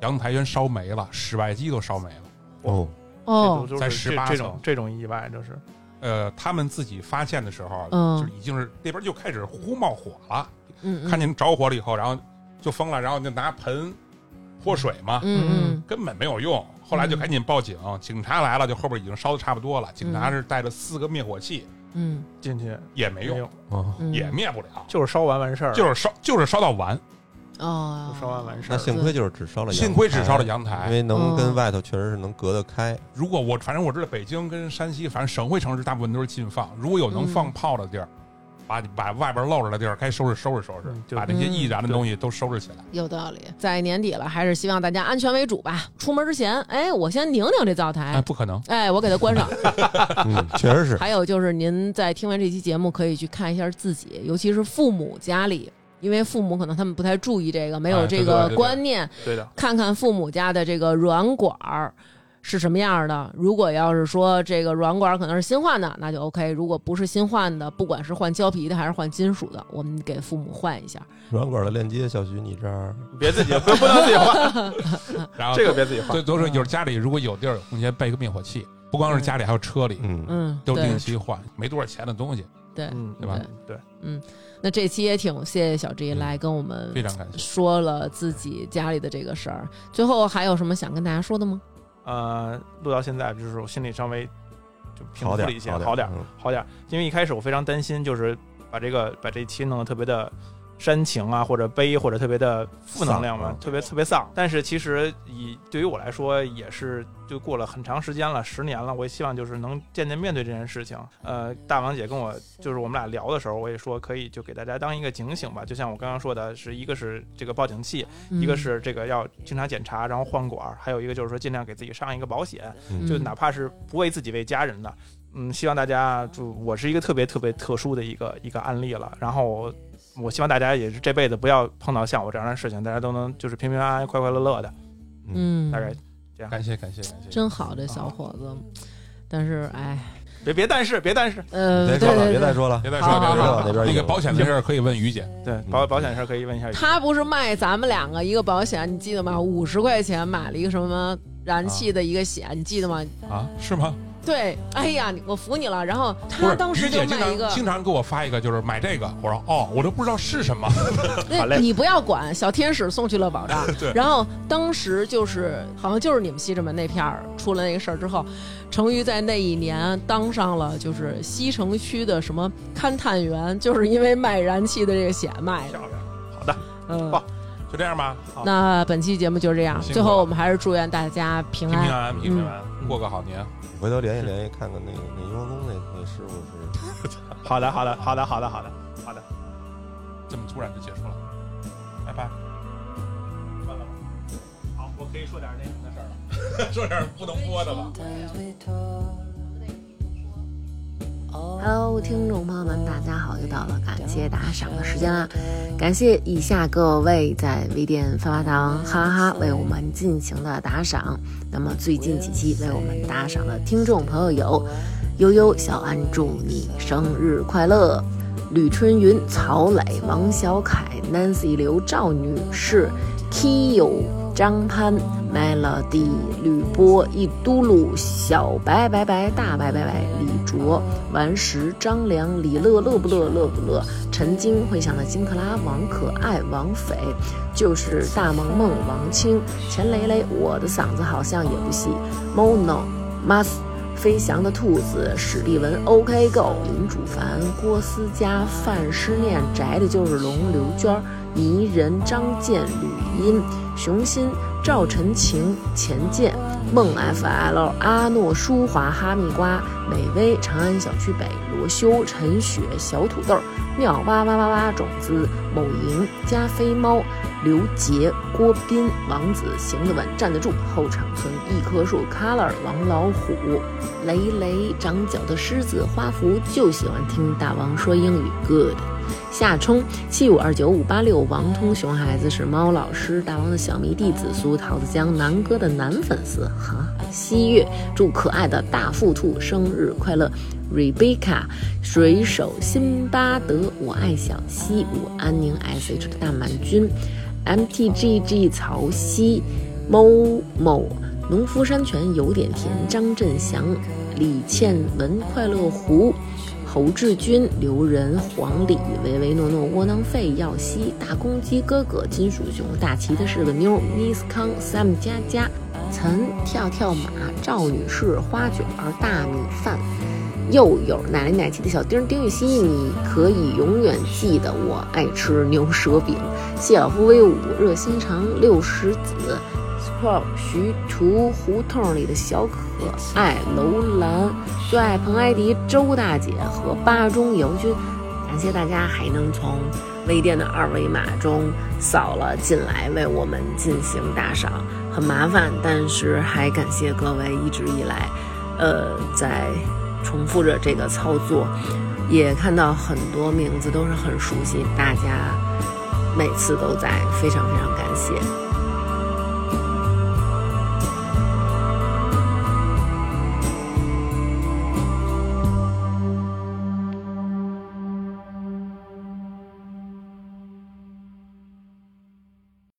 [SPEAKER 3] 阳台全烧没了，室外机都烧没了。
[SPEAKER 1] 哦，
[SPEAKER 4] 哦，
[SPEAKER 2] 这种就是
[SPEAKER 3] 在
[SPEAKER 2] 这
[SPEAKER 3] 18
[SPEAKER 2] 这
[SPEAKER 3] 层
[SPEAKER 2] 种这种意外，这是
[SPEAKER 3] 呃，他们自己发现的时候，啊
[SPEAKER 4] 嗯
[SPEAKER 3] 就是已经是那边就开始呼呼冒火了，
[SPEAKER 4] 嗯
[SPEAKER 3] 看
[SPEAKER 4] 嗯
[SPEAKER 3] 见着火了以后，然后就疯了，然后就拿盆泼水嘛，
[SPEAKER 4] 嗯
[SPEAKER 3] 根本没有用。后来就赶紧报警，警察来了，就后边已经烧的差不多了。警察
[SPEAKER 4] 嗯
[SPEAKER 3] 是带着四个灭火器，
[SPEAKER 4] 嗯
[SPEAKER 2] 进去
[SPEAKER 3] 也没用，，
[SPEAKER 1] 哦，
[SPEAKER 4] 嗯，
[SPEAKER 3] 也灭不了，
[SPEAKER 2] 就是烧完完事儿，
[SPEAKER 3] 就是烧，就是烧到完。
[SPEAKER 4] 哦，
[SPEAKER 2] 烧完完事
[SPEAKER 1] 那
[SPEAKER 2] 儿。
[SPEAKER 1] 幸亏就是只烧了阳台，
[SPEAKER 3] 幸亏只烧了阳
[SPEAKER 1] 因
[SPEAKER 3] 台。
[SPEAKER 1] 为能跟外头确实是能隔得开。
[SPEAKER 3] 如果我反正我知道北京跟山西，反正省会城市大部分都是禁放。如果有能
[SPEAKER 4] 嗯
[SPEAKER 3] 放炮的地儿，把把外边露着的地儿该收拾收拾收拾
[SPEAKER 2] 嗯，就
[SPEAKER 3] 把那些
[SPEAKER 4] 嗯
[SPEAKER 3] 易燃的东西都收拾起来。
[SPEAKER 4] 有道理，在年底了，还是希望大家安全为主吧。出门之前，哎，我先拧拧这灶
[SPEAKER 3] 哎，
[SPEAKER 4] 台，
[SPEAKER 3] 不可能，
[SPEAKER 4] 哎，我给它关上。
[SPEAKER 1] 嗯，确实是。
[SPEAKER 4] 还有就是，您在听完这期节目，可以去看一下自己，尤其是父母家里，因为父母可能他们不太注意这个，没
[SPEAKER 3] 哎
[SPEAKER 4] 有
[SPEAKER 3] 对
[SPEAKER 4] 这
[SPEAKER 3] 对
[SPEAKER 4] 个
[SPEAKER 3] 对对
[SPEAKER 4] 观念，
[SPEAKER 2] 对的，
[SPEAKER 4] 看看父母家的这个软管儿是什么样的。如果要是说这个软管儿可能是新换的，那就 OK；如果不是新换的，不管是换胶皮的还是换金属的，我们给父母换一下。
[SPEAKER 1] 软管的链接，小徐你这儿
[SPEAKER 2] 你别自己不不能自己换，
[SPEAKER 3] 然后
[SPEAKER 2] (laughs) 这个别自己换
[SPEAKER 3] 所以。都是
[SPEAKER 4] 嗯
[SPEAKER 3] 就是家里如果有地儿有空间备个灭火器，不光是家里，还有车里
[SPEAKER 1] 嗯，
[SPEAKER 4] 嗯，
[SPEAKER 3] 都
[SPEAKER 4] 对
[SPEAKER 3] 定期换，没多少钱的东西。
[SPEAKER 4] 对。
[SPEAKER 2] 嗯，
[SPEAKER 3] 对吧？
[SPEAKER 2] 对，
[SPEAKER 4] 那这期也挺谢谢小 G
[SPEAKER 3] 嗯
[SPEAKER 4] 来跟我们
[SPEAKER 3] 非常感谢。
[SPEAKER 4] 说了自己家里的这个事儿。最后还有什么想跟大家说的吗？
[SPEAKER 2] 呃，录到现在就是我心里稍微就平
[SPEAKER 1] 好
[SPEAKER 2] 复
[SPEAKER 1] 点嗯
[SPEAKER 2] 了
[SPEAKER 1] 儿
[SPEAKER 2] 一些，
[SPEAKER 1] 好
[SPEAKER 2] 好点儿，
[SPEAKER 1] 儿，
[SPEAKER 2] 好点儿，因为一开始我非常担心，就是把这个把这一期弄得特别的煽情啊，或者悲，或者特别的负能量
[SPEAKER 1] 丧
[SPEAKER 2] 嘛
[SPEAKER 1] 嗯，
[SPEAKER 2] 特别特别丧。但是其实以对于我来说，也是就过了很长时间了，十年了，我也希望就是能渐渐面对这件事情。呃，大王姐跟我就是我们俩聊的时候，我也说可以就给大家当一个警醒吧，就像我刚刚说的，是一个是这个报警器，一个
[SPEAKER 4] 嗯
[SPEAKER 2] 是这个要经常检查，然后换管儿，还有一个就是说尽量给自己上一个保险，
[SPEAKER 1] 嗯
[SPEAKER 2] 就哪怕是不为自己为家人的，嗯，希望大家就我是一个特别特别特殊的一个一个案例了，然后我我希望大家也是这辈子不要碰到像我这样的事情，大家都能就是平平安安、快快乐乐的，
[SPEAKER 4] 嗯，
[SPEAKER 2] 大概
[SPEAKER 3] 感谢感谢感谢，
[SPEAKER 4] 真好，这小伙子。但是哎，
[SPEAKER 2] 别别但是别但是，
[SPEAKER 4] 呃，
[SPEAKER 1] 别
[SPEAKER 4] 对
[SPEAKER 1] 说了，嗯别
[SPEAKER 4] 对
[SPEAKER 1] 再
[SPEAKER 4] 对，
[SPEAKER 1] 说了，
[SPEAKER 3] 别再
[SPEAKER 4] 好
[SPEAKER 3] 说了，别再
[SPEAKER 4] 好好
[SPEAKER 3] 说
[SPEAKER 4] 好
[SPEAKER 3] 了
[SPEAKER 1] 那边
[SPEAKER 3] 那个
[SPEAKER 1] 有
[SPEAKER 3] 保险的事儿可以问于姐，
[SPEAKER 2] 对
[SPEAKER 3] 嗯
[SPEAKER 2] 保保险事儿可以问一下雨，
[SPEAKER 4] 他不是卖咱们两个一个保险，你记得吗？五十块钱买了一个什么燃气的一个险，你记得吗？
[SPEAKER 3] 啊，是吗？
[SPEAKER 4] 对，哎呀，你我服你了。然后
[SPEAKER 3] 不
[SPEAKER 4] 他
[SPEAKER 3] 是
[SPEAKER 4] 当，时
[SPEAKER 3] 于
[SPEAKER 4] 就
[SPEAKER 3] 姐经
[SPEAKER 4] 卖一个
[SPEAKER 3] 常，经常给我发一个，就是买这个，我说哦，我都不知道是什么，
[SPEAKER 2] 好
[SPEAKER 4] 那
[SPEAKER 2] 嘞
[SPEAKER 4] 你不要管，小天使送去了保
[SPEAKER 3] (laughs)
[SPEAKER 4] 障。然后当时就是好像就是你们西直门那片儿出了那个事儿之后，成昱在那一年当上了就是西城区的什么勘探员，就是因为卖燃气的这个险卖的。
[SPEAKER 2] 漂亮，好的，
[SPEAKER 4] 嗯
[SPEAKER 2] 哇，
[SPEAKER 3] 就这样吧，
[SPEAKER 4] 那本期节目就是这样。
[SPEAKER 3] 辛苦
[SPEAKER 4] 最后
[SPEAKER 3] 了
[SPEAKER 4] 我们还是祝愿大家平
[SPEAKER 3] 平
[SPEAKER 4] 安。
[SPEAKER 3] 平安安，平平安
[SPEAKER 4] 嗯
[SPEAKER 3] 安，过个好年。
[SPEAKER 1] 回头联系联系，看看那个那雍和宫那那师傅是
[SPEAKER 2] 好的好的好的好的好的好的，
[SPEAKER 3] 这么突然就结束了，拜拜。
[SPEAKER 2] 关了吧好，我可以说点那什么的事儿
[SPEAKER 3] (laughs)
[SPEAKER 2] 了。
[SPEAKER 3] 说点不能播的吧。
[SPEAKER 6] Sometimes we talk. 哦，听众朋友们，大家好，又到了感谢打赏的时间啦！感谢以下各位在微店发发堂哈哈哈为我们进行的打赏。那么最近几期为我们打赏的听众朋友有：悠悠、小安，祝你生日快乐；吕春云、曹磊、王小凯、Nancy、刘赵女士、Kyo 张潘、Melody、吕波、一嘟噜、小白白白、大白白白、李卓、顽石、张良、李乐、乐不乐、乐不乐、陈晶、会想的金克拉、王可爱、王斐，就是大萌萌、王清、钱蕾蕾。我的嗓子好像也不细。Mono、Mas。飞翔的兔子、史蒂文、OK Go、林主凡、郭思佳、范诗念、宅的就是龙、刘娟儿、泥人、张健、吕音、熊心、赵晨晴、钱健、梦 FL、阿诺、舒华、哈密瓜、美薇、长安小区北、罗修、陈雪、小土豆、妙哇哇哇哇种子、某莹、加菲猫、刘杰、郭斌、王子、行得稳站得住、后场村、一棵树、Color、王老虎。雷雷长角的狮子花福就喜欢听大王说英语，good。夏冲七五二九五八六，王通熊孩子是猫老师，大王的小迷弟子苏桃子江南哥的男粉丝哈。西月祝可爱的大腹兔生日快乐，Rebecca 水手辛巴德，我爱小西，我安宁 SH 的大满军，MTGG 曹曦，某某。农夫山泉有点甜，张振祥、李倩文、快乐湖、侯志军、刘仁、黄礼、唯唯诺诺、窝囊废、耀西、大公鸡哥哥、金属熊、大齐的是个妞、Miss 康、Sam 佳佳、岑跳跳马、赵女士、花卷儿、大米饭。又有奶里奶气的小丁儿丁禹兮，你可以永远记得我爱吃牛舌饼。谢尔夫威武，热心肠，六十子 Squall 徐图胡同里的小可爱楼兰，最爱彭艾迪周大姐和巴中姚军。感谢大家还能从微店的二维码中扫了进来，为我们进行打赏，很麻烦，但是还感谢各位一直以来，呃，在重复着这个操作，也看到很多名字都是很熟悉，大家每次都在，非常非常感谢。